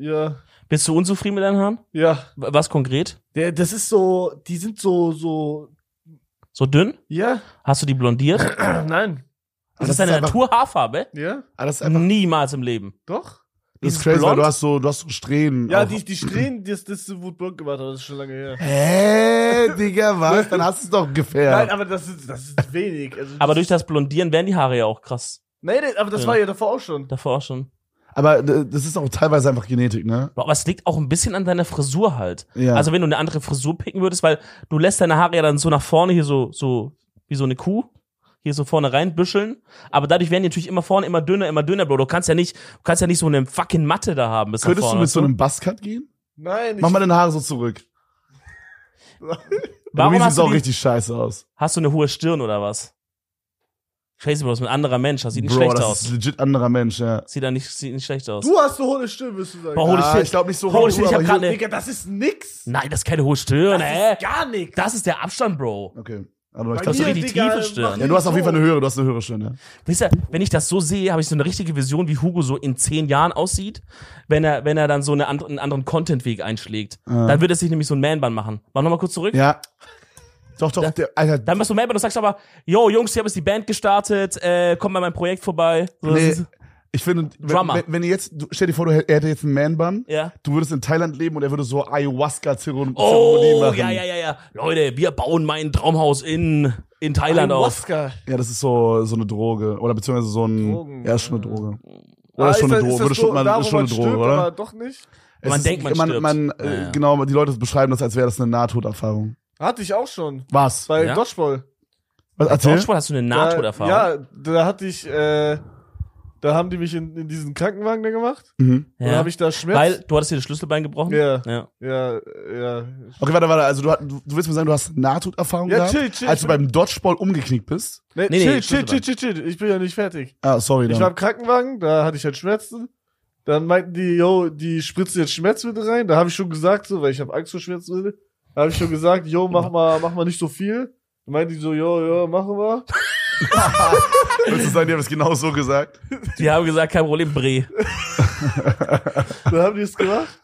S3: ja,
S2: Bist du unzufrieden mit deinen Haaren?
S3: ja.
S2: W- Was konkret?
S3: Der, das ist so, die sind so, so,
S2: So dünn?
S3: ja,
S2: Hast du die blondiert?
S3: [clears throat] nein,
S2: Das ist deine
S1: einfach,
S2: Naturhaarfarbe?
S3: ja,
S1: ah, das ist einfach,
S2: Niemals im Leben.
S3: doch.
S1: das
S2: Dieses
S1: ist crazy, weil
S2: Blond?
S1: du hast so, du hast so Strähnen.
S3: Ja,
S1: auch.
S2: [clears throat]
S3: die, die Strähnen, das, das Wut Blond gemacht hat, das ist schon lange her.
S1: Hä, Digga, was? Dann hast du es doch
S3: Nein,
S1: gefährdet.
S3: aber das ist, das ist wenig. Also
S2: Aber durch das Blondieren werden die Haare ja auch krass.
S3: Nee, nee, aber das
S2: Ja.
S3: war ja davor auch schon.
S2: Davor auch schon.
S1: Aber, d- das ist auch teilweise einfach Genetik, ne?
S2: Aber es liegt auch ein bisschen an deiner Frisur halt.
S1: Ja.
S2: Also wenn du eine andere Frisur picken würdest, weil du lässt deine Haare ja dann so nach vorne hier so, so wie so eine Kuh. hier so vorne reinbüscheln. Aber dadurch werden die natürlich immer vorne immer dünner, immer dünner, Bro. Du kannst ja nicht, du kannst ja nicht so eine fucking Matte da haben. Bis nach
S1: Könntest du
S2: vorne,
S1: mit so
S2: weißt
S1: einem Buzzcut gehen?
S3: Nein, ich,
S1: Mach mal deine Haare so zurück. Bei
S2: [laughs] Warum
S1: mir
S2: hast
S1: sieht's
S2: du
S1: auch
S2: die-
S1: richtig scheiße aus.
S2: Hast du eine hohe Stirn oder was? Crazy Bro, das ist ein anderer Mensch. Das sieht nicht
S1: Bro,
S2: schlecht
S1: das
S2: aus.
S1: ist legit anderer Mensch, ja.
S2: Sieht, da nicht, sieht nicht schlecht aus.
S3: du hast eine hohe Stimme, wirst du sagen.
S2: Boah, Holy
S1: ah,
S2: shit.
S1: ich glaube nicht so. hoch,
S2: Holy shit, ich
S1: aber
S2: hab grad
S1: hier-
S2: ne-
S3: Digga, das ist nix.
S2: Nein, das ist keine hohe Stirn,
S3: Das
S2: hä?
S3: ist gar nix.
S2: Das ist der Abstand, Bro.
S1: Okay. Also, ich glaub,
S3: Bei
S2: Das ist
S3: mir,
S2: richtig
S3: Digga,
S2: tiefe Stirn.
S3: mach
S1: ja, du hast auf jeden
S3: so.
S1: Fall eine höhere, du hast eine höhere Stirn, ja.
S2: Wisst ihr, wenn ich das so sehe, habe ich so eine richtige Vision, wie Hugo so in zehn Jahren aussieht, wenn er, wenn er dann so eine andre, einen anderen Content-Weg einschlägt. Dann wird er sich nämlich so ein Man-Bun machen. Mach nochmal kurz zurück.
S1: Ja. Doch, doch, der, Alter,
S2: Dann bist du Man-Bun und sagst aber, yo, Jungs, ich habe jetzt die Band gestartet, äh, kommt bei meinem Projekt vorbei. So, das
S1: nee,
S2: ist-
S1: ich finde, wenn,
S2: Drummer.
S1: wenn, wenn ihr jetzt, du- stell dir vor, du, hätt- er hätte jetzt einen Man-Bun,
S2: Ja.
S1: du würdest in Thailand leben und er würde so Ayahuasca-Zeremonie
S2: Oh,
S1: machen.
S2: ja, ja, ja, ja. Leute, wir bauen mein Traumhaus in, in Thailand auf.
S3: Ayahuasca.
S1: Ja, das ist so, so eine Droge. Oder beziehungsweise so ein.
S3: Drogen.
S1: ja, ist schon eine Droge.
S3: Ah,
S1: Oder ist schon
S3: das-
S1: eine Droge.
S3: das
S1: Würde
S3: so
S1: schon, man,
S3: da,
S1: ist
S3: wo
S1: schon eine Droge,
S3: stirbt,
S1: oder?
S3: Aber doch nicht.
S1: Es
S2: Man
S1: ist-
S2: denkt, man stirbt.
S1: man
S2: Ja,
S1: äh,
S2: ja.
S1: Genau, die Leute beschreiben das, als wäre das eine Nahtoderfahrung.
S3: Hatte ich auch schon.
S1: Was?
S3: Bei
S2: Ja?
S3: Dodgeball.
S1: Was erzähl?
S2: Dodgeball hast du eine
S3: Da-
S2: Nahtoderfahrung.
S3: Ja, da hatte ich, äh, da haben die mich in, in diesen Krankenwagen da gemacht.
S1: Mhm.
S3: Ja. Dann habe ich da Schmerz.
S2: Weil du hattest dir das Schlüsselbein gebrochen?
S3: Ja.
S2: ja.
S3: ja, ja.
S1: Okay, warte, warte. Also, du, hat- du, du willst mir sagen, du hast eine Nahtoderfahrung
S3: Ja,
S1: gehabt,
S3: chill, chill,
S1: als du
S3: chill.
S1: beim Dodgeball umgeknickt bist?
S3: Nee,
S2: nee,
S3: chill,
S2: nee,
S3: chill,
S2: Schlüsselbein.
S3: chill, chill, chill. Ich bin ja nicht fertig.
S1: Ah, sorry. Dann.
S3: Ich war im Krankenwagen, da hatte ich halt Schmerzen. Dann meinten die, yo, die spritzen jetzt Schmerzmittel rein. Da habe ich schon gesagt, so, weil ich habe Angst vor Schmerzmitteln. Da habe ich schon gesagt, yo, mach mal, mach mal nicht so viel. Dann meinten die so, yo, yo, machen wir.
S1: Willst du sagen, die haben es genau so gesagt?
S2: Die haben gesagt, kein Problem, Bre.
S3: Dann haben die es gemacht.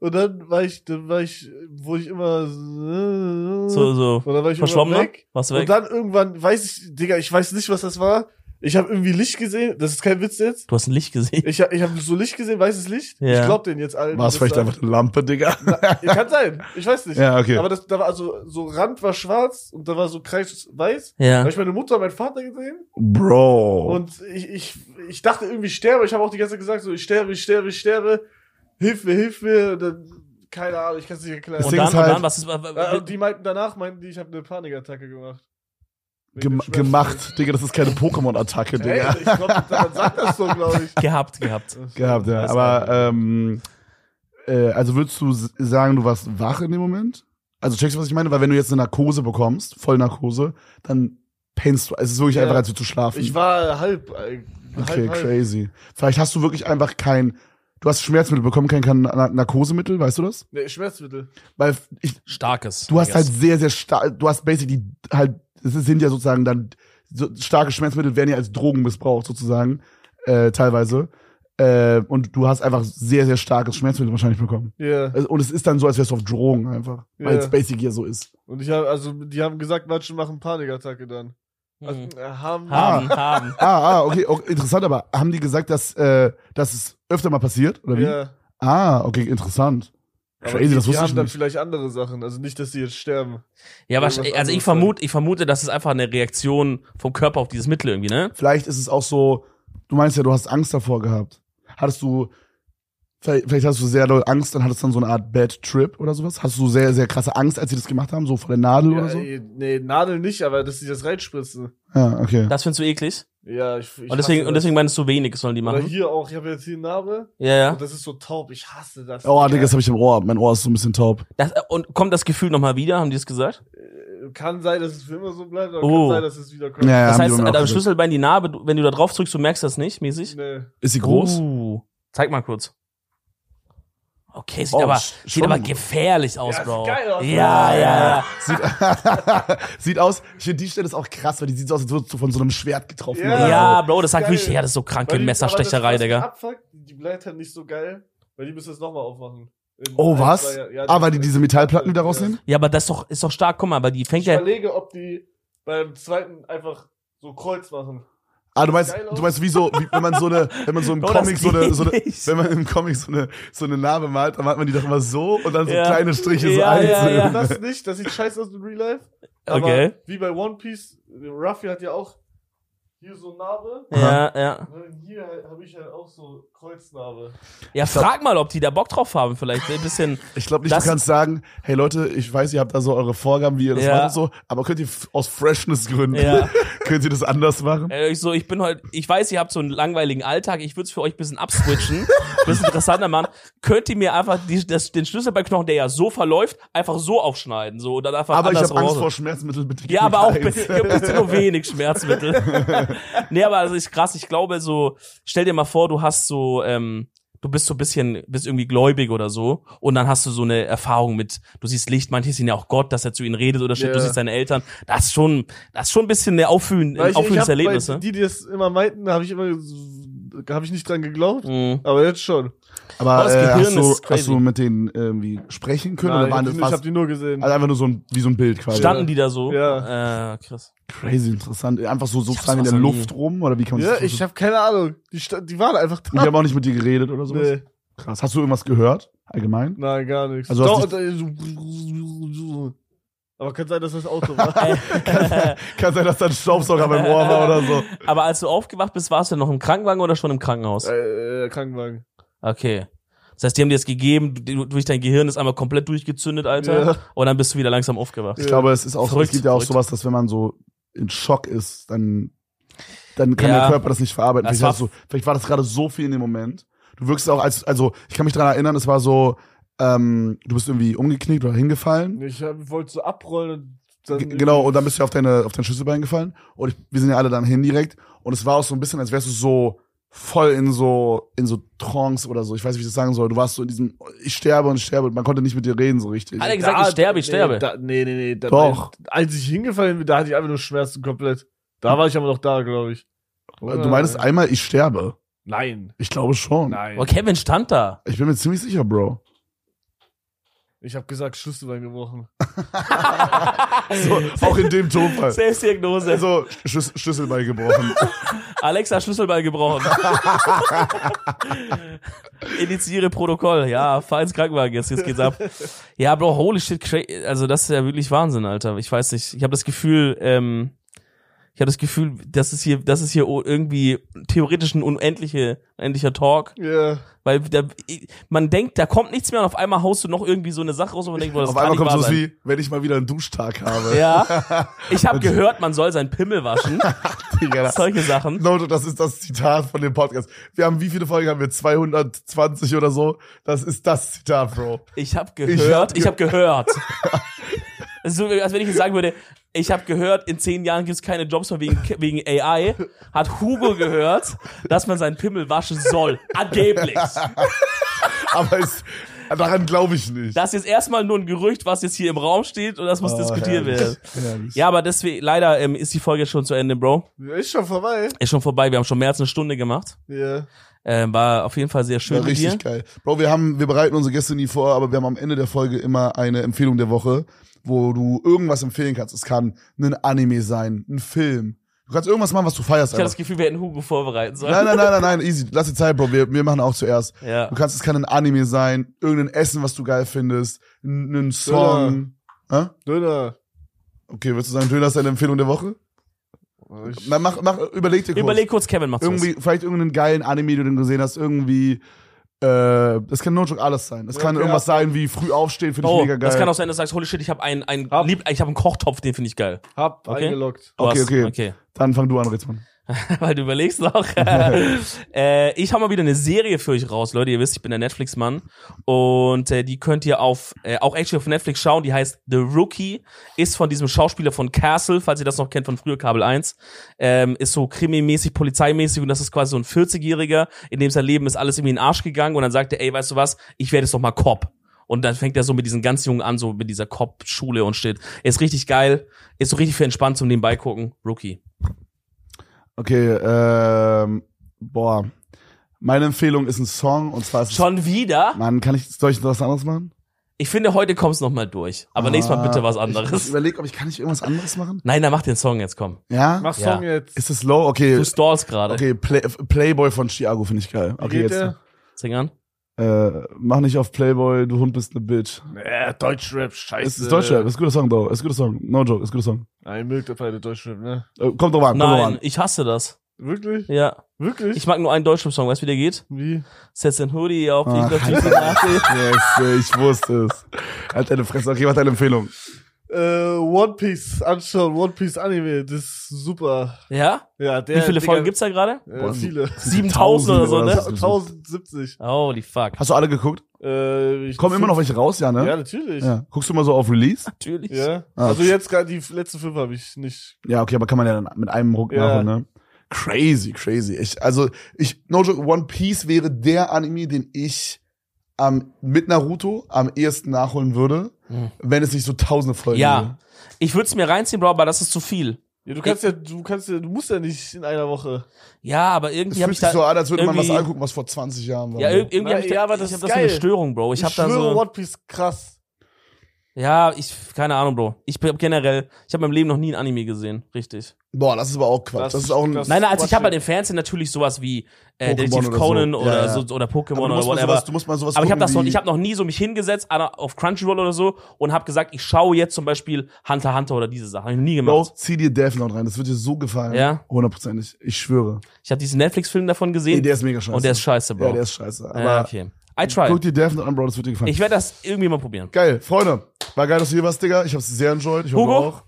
S3: Und dann war ich, dann war ich, wurde ich immer so,
S2: So, so.
S3: Und dann Äh, war ich
S2: Verschwommener?
S3: irgendwann weg.
S2: Warst du weg?
S3: Und dann irgendwann, weiß ich, Digga, ich weiß nicht, was das war. Ich habe irgendwie Licht gesehen. Das ist kein Witz jetzt.
S2: Du hast ein Licht gesehen.
S3: Ich, hab- ich habe so Licht gesehen, weißes Licht.
S2: Ja.
S3: Ich glaub den jetzt allen.
S1: War es vielleicht
S3: Witzern.
S1: einfach eine Lampe,
S3: [laughs]
S1: Digga?
S3: Kann sein. Ich weiß nicht.
S1: Ja, okay.
S3: Aber das, da war also, so Rand war schwarz und da war so Kreis weiß. Da
S2: Ja.
S3: habe ich meine Mutter und meinen Vater gesehen.
S1: Bro.
S3: Und ich, ich, ich dachte irgendwie, ich sterbe. Ich habe auch die ganze Zeit gesagt, so, ich sterbe, ich sterbe, ich sterbe. Hilf mir, hilf mir. Und dann, keine Ahnung, ich kann es nicht erklären.
S1: Das
S2: Und
S1: Ding
S2: dann,
S1: ist halt-
S2: und dann, was ist,
S3: Äh, die meinten danach, meinten die, ich habe eine Panikattacke gemacht.
S1: Gem
S3: Wegen dem Schmerz.
S1: gemacht. Digga, das ist keine Pokémon-Attacke,
S3: Hey,
S1: Digga.
S3: ich glaube, man sagt das so, glaube
S1: [laughs]
S3: ich.
S2: gehabt, gehabt.
S1: Gehabt, ja.
S2: Das
S1: Aber, ähm, äh, also würdest du s- sagen, du warst wach in dem Moment? Also checkst du, was ich meine? Weil wenn du jetzt eine Narkose bekommst, Vollnarkose, dann pennst du. Es ist wirklich
S3: Ja.
S1: einfach, als würdest du schlafen.
S3: Ich war halb. Äh,
S1: okay,
S3: halb, halb.
S1: crazy. Vielleicht hast du wirklich einfach kein, du hast Schmerzmittel bekommen, kein, kein Na- Narkosemittel, weißt du das?
S3: Nee, Schmerzmittel.
S1: Weil ich,
S2: Starkes.
S1: du hast halt
S2: Diggas.
S1: sehr, sehr stark, du hast basically halt, es sind ja sozusagen dann, so starke Schmerzmittel werden ja als Drogen missbraucht sozusagen, äh, teilweise. Äh, und du hast einfach sehr, sehr starkes Schmerzmittel wahrscheinlich bekommen.
S3: Ja.
S1: Also, und es ist dann so, als wärst du auf Drogen einfach. Weil
S3: Ja.
S1: es basic hier so ist.
S3: Und ich habe, also, die haben gesagt, manche machen Panikattacke dann. Also,
S2: Hm.
S3: äh, haben.
S2: Haben, haben.
S1: Ah, ah, okay, okay, interessant, aber haben die gesagt, dass, äh, dass es öfter mal passiert? Oder wie?
S3: Ja.
S1: Ah, okay, interessant.
S3: Aber
S1: Crazy,
S3: die,
S1: das
S3: die
S1: wusste
S3: haben
S1: ich
S3: dann
S1: nicht.
S3: vielleicht andere Sachen. Also nicht, dass die jetzt sterben.
S2: Ja, aber,
S3: Irgendwas
S2: also ich
S3: anderes halt.
S2: vermute, ich vermute, das ist einfach eine Reaktion vom Körper auf dieses Mittel irgendwie, ne?
S1: Vielleicht ist es auch so, du meinst ja, du hast Angst davor gehabt. Hattest du, vielleicht, vielleicht hast du sehr doll Angst, dann hattest du dann so eine Art Bad Trip oder sowas? Hast du sehr, sehr krasse Angst, als sie das gemacht haben, so vor der Nadel
S3: Ja,
S1: oder so?
S3: ey, nee, Nadel nicht, aber dass die das reinspritzen.
S1: Ja, okay.
S2: Das findest du eklig.
S3: Ja, ich, ich
S2: Und deswegen,
S3: hasse
S2: und
S3: das.
S2: deswegen meinst du wenig, sollen die
S3: Oder
S2: machen.
S3: hier auch, ich habe jetzt hier eine Narbe.
S2: Ja, ja.
S3: Und das ist so taub. Ich hasse das.
S1: Oh, Digga, das habe ich im Ohr. Mein Ohr ist so ein bisschen taub.
S2: Das, und kommt das Gefühl nochmal wieder, haben die es gesagt?
S3: Äh, Kann sein, dass es für immer so bleibt, aber
S2: Oh.
S3: kann sein, dass es wieder kommt.
S1: Ja, ja, haben
S2: das
S1: die
S2: heißt,
S1: bei mir auch
S2: am
S1: gesagt.
S2: Schlüsselbein, die Narbe, du- wenn du da drauf drückst, du merkst das nicht, mäßig?
S3: Nee.
S1: Ist sie groß?
S2: Uh, zeig mal kurz. Okay, sieht
S1: Oh,
S2: aber,
S1: sch-
S2: sieht
S1: schon.
S2: aber gefährlich aus,
S3: Ja, sieht
S2: Bro.
S3: geil aus,
S2: ja, ja,
S3: Bro.
S2: ja.
S1: Sieht, sieht [laughs] aus, ich finde die Stelle ist auch krass, weil die sieht so aus, als würdest du von so einem Schwert getroffen
S3: Ja.
S1: oder so.
S2: Ja, Bro, das sagt
S3: Geil.
S2: wirklich, ja, das ist so kranke
S3: Weil die-
S2: Messerstecherei,
S3: aber das, was mich
S2: Digga.
S3: Abfuckt, die bleibt halt nicht so geil, weil die müssen das nochmal aufmachen. In
S1: Oh,
S3: ein,
S1: was?
S3: zwei Jahren. Ja,
S1: ah, weil die diese Metallplatten wieder rausnehmen?
S2: Ja, aber das ist doch, ist doch stark, guck mal, aber die
S3: Ich
S2: fängt ja.
S3: überlege, ob die beim zweiten einfach so Kreuz machen.
S1: Ah, du meinst,
S3: Geil
S1: du meinst wie so, wie, wenn man so eine, wenn man
S2: [laughs]
S1: so im
S2: Bro, das
S1: Comic so eine,
S2: geht
S1: so eine
S2: nicht.
S1: wenn man im Comic so eine, so eine Narbe malt, dann malt man die doch immer so und dann so
S2: Ja.
S1: kleine Striche so
S2: Ja,
S1: einzeln.
S2: ja.
S3: Das nicht, das sieht scheiße aus im Real Life. Aber
S2: Okay.
S3: wie bei One Piece, Ruffy hat ja auch hier so Narbe.
S2: Ja, ja.
S3: Und dann hier halt- habe ich halt auch so Kreuznarbe.
S2: Ja, frag mal, ob die da Bock drauf haben, vielleicht ein bisschen.
S1: Ich glaube nicht, du
S2: Das-
S1: kannst sagen, hey Leute, ich weiß, ihr habt da so eure Vorgaben, wie ihr das
S2: Ja.
S1: macht und so, aber könnt ihr f- aus Freshness-Gründen,
S2: Ja.
S1: [laughs] könnt ihr das anders machen?
S2: Äh, ich so, ich bin heute, ich weiß, ihr habt so einen langweiligen Alltag, ich würde es für euch ein bisschen abswitchen, [laughs] ein bisschen interessanter machen. Könnt ihr mir einfach die, das, den Schlüsselbeinknochen, der ja so verläuft, einfach so aufschneiden, so, oder einfach
S1: Aber ich
S2: anders
S1: habe Angst
S2: raus-
S1: vor Schmerzmittel, bitte.
S2: Ja, aber auch
S1: keins.
S2: bi- ja, ein bisschen nur wenig Schmerzmittel.
S3: [laughs]
S2: nee, aber das ist krass. Ich glaube, so, stell dir mal vor, du hast so, ähm, du bist so ein bisschen, bist irgendwie gläubig oder so. Und dann hast du so eine Erfahrung mit, du siehst Licht, manche sehen ja auch Gott, dass er zu ihnen redet oder shit, du
S3: Ja.
S2: siehst deine Eltern. Das ist schon, das ist schon ein bisschen ein auffühlen,
S3: Weil
S2: ein auffühlendes
S3: hab bei
S2: Erlebnis, ne?
S3: Die, die das immer meinten, habe ich immer, so- habe ich nicht dran geglaubt.
S2: Mhm.
S3: Aber jetzt schon.
S1: Aber
S2: das
S1: äh,
S2: Gehirn
S1: hast, du,
S2: ist crazy.
S1: hast du mit denen irgendwie sprechen können?
S3: Nein,
S1: oder
S3: ich habe
S1: waren
S3: die,
S1: das
S3: ich hab
S1: fast,
S3: die nur gesehen.
S1: also einfach nur so ein, wie so ein Bild quasi?
S2: Standen die da so?
S3: Ja.
S2: Äh, krass.
S1: Crazy interessant. Einfach so
S2: Ich hab's
S1: sozusagen in der
S2: noch nie.
S1: Luft rum oder wie kann man
S3: Ja,
S1: das
S3: ich habe keine Ahnung. Die, sta- die waren einfach
S1: Und
S3: da.
S1: die haben auch nicht mit dir geredet oder sowas?
S3: Nee,
S1: Krass. Hast du irgendwas gehört? Allgemein?
S3: nein, gar nichts.
S1: Also hast
S3: Doch, äh, so- aber kann sein, dass das Auto
S1: [laughs]
S3: war.
S1: Kann sein, dass da ein Staubsauger beim Ohr war oder so.
S2: Äh, [laughs] Aber als du aufgewacht bist, warst du noch im Krankenwagen oder schon im Krankenhaus?
S3: äh, äh, Krankenwagen.
S2: Okay. Das heißt, die haben dir das gegeben, du, durch dein Gehirn ist einmal komplett durchgezündet, Alter.
S3: Ja.
S2: Und dann bist du wieder langsam aufgewacht.
S1: Ich glaube, es ist auch,
S2: Verrückt,
S1: es gibt ja auch
S2: verrückt.
S1: sowas, dass wenn man so in Schock ist, dann, dann kann
S2: Ja.
S1: der Körper das nicht verarbeiten.
S2: Das
S1: Vielleicht, hast
S2: war-
S1: du, vielleicht war das gerade so viel in dem Moment. Du wirkst auch als, also, ich kann mich daran erinnern, es war so, ähm, du bist irgendwie umgeknickt oder hingefallen.
S3: Ich hab- wollte so abrollen und
S1: G-
S3: dann.
S1: Genau, und dann bist du auf, deine, auf dein Schlüsselbein gefallen. Und ich, wir sind ja alle dann hin direkt. Und es war auch so ein bisschen, als wärst du so voll in so, in so Trance oder so. Ich weiß nicht, wie ich das sagen soll. Du warst so in diesem, ich sterbe und ich sterbe. Und man konnte nicht mit dir reden so richtig.
S2: Alle- gesagt, ich sterbe, ich
S3: nee,
S2: sterbe.
S3: Da, nee, nee, nee. Da,
S1: Doch.
S3: Als ich hingefallen bin, da hatte ich einfach nur Schmerzen komplett. Da war ich aber noch da, glaube ich. Äh,
S1: du meinst einmal, ich sterbe.
S3: Nein,
S1: Ich glaube schon.
S3: nein.
S2: Oh, Kevin stand da.
S1: Ich bin mir ziemlich sicher, Bro.
S3: Ich habe gesagt, Schlüsselbein gebrochen.
S2: [laughs]
S1: So, [laughs] auch in dem Tonfall.
S2: Selbstdiagnose.
S1: Also, Schlüs Schlüsselbein gebrochen.
S2: [laughs] Alexa, Schlüsselbein gebrochen. Initiiere Protokoll. Ja, fahr ins Krankenwagen jetzt, jetzt geht's ab. Ja, Bro, holy shit, cra- also das ist ja wirklich Wahnsinn, Alter. Ich weiß nicht, ich habe das Gefühl, ähm, ich habe das Gefühl, das ist hier, das ist hier o- irgendwie theoretisch ein unendliche, unendlicher Talk,
S3: Ja.
S2: weil da, i- man denkt, da kommt nichts mehr und auf einmal haust du noch irgendwie so eine Sache raus und man denkt, boah, das
S1: Auf
S2: kann
S1: einmal
S2: nicht
S1: kommt sowas
S2: wahr sein.
S1: wie, wenn ich mal wieder einen Duschtag habe.
S2: Ja, ich habe gehört, man soll seinen Pimmel waschen,
S1: [laughs] Digga, [laughs] das-
S2: solche Sachen.
S1: Leute, das ist das Zitat von dem Podcast. Wir haben, wie viele Folgen haben wir? 220 oder so? Das ist das Zitat, Bro.
S2: Ich habe gehört,
S1: hab
S2: ich
S1: [laughs]
S2: habe gehört. so, als wenn ich jetzt sagen würde, ich habe gehört, in zehn Jahren gibt's keine Jobs mehr wegen, wegen AI. Hat Hugo gehört, dass man seinen Pimmel waschen soll. Angeblich.
S1: Aber es, daran glaube ich nicht.
S2: Das ist jetzt erstmal nur ein Gerücht, was jetzt hier im Raum steht und das muss
S1: Oh,
S2: diskutiert
S1: herrlich,
S2: werden.
S1: herrlich.
S2: Ja, aber deswegen, leider ähm, ist die Folge schon zu Ende, Bro.
S3: Ja, Ist schon vorbei.
S2: Ist schon vorbei. Wir haben schon mehr als eine Stunde gemacht.
S3: Ja.
S2: Ähm, war auf jeden Fall sehr schön
S1: War
S2: mit dir.
S1: richtig geil. Bro, wir haben, wir bereiten unsere Gäste nie vor, aber wir haben am Ende der Folge immer eine Empfehlung der Woche, wo du irgendwas empfehlen kannst. Es kann ein Anime sein, ein Film. Du kannst irgendwas machen, was du feierst.
S2: Ich habe
S1: Einfach.
S2: das Gefühl, wir hätten Hugo vorbereiten sollen.
S1: Nein, nein, nein, nein, nein, easy. Lass dir Zeit, Bro. Wir, wir machen auch zuerst.
S2: Ja.
S1: Du kannst, es kann ein Anime sein, irgendein Essen, was du geil findest, n- ein Song. Hä?
S3: Döner.
S1: Okay, würdest du sagen, Döner ist deine Empfehlung der Woche?
S3: Ich,
S1: Na, mach, mach, überleg dir kurz.
S2: Überleg kurz, Kevin macht's was.
S1: irgendwie, vielleicht irgendeinen geilen Anime, den du gesehen hast, irgendwie. Äh, das kann no joke alles sein. Das kann
S3: Okay,
S1: irgendwas sein wie früh aufstehen, finde ich
S2: Oh,
S1: mega geil.
S2: das kann auch sein, dass du sagst, holy shit, ich habe einen, einen,
S3: Hab.
S2: lieb, ich habe einen Kochtopf, den finde ich geil.
S3: hab
S2: Okay.
S3: eingeloggt.
S2: Du
S1: Okay,
S2: hast-
S1: okay. Dann fang du an, Ritzmann.
S2: okay. [laughs] Weil du überlegst noch. äh, ich hau mal wieder eine Serie für euch raus, Leute. Ihr wisst, ich bin der Netflix-Mann. Und äh, die könnt ihr auf, äh, auch actually auf Netflix schauen. Die heißt The Rookie. Ist von diesem Schauspieler von Castle, falls ihr das noch kennt, von früher Kabel 1. Ähm, ist so krimimäßig, polizeimäßig. Und das ist quasi so ein 40-Jähriger, in dem sein Leben ist alles irgendwie in den Arsch gegangen. Und dann sagt er, ey, weißt du was, ich werde jetzt doch mal Cop. Und dann fängt er so mit diesen ganz Jungen an, so mit dieser Cop-Schule und steht. Ist richtig geil, ist so richtig für entspannt zum nebenbei gucken. Rookie.
S1: Okay, ähm, boah. Meine Empfehlung ist ein Song und zwar ist es-
S2: Schon wieder?
S1: Mann, kann ich, soll ich was anderes machen?
S2: Ich finde, heute kommst du nochmal durch. Aber nächstes Mal bitte was
S1: Ah, Ich, ich
S2: anderes.
S1: überleg, ob ich kann ich irgendwas anderes machen?
S2: Nein, dann mach den Song jetzt, komm.
S1: Ja?
S3: Mach
S2: Ja.
S3: Song jetzt.
S1: Ist es low? Okay.
S2: Du stallst gerade.
S1: Okay, Play, Playboy von Chiago finde ich geil.
S3: Wie
S1: Okay,
S3: geht
S1: jetzt.
S3: der?
S2: Sing an.
S1: Äh, mach nicht auf Playboy, du Hund bist eine Bitch.
S3: Äh, Deutschrap, scheiße.
S1: Es ist
S2: äh,
S1: Deutschrap, ist ein guter Song, though. Ist ein guter Song. No joke, ist ein guter Song.
S3: Ah, ihr mögt auf eine Deutschrap, ne?
S1: Äh, kommt drauf an, kommt drauf
S2: Nein,
S1: an.
S2: ich hasse das.
S3: Wirklich?
S2: Ja.
S3: Wirklich?
S2: Ich mag nur einen deutschen Song. Weißt du, wie der geht?
S3: Wie?
S2: Setz den Hoodie auf,
S1: Ach,
S2: ich glaub, die
S1: Ah, Alter.
S2: Nacht.
S1: [laughs] Yes, äh, ich wusste es. Halt deine Fresse. Okay, was deine Empfehlung?
S3: Äh, One Piece anschauen, One Piece Anime, das ist super.
S2: Ja?
S3: Ja, der,
S2: Wie viele
S3: Digga,
S2: Folgen gibt's da gerade?
S3: Äh, viele.
S2: 7000 oder so, ne?
S3: 1070.
S2: Holy fuck.
S1: Hast du alle geguckt?
S3: Äh, ich
S1: Kommen immer noch welche raus, ja, ne?
S3: Ja, natürlich. Ja.
S1: Ja. Guckst du mal so auf Release?
S2: Natürlich.
S1: Ah.
S3: Also jetzt gerade die letzten fünf habe ich nicht.
S1: Ja, okay, aber kann man ja dann mit einem Ruck
S3: Ja.
S1: machen, ne? Crazy, crazy. Ich, also, ich, no joke, One Piece wäre der Anime, den ich am, mit Naruto am ehesten nachholen würde,
S2: Hm.
S1: wenn es nicht so tausende Folgen
S2: Ja. Ich würde es mir reinziehen, Bro, aber das ist zu viel.
S3: Ja, du kannst ja, du kannst ja, du musst ja nicht in einer Woche.
S2: Ja, aber
S1: Es
S2: irgendwie habe
S1: fühlt
S2: ich
S1: sich
S2: da.
S1: so an, als würde man was
S2: irgendwie-
S1: angucken, was vor 20 Jahren war.
S2: ja, ir- irgendwie
S3: Na,
S2: habe ich da,
S3: ja, aber das
S2: ich hab
S3: ist
S2: da so eine
S3: geil.
S2: Störung, Bro. Ich, habe da
S3: schwöre,
S2: so.
S3: One Piece krass.
S2: Ja, ich keine Ahnung, Bro. Ich habe generell, ich habe in meinem Leben noch nie ein Anime gesehen, richtig.
S1: Boah, das ist aber auch Quatsch. Das,
S3: Das
S1: ist auch ein,
S3: ist-
S2: Nein, nein, also ich habe
S3: Quatsch.
S2: halt im Fernsehen natürlich sowas wie äh,
S1: Pokémon
S2: Detektiv
S1: oder so.
S2: Conan
S1: Ja,
S2: oder
S1: ja.
S2: so oder
S1: aber
S2: Pokémon
S1: du
S2: oder
S1: musst mal sowas,
S2: whatever.
S1: du musst mal sowas
S2: Aber ich habe
S1: gucken
S2: das noch,
S1: wie-
S2: ich habe noch nie so mich hingesetzt an- auf Crunchyroll oder so und habe gesagt, ich schaue jetzt zum Beispiel Hunter x Hunter oder diese Sachen. Hab ich noch nie
S1: Bro,
S2: gemacht.
S1: zieh dir Death Note rein. Das wird dir so gefallen.
S2: Ja.
S1: Hundertprozentig. Ich schwöre.
S2: Ich habe diesen Netflix-Film davon
S1: Nee,
S2: gesehen
S1: der ist mega scheiße.
S2: und der ist scheiße, Bro.
S1: Ja, der ist scheiße. Aber
S2: ja, okay. I
S1: guck
S2: tried.
S1: dir Death Note an, Bro. Das wird dir gefallen.
S2: Ich werde das irgendwie mal probieren.
S1: Geil, Freunde. War geil, dass du hier warst, Digga. Ich hab's sehr enjoyed. Ich hoffe
S2: Hugo?
S1: du auch.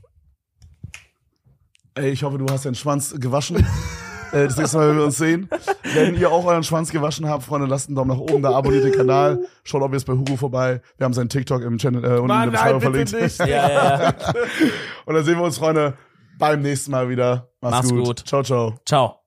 S1: Ey, ich hoffe, du hast deinen Schwanz gewaschen.
S2: [laughs]
S1: Äh, Das nächste Mal, wenn wir uns sehen. Wenn ihr auch euren Schwanz gewaschen habt, Freunde, lasst einen Daumen nach oben da, abonniert den Kanal, schaut ob ihr es bei Hugo vorbei. Wir haben seinen TikTok im Channel äh, unten in der
S3: Mann, nein,
S2: halt
S1: Beschreibung
S3: bitte
S1: verlinkt.
S3: nicht.
S2: Ja, ja, ja.
S1: Und dann sehen wir uns, Freunde, beim nächsten Mal wieder. Mach's,
S2: Mach's
S1: gut.
S2: gut.
S1: Ciao, ciao.
S2: [laughs] Ciao.